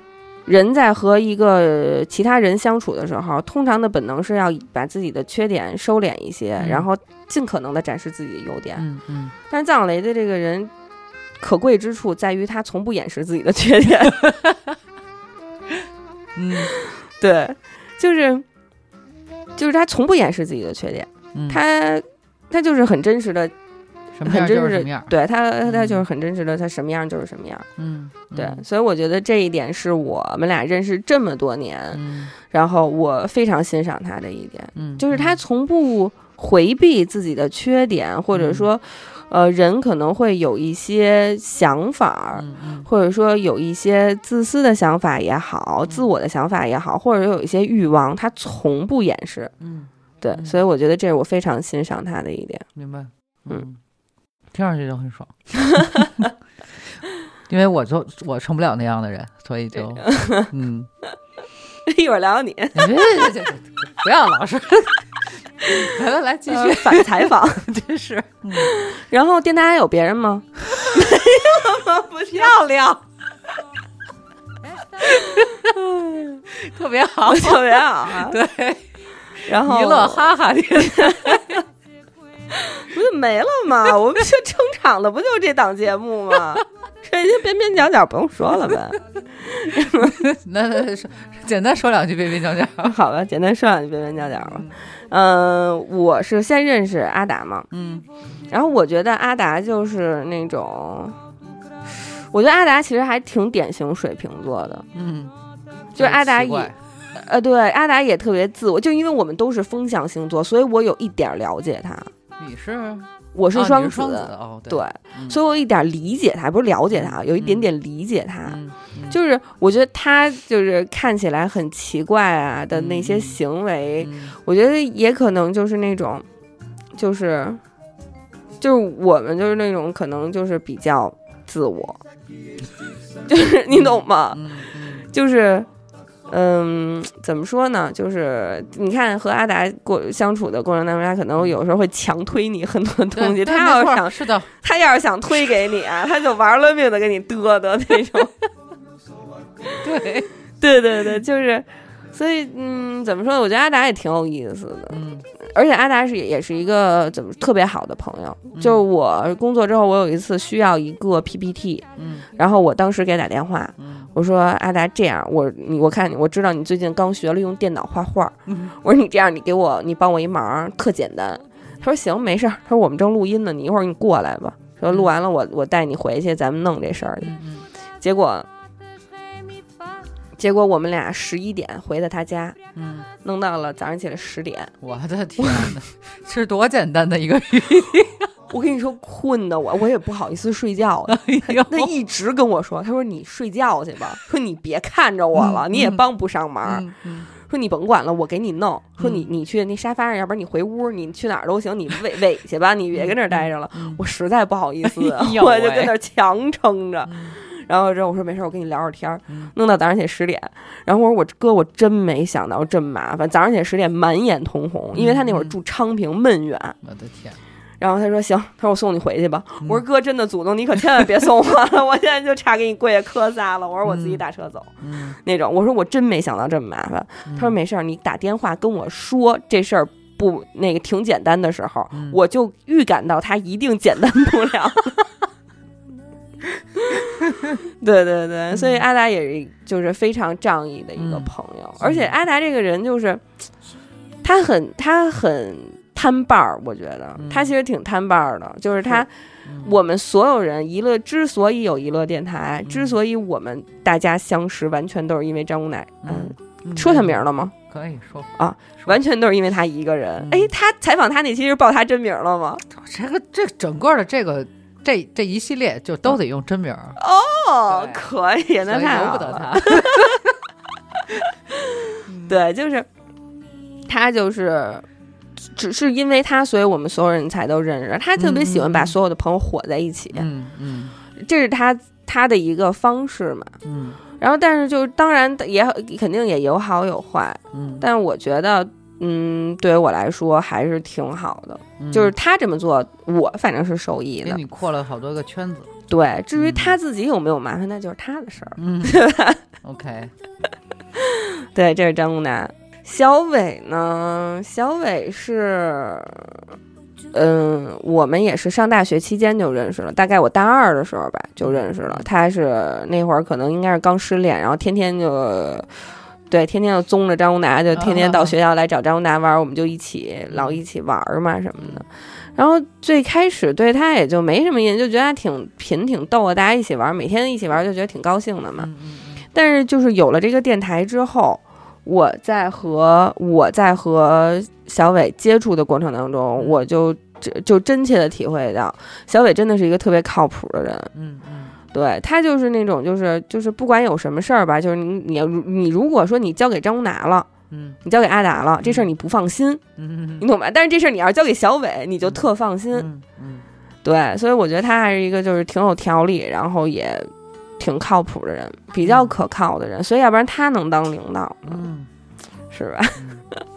Speaker 2: 人在和一个呃其他人相处的时候，通常的本能是要把自己的缺点收敛一些，
Speaker 1: 嗯
Speaker 2: 然后尽可能的展示自己的优点。
Speaker 1: 嗯嗯
Speaker 2: 但是臧小雷的这个人可贵之处在于他从不掩饰自己的缺 点，
Speaker 1: 嗯
Speaker 2: 对，就是就是他从不掩饰自己的缺点，
Speaker 1: 嗯，
Speaker 2: 他他就是很真实的，
Speaker 1: 什么
Speaker 2: 很
Speaker 1: 样
Speaker 2: 真
Speaker 1: 就
Speaker 2: 实
Speaker 1: 是
Speaker 2: 的
Speaker 1: 什么样，
Speaker 2: 对他他就是
Speaker 1: 嗯
Speaker 2: 很真实的，他什么样就是什么样。
Speaker 1: 嗯，嗯
Speaker 2: 对，所以我觉得这一点是我们俩认识这么多年，
Speaker 1: 嗯
Speaker 2: 然后我非常欣赏他的一点，
Speaker 1: 嗯，
Speaker 2: 就是他
Speaker 1: 嗯
Speaker 2: 从不回避自己的缺点，或
Speaker 1: 嗯
Speaker 2: 者说，呃，人可能会有一些想法，
Speaker 1: 嗯嗯
Speaker 2: 或者说有一些自私的想法也好，
Speaker 1: 嗯
Speaker 2: 自我的想法也好，或者有一些欲望，他从不掩饰。
Speaker 1: 嗯，
Speaker 2: 对，
Speaker 1: 嗯
Speaker 2: 所以我觉得这是我非常欣赏他的一 点。
Speaker 1: 明白，
Speaker 2: 嗯，
Speaker 1: 听上去就很 爽，因为我就我成不了那样的人，所以 就嗯，
Speaker 2: 一会儿聊你，
Speaker 1: 别别别别别不要老是， 来来来，继
Speaker 2: 呃
Speaker 1: 续，
Speaker 2: 反采 访。
Speaker 1: 真是嗯
Speaker 2: 然后电台还有别人吗？没有吗？不漂亮，
Speaker 1: 特别 好，
Speaker 2: 特别好啊。
Speaker 1: 对，
Speaker 2: 然后
Speaker 1: 娱乐哈哈的，
Speaker 2: 不就 没了吗？我们就撑场的不就这档节目吗？ 这些边边角角不用说了呗。
Speaker 1: 那那那说简单说两句，别别讲讲，
Speaker 2: 好吧，简单说两句边边角角吧。嗯、我是先认识阿达嘛，
Speaker 1: 嗯
Speaker 2: 然后我觉得阿达就是那种，我觉得阿达其实还挺典型水瓶座的，
Speaker 1: 嗯，
Speaker 2: 就是阿达
Speaker 1: 奇怪
Speaker 2: 也呃，对，阿达也特别自我，就因为我们都是风象星座，所以我有一点儿了解他。
Speaker 1: 你是
Speaker 2: 我
Speaker 1: 哦
Speaker 2: 是
Speaker 1: 你
Speaker 2: 双
Speaker 1: 子哦，
Speaker 2: 对，
Speaker 1: 嗯
Speaker 2: 所以我有一点儿理解他，不是了解他，有一点
Speaker 1: 嗯
Speaker 2: 点理解他。
Speaker 1: 嗯嗯
Speaker 2: 就是我觉得他就是看起来很奇怪啊的那些
Speaker 1: 嗯
Speaker 2: 行为，
Speaker 1: 嗯
Speaker 2: 我觉得也可能就是那种，就是就是我们就是那种可能就是比较自我，就是你懂吗？
Speaker 1: 嗯嗯
Speaker 2: 就是。嗯，怎么说呢？就是你看和阿达过相处的过程当中，他可能有时候会强推你很多
Speaker 1: 对
Speaker 2: 东西。
Speaker 1: 对
Speaker 2: 他
Speaker 1: 没
Speaker 2: 要是
Speaker 1: 错
Speaker 2: 想
Speaker 1: 是的，
Speaker 2: 他要是想推给你啊，他就玩了命的给你嘚嘚那种。
Speaker 1: 对，
Speaker 2: 对对对，就是，所以嗯，怎么说呢？我觉得阿达也挺有意思的，
Speaker 1: 嗯
Speaker 2: 而且阿达是也是一个怎么特别好的朋友。
Speaker 1: 嗯
Speaker 2: 就我工作之后，我有一次需要一个 PPT，
Speaker 1: 嗯
Speaker 2: 然后我当时给他打电话，
Speaker 1: 嗯
Speaker 2: 我说阿达这样，我你我看你，我知道你最近刚学了用电脑画画，
Speaker 1: 嗯
Speaker 2: 我说你这样，你给我你帮我一忙，特简单。他说行，没事儿。他说我们正录音呢，你一会儿你过来吧。说录完了我我带你回去，咱们弄这事儿去。
Speaker 1: 嗯
Speaker 2: 结果，结果我们俩十一点回的他家，
Speaker 1: 嗯，
Speaker 2: 弄到了早上起来十点。
Speaker 1: 我的天哪，是多简单的一个语
Speaker 2: 我跟你说，困的我，我也不好意思睡觉。
Speaker 1: 言，
Speaker 2: 他一直跟我说，他说你睡觉去吧，说你别看着我了，
Speaker 1: 嗯
Speaker 2: 你也
Speaker 1: 嗯
Speaker 2: 帮不上忙。
Speaker 1: 嗯嗯
Speaker 2: 说你甭管了，我给你弄。说你
Speaker 1: 嗯
Speaker 2: 你去那沙发上，要不然你回屋，你去哪儿都行，你喂喂去吧，你别跟这儿待着了。
Speaker 1: 嗯
Speaker 2: 我实在不好意 思，啊
Speaker 1: 哎呦
Speaker 2: 我就
Speaker 1: 喂
Speaker 2: 跟那儿强撑着。
Speaker 1: 嗯
Speaker 2: 然后之后我说没事儿，我跟你聊会儿天儿
Speaker 1: 嗯，
Speaker 2: 弄到早上起来十点。然后我说我哥，我真没想到这么麻烦，早上起来十点满眼通红，因为他那会儿
Speaker 1: 嗯
Speaker 2: 住昌平闷远。
Speaker 1: 我的天，
Speaker 2: 然后他说行，他说我送你回去吧。
Speaker 1: 嗯
Speaker 2: 我说哥，真的祖宗，你可千万别送我了，我现在就差给你跪下磕仨了。我说我自己
Speaker 1: 嗯
Speaker 2: 打车走、
Speaker 1: 嗯，
Speaker 2: 那种。我说我真没想到这么麻烦。
Speaker 1: 他
Speaker 2: 他说，没事儿，你打电话跟我说这事儿不那个挺简单的时候，
Speaker 1: 嗯
Speaker 2: 我就预感到他一定简单不了。 对对对，所以阿达也是就是非常仗义的一个
Speaker 1: 嗯
Speaker 2: 朋友，而且阿达这个人就是他很他很贪伴儿，我觉得、
Speaker 1: 嗯
Speaker 2: 他其实挺贪伴儿的，就是他
Speaker 1: 是嗯
Speaker 2: 我们所有人娱乐之所以有娱乐电台，
Speaker 1: 嗯
Speaker 2: 之所以我们大家相识，完全都是因为张无乃，嗯，
Speaker 1: 嗯
Speaker 2: 说他名儿了吗？
Speaker 1: 可以说
Speaker 2: 啊，
Speaker 1: 说
Speaker 2: 完全都是因为他一个人。
Speaker 1: 嗯
Speaker 2: 哎，他采访他那期是报他真名了吗？
Speaker 1: 这个这整个的这个这这一系列就都得用真名儿，
Speaker 2: 哦
Speaker 1: 对，
Speaker 2: 可以，那
Speaker 1: 所以
Speaker 2: 太
Speaker 1: 由
Speaker 2: 好
Speaker 1: 不得
Speaker 2: 了。
Speaker 1: 他。
Speaker 2: 对，就是他就是只是因为他，所以我们所有人才都认识他。特别喜欢把
Speaker 1: 嗯
Speaker 2: 所有的朋友伙在一起，
Speaker 1: 嗯嗯
Speaker 2: 这是他他的一个方式嘛。
Speaker 1: 嗯
Speaker 2: 然后，但是就是当然也肯定也有好有坏，
Speaker 1: 嗯，
Speaker 2: 但我觉得。嗯，对于我来说还是挺好的，
Speaker 1: 嗯
Speaker 2: 就是他这么做，我反正是受益
Speaker 1: 给
Speaker 2: 的。
Speaker 1: 你扩了好多个圈子。
Speaker 2: 对，至于
Speaker 1: 嗯
Speaker 2: 他自己有没有麻烦，那就是他的事儿。
Speaker 1: 嗯，OK，
Speaker 2: 对，这是张公达。小伟呢？小伟是，嗯，我们也是上大学期间就认识了，大概我大二的时候吧就认识了。他是那会儿可能应该是刚失恋，然后天天就，对，天天就宗着张公达，就天天到学校来找张公达玩儿，我们就一起老一起玩儿嘛什么的。然后最开始对他也就没什么印象，就觉得他挺贫挺逗的，大家一起玩儿，每天一起玩儿就觉得挺高兴的嘛。
Speaker 1: 嗯嗯嗯
Speaker 2: 但是就是有了这个电台之后，我在和我在和小伟接触的过程当中，我就就就真切的体会到，小伟真的是一个特别靠谱的人。
Speaker 1: 嗯嗯
Speaker 2: 对他就是那种就是就是不管有什么事儿吧，就是你你要你如果说你交给张达了，
Speaker 1: 嗯
Speaker 2: 你交给阿达了，这事儿你不放心，
Speaker 1: 嗯
Speaker 2: 你懂吧？但是这事儿你要是交给小伟，你就特放心。
Speaker 1: 嗯嗯
Speaker 2: 对，所以我觉得他还是一个就是挺有条理，然后也挺靠谱的人，比较可靠的人，所以要不然他能当领导呢，
Speaker 1: 嗯，
Speaker 2: 是吧？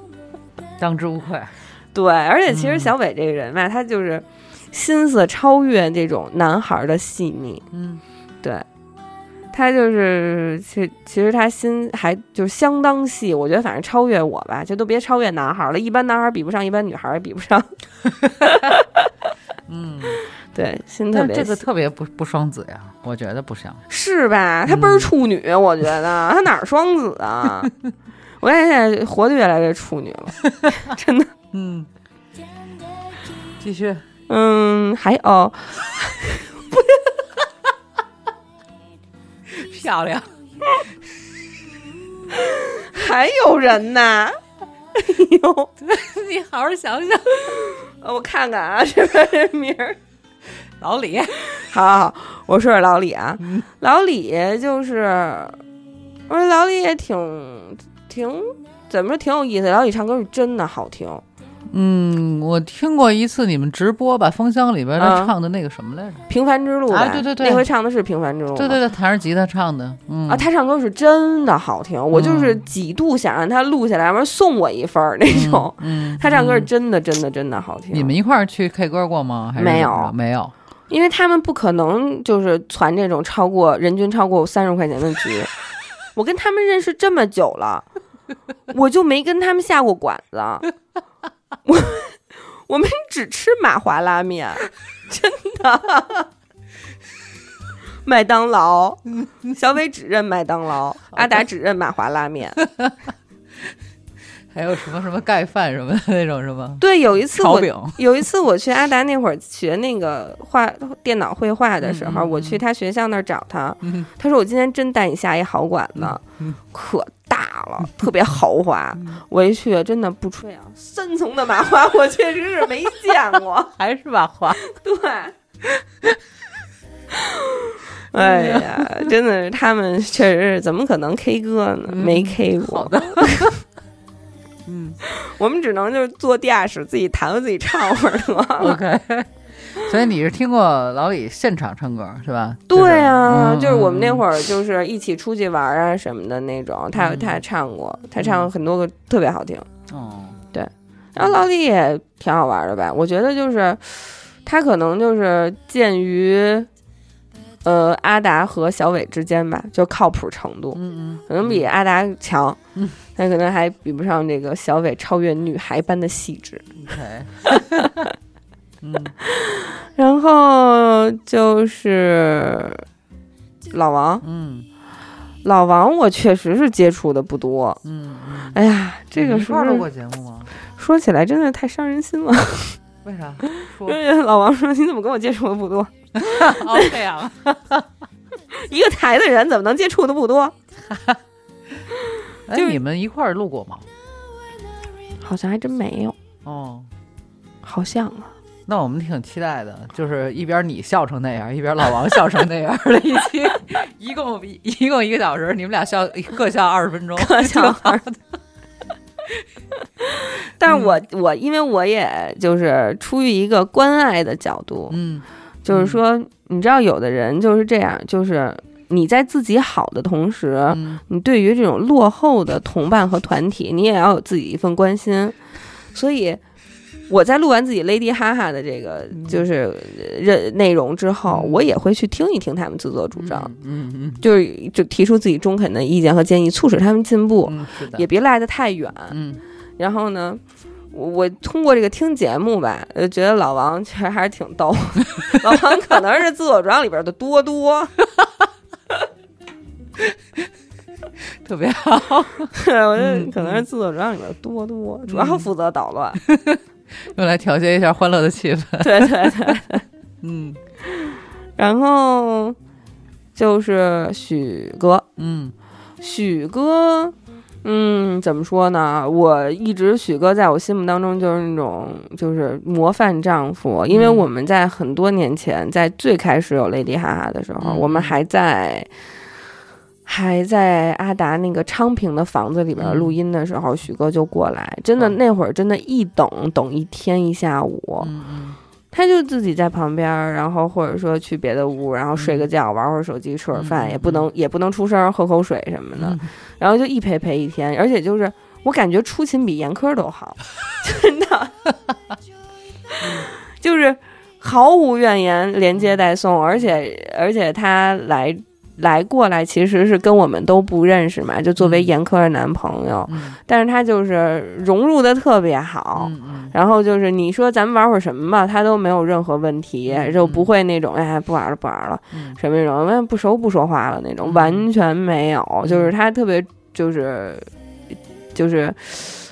Speaker 1: 当之无愧。
Speaker 2: 对，而且其实
Speaker 1: 嗯
Speaker 2: 小伟这个人吧，他就是心思超越这种男孩儿的细腻，
Speaker 1: 嗯
Speaker 2: 对。他就是，其其实他心还就是相当细，我觉得反正超越我吧，就都别超越男孩儿了。一般男孩儿比不上，一般女孩儿也比不上。
Speaker 1: 嗯，
Speaker 2: 对，心特
Speaker 1: 但
Speaker 2: 别
Speaker 1: 这个
Speaker 2: 细
Speaker 1: 特别不不双子呀，我觉得不像。
Speaker 2: 是吧？她倍儿
Speaker 1: 嗯
Speaker 2: 处女，我觉得她哪儿双子啊？ 我感觉现在活得越来越处女了，真的。
Speaker 1: 嗯，继续。
Speaker 2: 嗯，还有
Speaker 1: 漂 亮，
Speaker 2: 还有人呢， 哎呦，
Speaker 1: 你好好想想，
Speaker 2: 呃我看看啊， 这边这名儿。
Speaker 1: 老李，
Speaker 2: 好好，好，我说说老李啊，
Speaker 1: 嗯
Speaker 2: 老李就是，我说老李也挺挺怎么说挺有意思，老李唱歌是真的好听。
Speaker 1: 嗯，我听过一次你们直播吧，风箱里边
Speaker 2: 啊
Speaker 1: 他唱的那个什么来着？
Speaker 2: 平凡之路吧，
Speaker 1: 啊对对对
Speaker 2: 那回唱的是平凡之路吗，
Speaker 1: 对对对，弹着吉他唱的，嗯
Speaker 2: 啊，他唱歌是真的好听，我就是几度想让他录下来，要不然送我一份儿那种。
Speaker 1: 嗯，嗯
Speaker 2: 他唱歌是真的，真的，真的好听。
Speaker 1: 你们，一块儿去 K 歌过吗？还是
Speaker 2: 没有
Speaker 1: 怎么着没有。
Speaker 2: 因为他们不可能就是攒这种超过人均超过三十块钱的局。我跟他们认识这么久了，我就没跟他们下过馆子。我我们只吃马华拉面，真的。麦当劳，小伟只认麦当劳，阿达只认马华拉面。
Speaker 1: 还有什么什么盖饭什么的那种是 吗？
Speaker 2: 对，有一次
Speaker 1: 炒
Speaker 2: 我
Speaker 1: 饼，
Speaker 2: 有一次我去阿达那会儿学那个画电脑绘画的时候，
Speaker 1: 嗯嗯嗯
Speaker 2: 我去他学校那儿找他，
Speaker 1: 嗯
Speaker 2: 他说我今天真带你下一好馆子，
Speaker 1: 嗯，
Speaker 2: 可大了，特别豪华。我一去真的不吹啊，三重的麻花我确实是没见过
Speaker 1: 还是把花，
Speaker 2: 对。 哎呀，真的是他们确实是怎么可能 K 歌呢？
Speaker 1: 嗯
Speaker 2: 没 K 过，
Speaker 1: 嗯
Speaker 2: 我们只能就是坐地下室自己弹自己唱会儿得了。
Speaker 1: ，OK。所以你是听过老李现场唱歌是吧？
Speaker 2: 对啊，
Speaker 1: 嗯
Speaker 2: 就是我们那
Speaker 1: 嗯
Speaker 2: 会儿就是一起出去玩啊什么的那种，他
Speaker 1: 嗯
Speaker 2: 他还唱过，他唱过很多个特别好听。
Speaker 1: 哦，
Speaker 2: 然后老李也挺好玩的吧，我觉得就是他可能就是鉴于。呃，阿达和小伟之间吧，就靠谱程度
Speaker 1: 嗯
Speaker 2: 可能比阿达强，
Speaker 1: 嗯
Speaker 2: 但可能还比不上这个小伟超越女孩般的细致。
Speaker 1: 嗯，OK。嗯
Speaker 2: 然后就是老王，
Speaker 1: 嗯
Speaker 2: 老王我确实是接触的不多，
Speaker 1: 嗯嗯，
Speaker 2: 哎呀，这个
Speaker 1: 你一
Speaker 2: 是
Speaker 1: 块
Speaker 2: 不
Speaker 1: 儿录
Speaker 2: 是
Speaker 1: 过节目吗？
Speaker 2: 说起来真的太伤人心了？
Speaker 1: 为啥？说
Speaker 2: 老王说：“你怎么跟我接触的不多？
Speaker 1: 哦这样啊，
Speaker 2: 一个台的人怎么能接触的不多？
Speaker 1: 哎，
Speaker 2: 就是
Speaker 1: 你们一块儿录过吗？
Speaker 2: 好像还真没有，
Speaker 1: 哦，
Speaker 2: 好像啊，
Speaker 1: 那我们挺期待的，就是一边你笑成那样，一边老王笑成那样的一期，一共一共一个小时，你们俩笑各笑二十分钟，
Speaker 2: 各笑
Speaker 1: 二。
Speaker 2: 但是我
Speaker 1: 嗯
Speaker 2: 我因为我也就是出于一个关爱的角度，
Speaker 1: 嗯
Speaker 2: 就是说，你知道有的人就是这样，就是你在自己好的同时，
Speaker 1: 嗯，
Speaker 2: 你对于这种落后的同伴和团体，你也要有自己一份关心。所以我在录完自己 Lady 哈哈的这个
Speaker 1: 嗯
Speaker 2: 就是呃内容之后，
Speaker 1: 嗯
Speaker 2: 我也会去听一听他们自作主张，
Speaker 1: 嗯嗯
Speaker 2: 就是就提出自己中肯的意见和建议，促使他们进步，
Speaker 1: 嗯，是的，
Speaker 2: 也别赖得太远。
Speaker 1: 嗯
Speaker 2: 然后呢，我我通过这个听节目吧，呃，觉得老王其实还是挺逗， 老王可能是自我主张里边的多多，
Speaker 1: 特别好，
Speaker 2: 我觉得
Speaker 1: 嗯
Speaker 2: 可能是自我主张里边的多多，主要负责捣乱。
Speaker 1: 用来调节一下欢乐的气氛。
Speaker 2: 对对对，
Speaker 1: 嗯
Speaker 2: 然后就是许哥，
Speaker 1: 嗯
Speaker 2: 许哥。嗯，怎么说呢？我一直许哥在我心目当中就是那种就是模范丈夫，因为
Speaker 1: 嗯
Speaker 2: 我们在很多年前，在最开始有 Lady 哈哈的时候，
Speaker 1: 嗯
Speaker 2: 我们还在还在阿达那个昌平的房子里边
Speaker 1: 嗯
Speaker 2: 录音的时候，许哥就过来，真的
Speaker 1: 嗯
Speaker 2: 那会儿真的，一等等一天一下午，
Speaker 1: 嗯
Speaker 2: 他就自己在旁边儿，然后或者说去别的屋，然后睡个觉，玩会儿手机，吃会儿饭，
Speaker 1: 嗯
Speaker 2: 也不能也不能出声，喝口水什么的，
Speaker 1: 嗯
Speaker 2: 然后就一陪陪一天，而且就是我感觉出勤比严科都好， 真的，就是毫无怨言，连接带送，而且而且他来来过来其实是跟我们都不认识嘛，就作为
Speaker 1: 嗯
Speaker 2: 严科的男朋友，
Speaker 1: 嗯
Speaker 2: 但是他就是融入的特别好，
Speaker 1: 嗯
Speaker 2: 然后就是你说咱们玩会儿什么吧，他都没有任何问题，
Speaker 1: 嗯
Speaker 2: 就不会那种哎不玩了不玩了
Speaker 1: 嗯
Speaker 2: 什么那种哎不熟不说话了那种，
Speaker 1: 嗯
Speaker 2: 完全没有，就是他特别就是就是，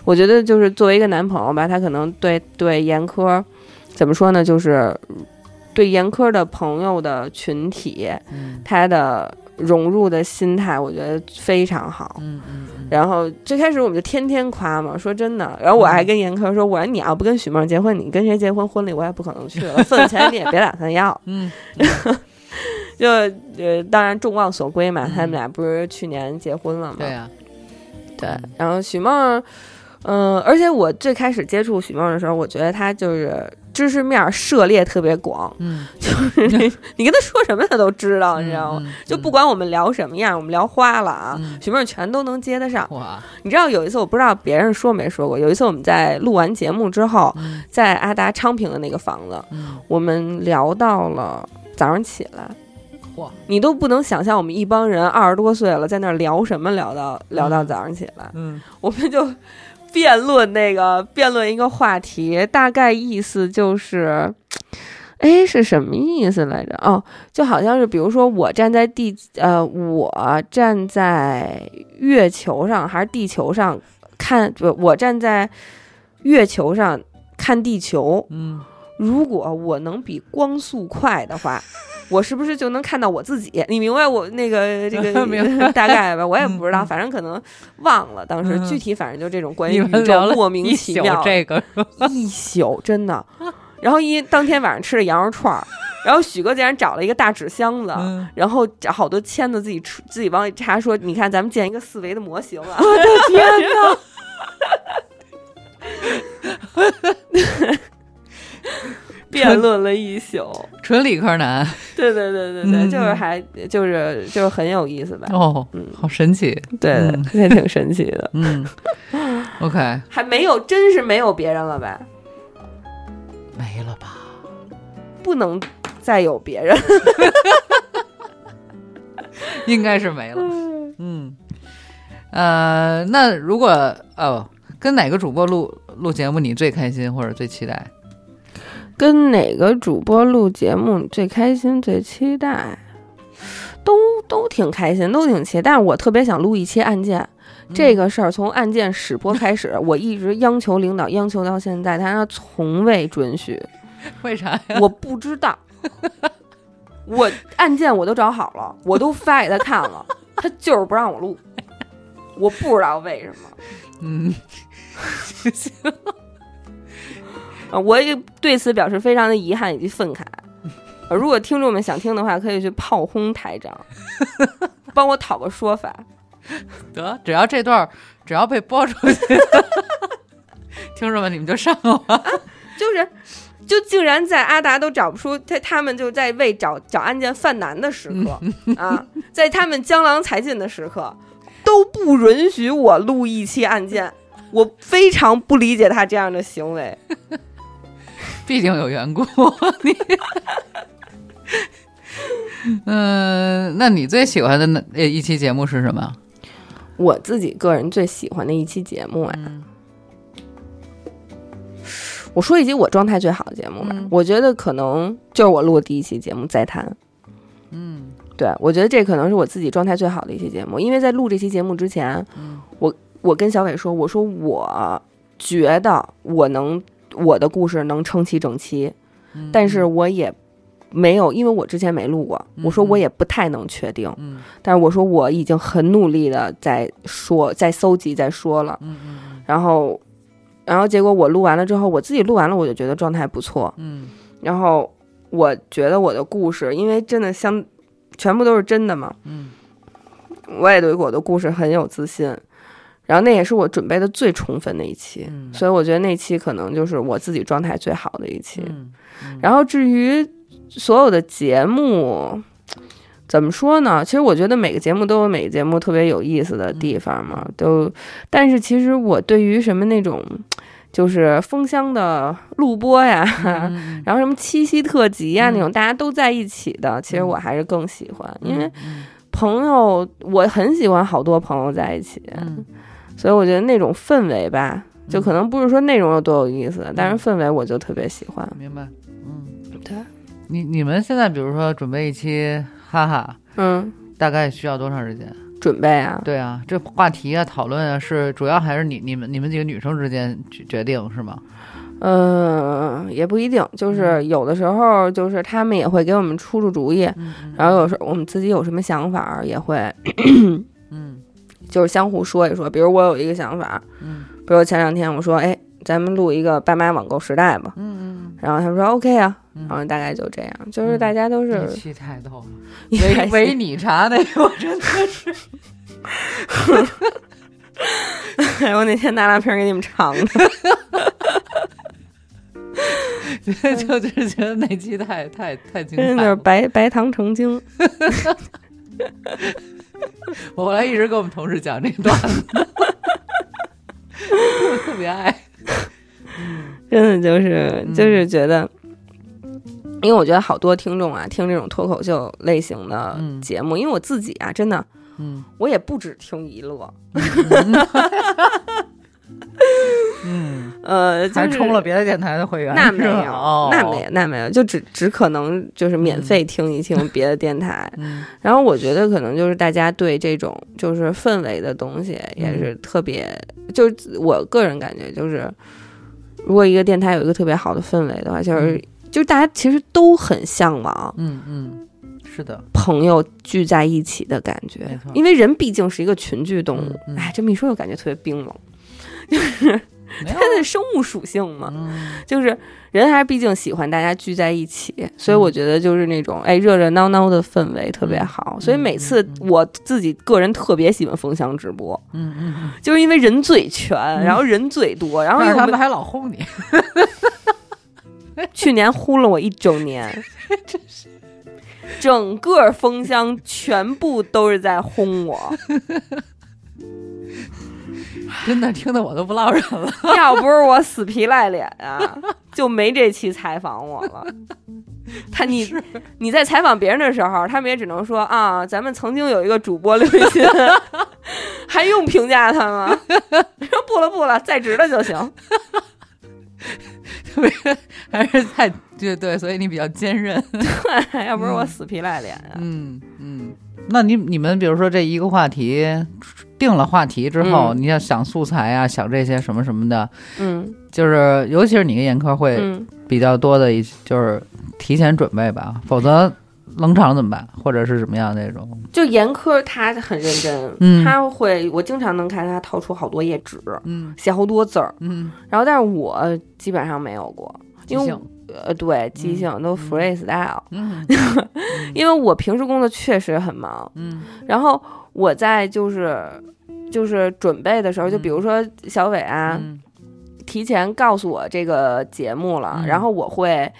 Speaker 2: 我觉得就是作为一个男朋友吧，他可能对对严苛怎么说呢，就是对严苛的朋友的群体，
Speaker 1: 嗯
Speaker 2: 他的融入的心态，我觉得非常好。
Speaker 1: 嗯嗯，。
Speaker 2: 然后最开始我们就天天夸嘛，说真的。然后我还跟严科说，我说你要不跟许梦结婚，你跟谁结婚？婚礼我也不可能去了， 份子钱你也别打算要
Speaker 1: 嗯
Speaker 2: 就呃，当然众望所归嘛，
Speaker 1: 嗯
Speaker 2: 他们俩不是去年结婚了嘛？
Speaker 1: 对啊呀，
Speaker 2: 对
Speaker 1: 嗯
Speaker 2: 然后许梦，嗯、而且我最开始接触许梦的时候，我觉得她就是知识面涉猎特别广，
Speaker 1: 嗯，
Speaker 2: 就是你你跟她说什么她都知道，你知道吗？
Speaker 1: 嗯？
Speaker 2: 就不管我们聊什么样，我们聊花了啊，
Speaker 1: 嗯
Speaker 2: 许梦全都能接得上。
Speaker 1: 哇，
Speaker 2: 你知道有一次我不知道别人说没说过，有一次我们在录完节目之后，
Speaker 1: 嗯
Speaker 2: 在阿达昌平的那个房子，
Speaker 1: 嗯
Speaker 2: 我们聊到了早上起来
Speaker 1: 哇。
Speaker 2: 你都不能想象，我们一帮人二十多岁了，在那儿聊什么？聊到聊到早上起来，
Speaker 1: 嗯
Speaker 2: 我们就辩论那个辩论一个话题，大概意思就是，哎，是什么意思来着？哦，就好像是比如说我站在地呃，我站在月球上还是地球上看，不，我站在月球上看地球，
Speaker 1: 嗯，
Speaker 2: 如果我能比光速快 的话。我是不是就能看到我自己？你明白我 那个这
Speaker 1: 明
Speaker 2: 个 大概吧？我也
Speaker 1: 嗯
Speaker 2: 不知道，
Speaker 1: 嗯
Speaker 2: 反正可能忘了当时
Speaker 1: 嗯
Speaker 2: 具体，反正就这种关于
Speaker 1: 你们
Speaker 2: 宇
Speaker 1: 聊
Speaker 2: 宙
Speaker 1: 了
Speaker 2: 莫
Speaker 1: 一
Speaker 2: 名
Speaker 1: 宿
Speaker 2: 其妙
Speaker 1: 这个，
Speaker 2: 一宿，真的。然后因为当天晚上吃的羊肉串儿，然后许哥竟然找了一个大纸箱子，
Speaker 1: 嗯
Speaker 2: 然后找好多签子自己出自己往里插，说你看咱们建一个四维的模 型啊。
Speaker 1: 天哪！
Speaker 2: 辩论了一宿，
Speaker 1: 纯理科男
Speaker 2: 对对对对对，
Speaker 1: 嗯
Speaker 2: 就是还就是就是很有意思吧？
Speaker 1: 哦，
Speaker 2: 嗯，
Speaker 1: 好神奇。
Speaker 2: 对
Speaker 1: 嗯
Speaker 2: 对，也挺神奇的，
Speaker 1: 嗯，OK，
Speaker 2: 还没有，真是没有别人了吧？
Speaker 1: 没了吧？
Speaker 2: 不能再有 别人。
Speaker 1: 应该是没了。嗯，呃，那如果哦，跟哪个主播录录节目你最开心或者最期待？
Speaker 2: 跟哪个主播录节目你最开心、最期待？都都挺开心，都挺期待。但是我特别想录一期案件，这个事儿从案件始播开始， 我一直央求领导，央求到现在，但是他从未准许。
Speaker 1: 为啥呀？
Speaker 2: 我不知道， 我案件我都找好了，我都发给他看了，他就是不让我录，我不知道为什么。
Speaker 1: 嗯，
Speaker 2: 呃我也对此表示非常的遗憾以及愤慨。呃如果听众们想听的话，可以去炮轰台长，帮我讨个说法。
Speaker 1: 得，只要这段儿只要被播出去， 听众们你们就上我。
Speaker 2: 就是，就竟然在阿达都找不出他，他们就在为找找案件犯难的时刻、啊，在他们江郎才尽的时刻，都不允许我录一期案件，我非常不理解他这样的行为。
Speaker 1: 必定有缘故。 你，嗯，那你最喜欢的那呃一期节目是什么？
Speaker 2: 我自己个人最喜欢的一期节目啊，我说一集我状态最好的节目吧，
Speaker 1: 嗯
Speaker 2: 我觉得可能就是我录的第一期节目《再谈》。
Speaker 1: 嗯
Speaker 2: 对，我觉得这可能是我自己状态最好的一期节目，因为在录这期节目之前，
Speaker 1: 嗯
Speaker 2: 我我跟小伟说，我说我觉得我能我的故事能撑起整期，
Speaker 1: 嗯
Speaker 2: 但是我也没有，因为我之前没录过，我说我也不太能确定，
Speaker 1: 嗯
Speaker 2: 但是我说我已经很努力的在说，在搜集，在说了，
Speaker 1: 嗯嗯
Speaker 2: 然后然后结果我录完了之后，我自己录完了，我就觉得状态不错，
Speaker 1: 嗯
Speaker 2: 然后我觉得我的故事，因为真的相全部都是真的嘛，
Speaker 1: 嗯
Speaker 2: 我也对我的故事很有自信。然后那也是我准备的最充分的一期，
Speaker 1: 嗯
Speaker 2: 所以我觉得那期可能就是我自己状态最好的一期。
Speaker 1: 嗯，
Speaker 2: 然后至于所有的节目，怎么说呢？其实我觉得每个节目都有每个节目特别有意思的地方嘛，
Speaker 1: 嗯
Speaker 2: 都。但是其实我对于什么那种，就是封箱的录播呀，
Speaker 1: 嗯
Speaker 2: 然后什么七夕特辑呀、
Speaker 1: 嗯
Speaker 2: 那种大家都在一起的，其实
Speaker 1: 嗯
Speaker 2: 我还是更喜欢，因为
Speaker 1: 嗯
Speaker 2: 朋友，我很喜欢好多朋友在一起，
Speaker 1: 嗯
Speaker 2: 所以我觉得那种氛围吧，就可能不是说内容有多有意思，
Speaker 1: 嗯
Speaker 2: 但是氛围我就特别喜欢。
Speaker 1: 明白。嗯，
Speaker 2: 对，
Speaker 1: 你你们现在比如说准备一期哈哈，
Speaker 2: 嗯，
Speaker 1: 大概需要多长时间？
Speaker 2: 准备啊，
Speaker 1: 对啊，这话题啊讨论啊是主要还是你你们你们几个女生之间决决定是吗？
Speaker 2: 嗯、也不一定，就是
Speaker 1: 嗯
Speaker 2: 有的时候就是他们也会给我们出出主意，然后有时候我们自己有什么想法儿也会
Speaker 1: 嗯
Speaker 2: 就是相互说一说，比如我有一个想法，
Speaker 1: 嗯，
Speaker 2: 比如前两天我说，哎，咱们录一个爸妈网购时代吧，
Speaker 1: 嗯嗯
Speaker 2: 然后他们说 OK 啊，
Speaker 1: 嗯
Speaker 2: 然后大概就这样，就是大家都是
Speaker 1: 这期太逗了。
Speaker 2: 一
Speaker 1: 唯
Speaker 2: 开始
Speaker 1: 唯你茶那个，我 真的是，
Speaker 2: 我哪天拿两瓶给你们尝 尝。
Speaker 1: 就就是觉得那期太太太精
Speaker 2: 真
Speaker 1: 彩
Speaker 2: 的是
Speaker 1: 了。
Speaker 2: 白白糖成精，
Speaker 1: 我后来一直跟我们同事讲这段子， 特别爱。
Speaker 2: 真的就是
Speaker 1: 嗯
Speaker 2: 就是觉得，因为我觉得好多听众啊，听这种脱口秀类型的
Speaker 1: 嗯
Speaker 2: 节目，因为我自己啊，真的
Speaker 1: 嗯
Speaker 2: 我也不只听一乐，
Speaker 1: 嗯，
Speaker 2: 呃，
Speaker 1: 还
Speaker 2: 就是
Speaker 1: 充了别的电台的会员，
Speaker 2: 那没
Speaker 1: 是
Speaker 2: 有
Speaker 1: 吧哦、，
Speaker 2: 那没有，那没有，就只只可能就是免费听一听别的电台。
Speaker 1: 嗯
Speaker 2: 然后我觉得可能就是大家对这种就是氛围的东西
Speaker 1: 嗯
Speaker 2: 也是特别，就是我个人感觉就是，如果一个电台有一个特别好的氛围的话，就是、就是大家其实都很向往
Speaker 1: 嗯嗯，是的，
Speaker 2: 朋友聚在一起的感觉
Speaker 1: 没错，
Speaker 2: 因为人毕竟是一个群居动物。
Speaker 1: 嗯嗯
Speaker 2: 哎，这么一说又感觉特别冰冷，
Speaker 1: 没有
Speaker 2: 它的生物属性嘛，
Speaker 1: 嗯
Speaker 2: 就是人还是毕竟喜欢大家聚在一起，
Speaker 1: 嗯
Speaker 2: 所以我觉得就是那种哎热热闹闹的氛围特别好。
Speaker 1: 嗯
Speaker 2: 所以每次我自己个人特别喜欢封箱直播，
Speaker 1: 嗯嗯，
Speaker 2: 就是因为人最全，然后人最多，然后
Speaker 1: 但是他
Speaker 2: 我
Speaker 1: 们
Speaker 2: 们
Speaker 1: 还老轰你，
Speaker 2: 去年呼了我一 周年，整个封箱全部都是在轰我，
Speaker 1: 真的听得我都不落人了。
Speaker 2: 要不是我死皮赖脸啊，就没这期采访我了。他你你在采访别人的时候，他们也只能说啊，咱们曾经有一个主播刘雨欣， 还用评价他吗？ 说不了不了，在职的就行。
Speaker 1: 特别还是太对对，所以你比较坚韧。
Speaker 2: 要不是我死皮赖脸啊，
Speaker 1: 嗯嗯，那你你们比如说这一个话题定了话题之后，
Speaker 2: 嗯
Speaker 1: 你要想素材啊，想这些什么什么的，
Speaker 2: 嗯
Speaker 1: 就是尤其是你跟严科会
Speaker 2: 嗯
Speaker 1: 比较多的一，就是提前准备吧，否则冷场怎么办，或者是怎么样那种？
Speaker 2: 就严苛，他很认真，
Speaker 1: 嗯
Speaker 2: 他会，我经常能看他掏出好多页纸，
Speaker 1: 嗯
Speaker 2: 写好多字儿，
Speaker 1: 嗯，
Speaker 2: 然后但是我基本上没有过，
Speaker 1: 即
Speaker 2: 因为
Speaker 1: 兴，
Speaker 2: 呃，对，即兴都 freestyle，、
Speaker 1: 嗯
Speaker 2: 因为我平时工作确实很忙，
Speaker 1: 嗯
Speaker 2: 然后我在就是就是准备的时候，就
Speaker 1: 嗯
Speaker 2: 比如说小伟啊，
Speaker 1: 嗯
Speaker 2: 提前告诉我这个节目了，
Speaker 1: 嗯
Speaker 2: 然后我会。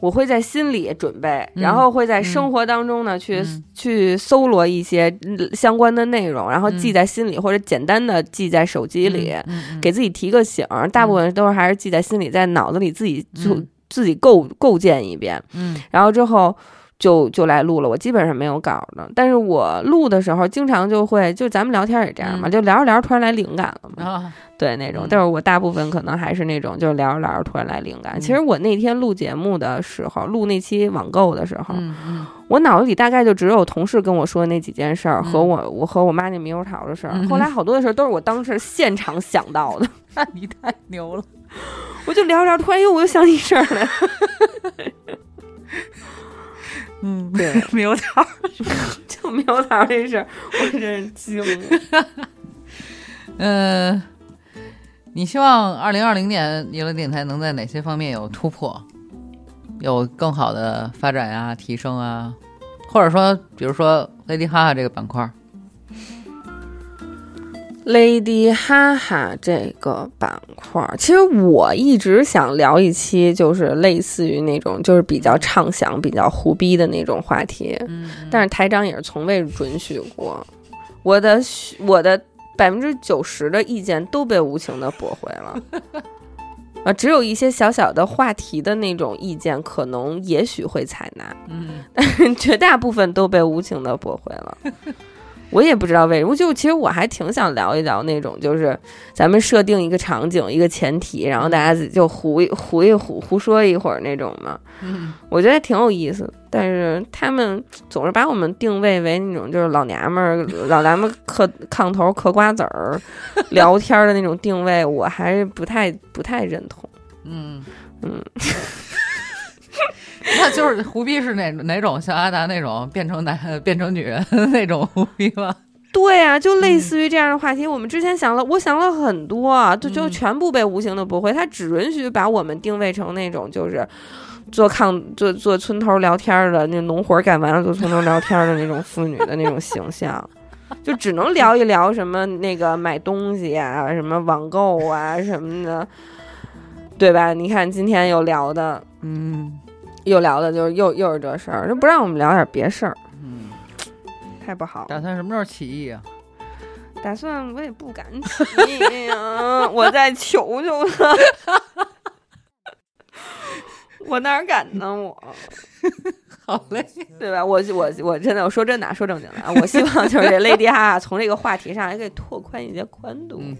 Speaker 2: 我会在心里准备，
Speaker 1: 嗯
Speaker 2: 然后会在生活当中呢、去
Speaker 1: 嗯
Speaker 2: 去搜罗一些嗯相关的内容，然后
Speaker 1: 嗯
Speaker 2: 记在心里、或者简单的记在手机里，
Speaker 1: 嗯
Speaker 2: 给自己提个醒儿。大部分都是还是记在心里，在脑子里自己就、
Speaker 1: 嗯
Speaker 2: 自己构构建一遍，
Speaker 1: 嗯
Speaker 2: 然后之后就就来录了。我基本上没有稿的，但是我录的时候经常就会，就咱们聊天也这样嘛，
Speaker 1: 嗯
Speaker 2: 就聊着聊着突然来灵感了嘛，
Speaker 1: 啊
Speaker 2: 对那种
Speaker 1: 嗯。
Speaker 2: 但是我大部分可能还是那种，就是聊着聊着突然来灵感。
Speaker 1: 嗯
Speaker 2: 其实我那天录节目的时候，录那期网购的时候，
Speaker 1: 嗯嗯
Speaker 2: 我脑子里大概就只有同事跟我说那几件事儿、
Speaker 1: 嗯
Speaker 2: 和我我和我妈那猕猴桃的事儿。
Speaker 1: 嗯哼
Speaker 2: 后来好多的事儿都是我当时现场想到的，
Speaker 1: 那你太牛了，
Speaker 2: 我就聊着聊着，突然哟，我又想起事儿来了。
Speaker 1: 嗯，
Speaker 2: 对，
Speaker 1: 猕猴桃，
Speaker 2: 就猕猴桃这事儿，我真是惊了。
Speaker 1: 嗯。你希望二零二零年娱乐电台能在哪些方面有突破，有更好的发展呀、提升啊，或者说，比如说 Lady 哈哈这个板块，
Speaker 2: Lady 哈哈这个板块儿，其实我一直想聊一期，就是类似于那种就是比较畅想、比较胡逼的那种话题，
Speaker 1: 嗯
Speaker 2: 但是台长也是从未准许过。我的许我的百分之九十的意见都被无情的驳回 了。啊，只有一些小小的话题的那种意见，可能也许会采纳，
Speaker 1: 嗯，
Speaker 2: 绝大部分都被无情的驳回了。我也不知道为什么，就其实我还挺想聊一聊那种，就是咱们设定一个场景、一个前提，然后大家就胡一胡一胡胡说一会儿那种嘛。
Speaker 1: 嗯
Speaker 2: 我觉得挺有意思，但是他们总是把我们定位为那种就是老娘们儿、老娘们儿嗑炕头嗑瓜子儿聊天儿的那种定位，我还是不太不太认同。
Speaker 1: 嗯，
Speaker 2: 嗯，
Speaker 1: 那就是胡逼是哪哪种？像阿达那种变成男变成女人那种胡逼吗？
Speaker 2: 对啊，就类似于这样的话题，我们之前想了，我想了很多啊，就就
Speaker 1: 嗯
Speaker 2: 全部被无形的驳回。他只允许把我们定位成那种就是做炕做做村头聊天儿的那农活儿干完了做村头聊天儿的那种妇女的那种形象。就只能聊一聊什么那个买东西啊，什么网购啊什么的，对吧？你看今天又聊的，
Speaker 1: 嗯
Speaker 2: 又聊的就是又又是这事儿，就不让我们聊点别事儿，
Speaker 1: 嗯，
Speaker 2: 太不好了。
Speaker 1: 打算什么时候起义啊？
Speaker 2: 打算我也不敢起呀，我再求求他。我哪敢呢？我
Speaker 1: 好嘞，
Speaker 2: 对吧？我我我真的，我说真的啊，说正经的啊，我希望就是这 Lady 哈哈从这个话题上也给拓宽一些宽度，
Speaker 1: 嗯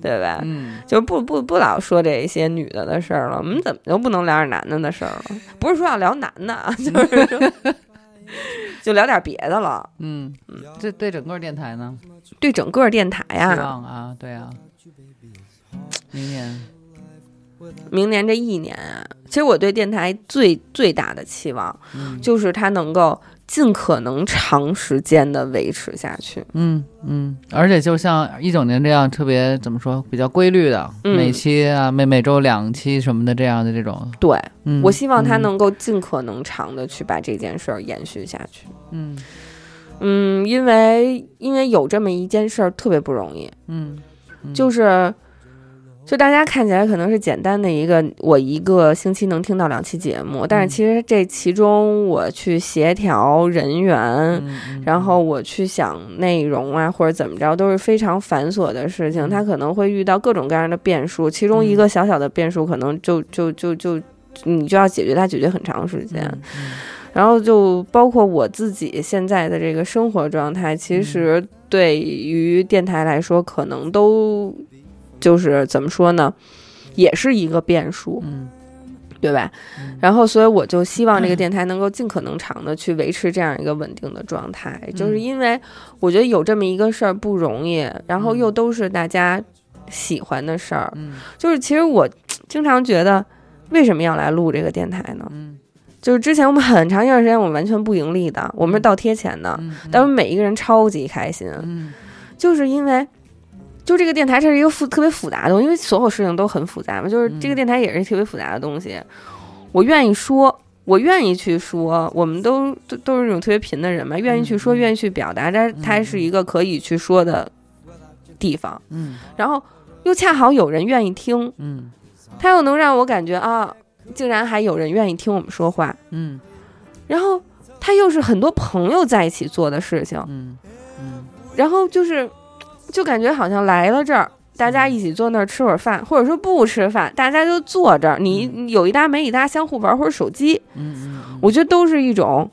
Speaker 2: 对吧？
Speaker 1: 嗯
Speaker 2: 就不不不老说这些女的的事儿了，我们怎么就不能聊点男的的事儿了？不是说要聊男的啊， 就是说 就聊点别的了。
Speaker 1: 嗯，这对整个电台呢？
Speaker 2: 对整个电台
Speaker 1: 希
Speaker 2: 呀、
Speaker 1: 望啊，对啊，明年
Speaker 2: 明年这一年啊，其实我对电台最最大的期望
Speaker 1: 嗯
Speaker 2: 就是它能够尽可能长时间的维持下去。
Speaker 1: 嗯嗯，而且就像一九年这样特别怎么说比较规律的，
Speaker 2: 嗯
Speaker 1: 每期啊每每周两期什么的这样的这种，
Speaker 2: 对，
Speaker 1: 嗯，
Speaker 2: 我希望它
Speaker 1: 嗯
Speaker 2: 能够尽可能长的去把这件事儿延续下去。
Speaker 1: 嗯
Speaker 2: 嗯，因为因为有这么一件事儿特别不容易，
Speaker 1: 嗯，嗯
Speaker 2: 就是。就大家看起来可能是简单的一个，我一个星期能听到两期节目，但是
Speaker 1: 嗯
Speaker 2: 其实这其中我去协调人员，
Speaker 1: 嗯嗯
Speaker 2: 然后我去想内容啊，或者怎么着，都是非常繁琐的事情。
Speaker 1: 嗯
Speaker 2: 他可能会遇到各种各样的变数，其中一个小小的变数，可能就就就就你就要解决它，解决很长时间。
Speaker 1: 嗯嗯
Speaker 2: 然后就包括我自己现在的这个生活状态，
Speaker 1: 嗯
Speaker 2: 其实对于电台来说，可能都就是怎么说呢，也是一个变数，
Speaker 1: 嗯
Speaker 2: 对吧？
Speaker 1: 嗯
Speaker 2: 然后，所以我就希望这个电台能够尽可能长的去维持这样一个稳定的状态，
Speaker 1: 嗯
Speaker 2: 就是因为我觉得有这么一个事儿不容易，然后又都是大家喜欢的事儿，
Speaker 1: 嗯
Speaker 2: 就是其实我经常觉得，为什么要来录这个电台呢？
Speaker 1: 嗯
Speaker 2: 就是之前我们很长一段时间我们完全不盈利的，我们是倒贴钱的，
Speaker 1: 嗯
Speaker 2: 但我们每一个人超级开心，
Speaker 1: 嗯
Speaker 2: 就是因为。就这个电台，这是一个复特别复杂的东西，因为所有事情都很复杂嘛。就是
Speaker 1: 嗯
Speaker 2: 这个电台也是特别复杂的东西，我愿意说，我愿意去说，我们都都都是那种特别贫的人嘛，愿意去说，
Speaker 1: 嗯
Speaker 2: 愿意去表达，但是它是一个可以去说的地方，
Speaker 1: 嗯
Speaker 2: 然后又恰好有人愿意听，
Speaker 1: 嗯
Speaker 2: 它又能让我感觉啊，竟然还有人愿意听我们说话，
Speaker 1: 嗯
Speaker 2: 然后它又是很多朋友在一起做的事情，
Speaker 1: 嗯嗯
Speaker 2: 然后就是，就感觉好像来了这儿，大
Speaker 1: 嗯
Speaker 2: 家一起坐那儿吃会儿饭，或者说不吃饭，大家就坐这儿，你你有一搭没一搭，相互玩会儿手机，
Speaker 1: 嗯嗯，
Speaker 2: 我觉得都是一种，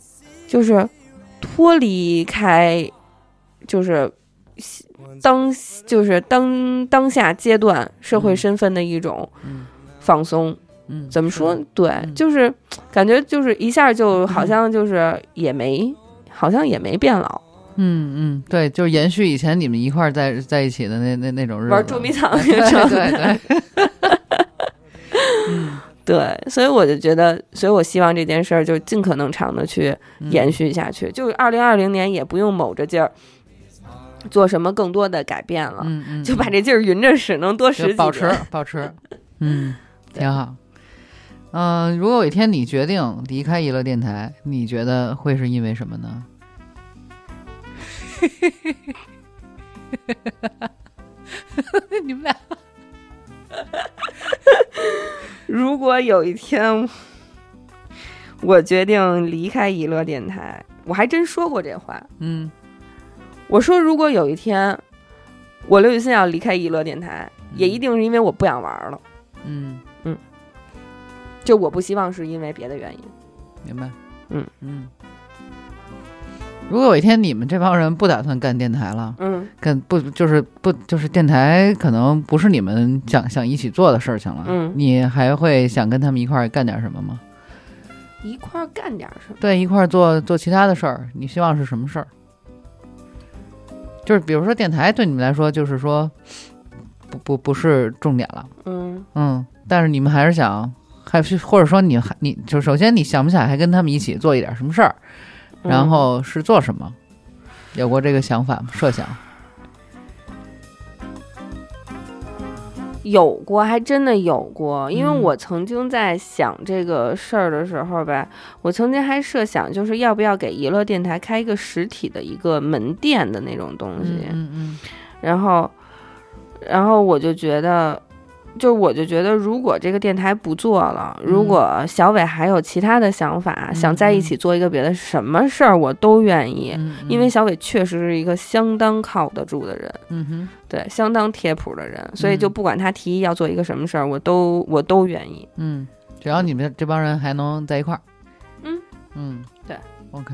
Speaker 2: 就是脱离开，就是当就是当当下阶段社会
Speaker 1: 嗯
Speaker 2: 身份的一种
Speaker 1: 嗯
Speaker 2: 放松。
Speaker 1: 嗯
Speaker 2: 怎么说？？对，
Speaker 1: 嗯
Speaker 2: 就是感觉就是一下就好像就是也没，好像也没变老，
Speaker 1: 嗯嗯，对，就是延续以前你们一块儿在在一起的那那那种日子，
Speaker 2: 玩捉迷藏
Speaker 1: 对
Speaker 2: 那种。
Speaker 1: 对对，
Speaker 2: 对，所以我就觉得，所以我希望这件事儿就尽可能长的去
Speaker 1: 嗯
Speaker 2: 延续下去，就是二零二零年也不用卯着劲儿做什么更多的改变了，
Speaker 1: 嗯嗯，
Speaker 2: 就把这劲儿匀着使，能多使
Speaker 1: 就
Speaker 2: 几
Speaker 1: 保持
Speaker 2: 年
Speaker 1: 保持，嗯，挺好。嗯、如果有一天你决定离开娱乐电台，你觉得会是因为什么呢？你们俩
Speaker 2: 如果有一天我决定离开娱乐电台，我还真说过这话，
Speaker 1: 嗯
Speaker 2: 我说如果有一天我刘雨欣要离开娱乐电台，也一定是因为我不想玩儿了，
Speaker 1: 嗯，
Speaker 2: 就我不希望是因为别的原因。
Speaker 1: 明白。
Speaker 2: 嗯
Speaker 1: 嗯。如果有一天你们这帮人不打算干电台了，
Speaker 2: 嗯
Speaker 1: 干不就是不就是电台可能不是你们想想一起做的事情了，
Speaker 2: 嗯
Speaker 1: 你还会想跟他们一块儿干点什么吗？
Speaker 2: 一块儿干点儿什么？
Speaker 1: 对，一块儿做做其他的事儿，你希望是什么事儿？就是比如说电台对你们来说，就是说不不不是重点了，
Speaker 2: 嗯。
Speaker 1: 嗯，但是你们还是想，还是或者说你还你就首先你想不想还跟他们一起做一点什么事儿，然
Speaker 2: 嗯
Speaker 1: 后是做什么？有过这个想法吗？设想？
Speaker 2: 有过，还真的有过。因为
Speaker 1: 嗯
Speaker 2: 我曾经在想这个事儿的时候吧，我曾经还设想，就是要不要给娱乐电台开一个实体的一个门店的那种东
Speaker 1: 嗯
Speaker 2: 西。
Speaker 1: 嗯嗯
Speaker 2: 然后，然后我就觉得，就我就觉得，如果这个电台不做了，如
Speaker 1: 嗯
Speaker 2: 果小伟还有其他的想法，
Speaker 1: 嗯
Speaker 2: 想在一起做一个别的什么事儿，我都愿意。
Speaker 1: 嗯，嗯
Speaker 2: 因为小伟确实是一个相当靠得住的人，
Speaker 1: 嗯哼
Speaker 2: 对，相当贴谱的人，所以就
Speaker 1: 嗯
Speaker 2: 不管他提议要做一个什么事儿，我都我都愿意。
Speaker 1: 嗯，只要你们这帮人还能在一块儿，
Speaker 2: 嗯
Speaker 1: 嗯，
Speaker 2: 对
Speaker 1: ，OK，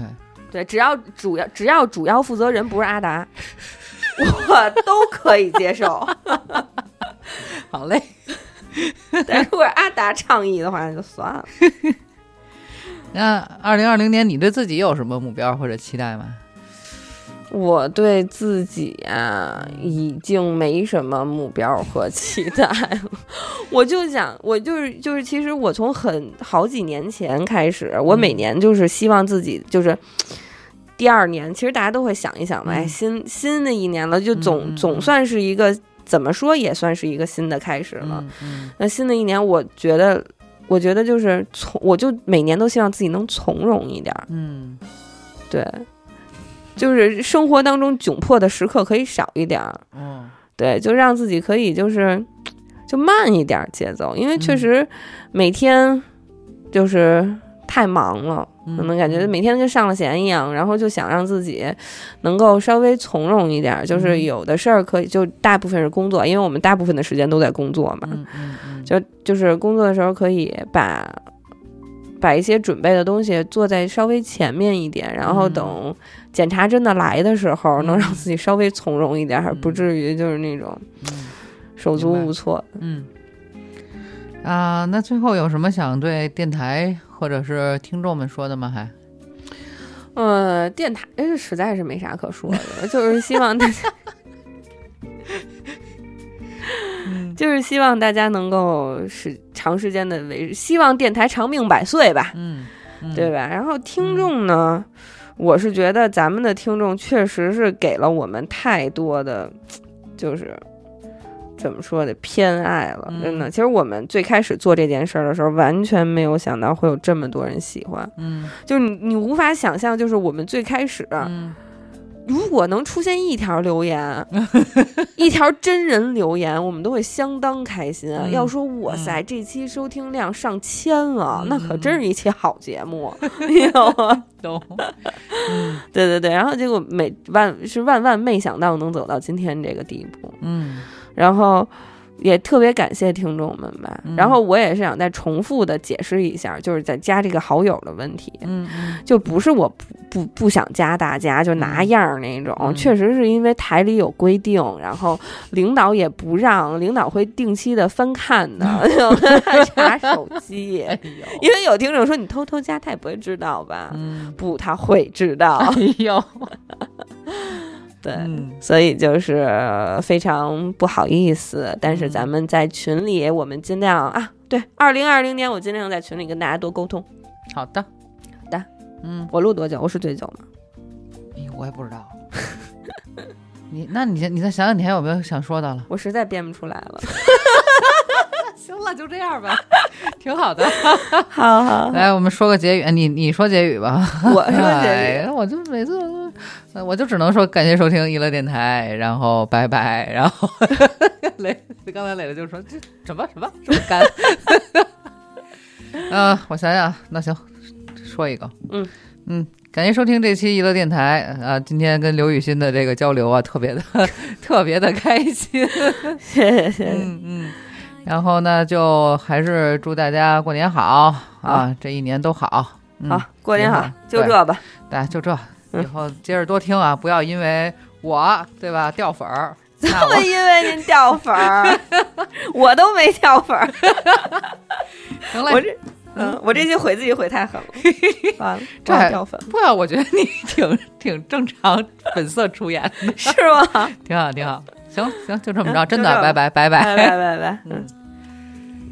Speaker 2: 对，只要主要只要主要负责人不是 阿达，我都可以接受。
Speaker 1: 好嘞。
Speaker 2: 但如果阿达倡议的话，那就算了。
Speaker 1: 那二零二零年，你对自己有什么目标或者期待吗？
Speaker 2: 我对自己啊，已经没什么目标和期待了。我就想，我就是就是，其实我从很好几年前开始，我每年就是希望自己就是。第二年，其实大家都会想一想吧，
Speaker 1: 嗯
Speaker 2: 哎，新新的一年了，就总、
Speaker 1: 嗯嗯
Speaker 2: 总算是一个怎么说也算是一个新的开始了。
Speaker 1: 嗯嗯
Speaker 2: 那新的一年，我觉得，我觉得就是从，我就每年都希望自己能从容一点儿，
Speaker 1: 嗯
Speaker 2: 对，就是生活当中窘迫的时刻可以少一点儿，
Speaker 1: 哦
Speaker 2: 对，就让自己可以就是就慢一点儿节奏，因为
Speaker 1: 嗯
Speaker 2: 确实每天就是太忙了，
Speaker 1: 嗯
Speaker 2: 可能感觉每天跟上了弦一样，然后就想让自己能够稍微从容一点儿，就是
Speaker 1: 嗯
Speaker 2: 有的事儿可以就大部分是工作，因为我们大部分的时间都在工作嘛，
Speaker 1: 嗯嗯嗯，
Speaker 2: 就就是工作的时候可以把把一些准备的东西做在稍微前面一点，然后
Speaker 1: 嗯
Speaker 2: 等检查真的来的时候，
Speaker 1: 嗯
Speaker 2: 能让自己稍微从容一点，
Speaker 1: 嗯
Speaker 2: 不至于就是那种
Speaker 1: 嗯
Speaker 2: 手足无措。
Speaker 1: 嗯啊，那最后有什么想对电台或者是听众们说的吗？还
Speaker 2: 嗯、电台哎实在是没啥可说的，就是希望大家。 就是希望大家能够是长时间的维，希望电台长命百岁吧。
Speaker 1: 嗯嗯
Speaker 2: 对吧？然后听众呢，我是觉得咱们的听众确实是给了我们太多的，就是怎么说的偏爱了，
Speaker 1: 嗯
Speaker 2: 真的。其实我们最开始做这件事儿的时候，完全没有想到会有这么多人喜欢，
Speaker 1: 嗯
Speaker 2: 就是你你无法想象，就是我们最开始、啊
Speaker 1: 嗯
Speaker 2: 如果能出现一条 留言，一条真人留言，我们都会相当开心啊！
Speaker 1: 嗯
Speaker 2: 要说哇塞，这期收听量上千了，
Speaker 1: 嗯
Speaker 2: 那可真是一期好节 目，你知道吗？
Speaker 1: 懂，
Speaker 2: 对对对，然后结果每万是万万没想到能走到今天这个地步，
Speaker 1: 嗯
Speaker 2: 然后。也特别感谢听众们吧，
Speaker 1: 嗯
Speaker 2: 然后我也是想再重复的解释一下，就是在加这个好友的问题，
Speaker 1: 嗯嗯
Speaker 2: 就不是我不不不想加大家，就拿样儿那种，
Speaker 1: 嗯
Speaker 2: 确实是因为台里有规定，然后领导也不让，领导会定期的翻看的， 还查手机。
Speaker 1: 哎呦，
Speaker 2: 因为有听众说你偷偷加，他也不会知道吧？
Speaker 1: 嗯
Speaker 2: 不，他会知道。
Speaker 1: 哎呦，
Speaker 2: 对，
Speaker 1: 嗯
Speaker 2: 所以就是呃非常不好意思，但是
Speaker 1: 嗯
Speaker 2: 咱们在群里，我们尽量啊，对，二零二零年我尽量在群里跟大家多沟通。
Speaker 1: 好的好
Speaker 2: 的，
Speaker 1: 嗯，
Speaker 2: 我录多久？我是最久吗？
Speaker 1: 哎呦我也不知道。 你那你先你再想想，你还有没有想说的了？
Speaker 2: 我实在编不出来了。
Speaker 1: 行了，就这样 吧，挺好的。
Speaker 2: 好好好
Speaker 1: 来，我们说个结语，你你说结语吧。
Speaker 2: 我说
Speaker 1: 哎
Speaker 2: 这
Speaker 1: 我就每次我都呃我就只能说感谢收听娱乐电台，然后拜拜，然后 磊刚才磊磊就说这什么什么这么干， 嗯、我想想，那行说一个，
Speaker 2: 嗯
Speaker 1: 嗯。感谢收听这期娱乐电台啊！今天跟刘雨欣的这个交流啊，特别的特别的开心。
Speaker 2: 谢谢谢谢，
Speaker 1: 嗯，嗯，然后呢，就还是祝大家过年好啊，这一年都好。嗯、
Speaker 2: 好，，过年好
Speaker 1: 嗯，
Speaker 2: 就这吧，
Speaker 1: 大家就这，
Speaker 2: 嗯
Speaker 1: 以后接着多听啊，不要因为我对吧掉粉儿。那
Speaker 2: 会
Speaker 1: 我
Speaker 2: 因为您掉粉儿， 我都没掉粉儿，
Speaker 1: 行
Speaker 2: 我
Speaker 1: 嘞，
Speaker 2: 这。嗯，我这句毁自己毁太狠了，完了，
Speaker 1: 这
Speaker 2: 我要
Speaker 1: 还
Speaker 2: 掉 粉了
Speaker 1: 不要，我觉得你挺挺正常，本色出演的，
Speaker 2: 是吗？
Speaker 1: 挺好，挺好。行行，就这么着，
Speaker 2: 嗯
Speaker 1: 真
Speaker 2: 就
Speaker 1: 的，
Speaker 2: 这
Speaker 1: 拜
Speaker 2: 吧
Speaker 1: 拜，拜
Speaker 2: 拜
Speaker 1: 拜。
Speaker 2: 拜拜拜，嗯
Speaker 1: 嗯。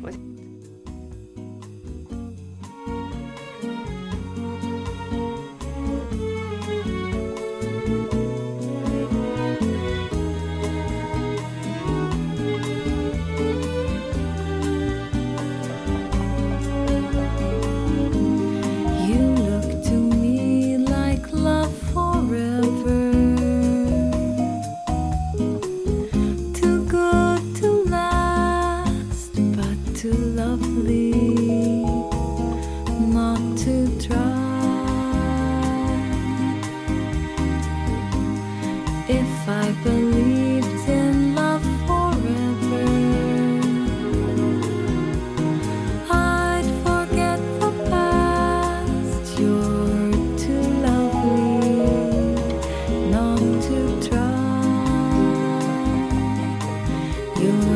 Speaker 3: You look to me like love forever. Too good to last, but too lovely not to try. If I believed in love forever. I'd forget the past. You're too lovely not to try. You're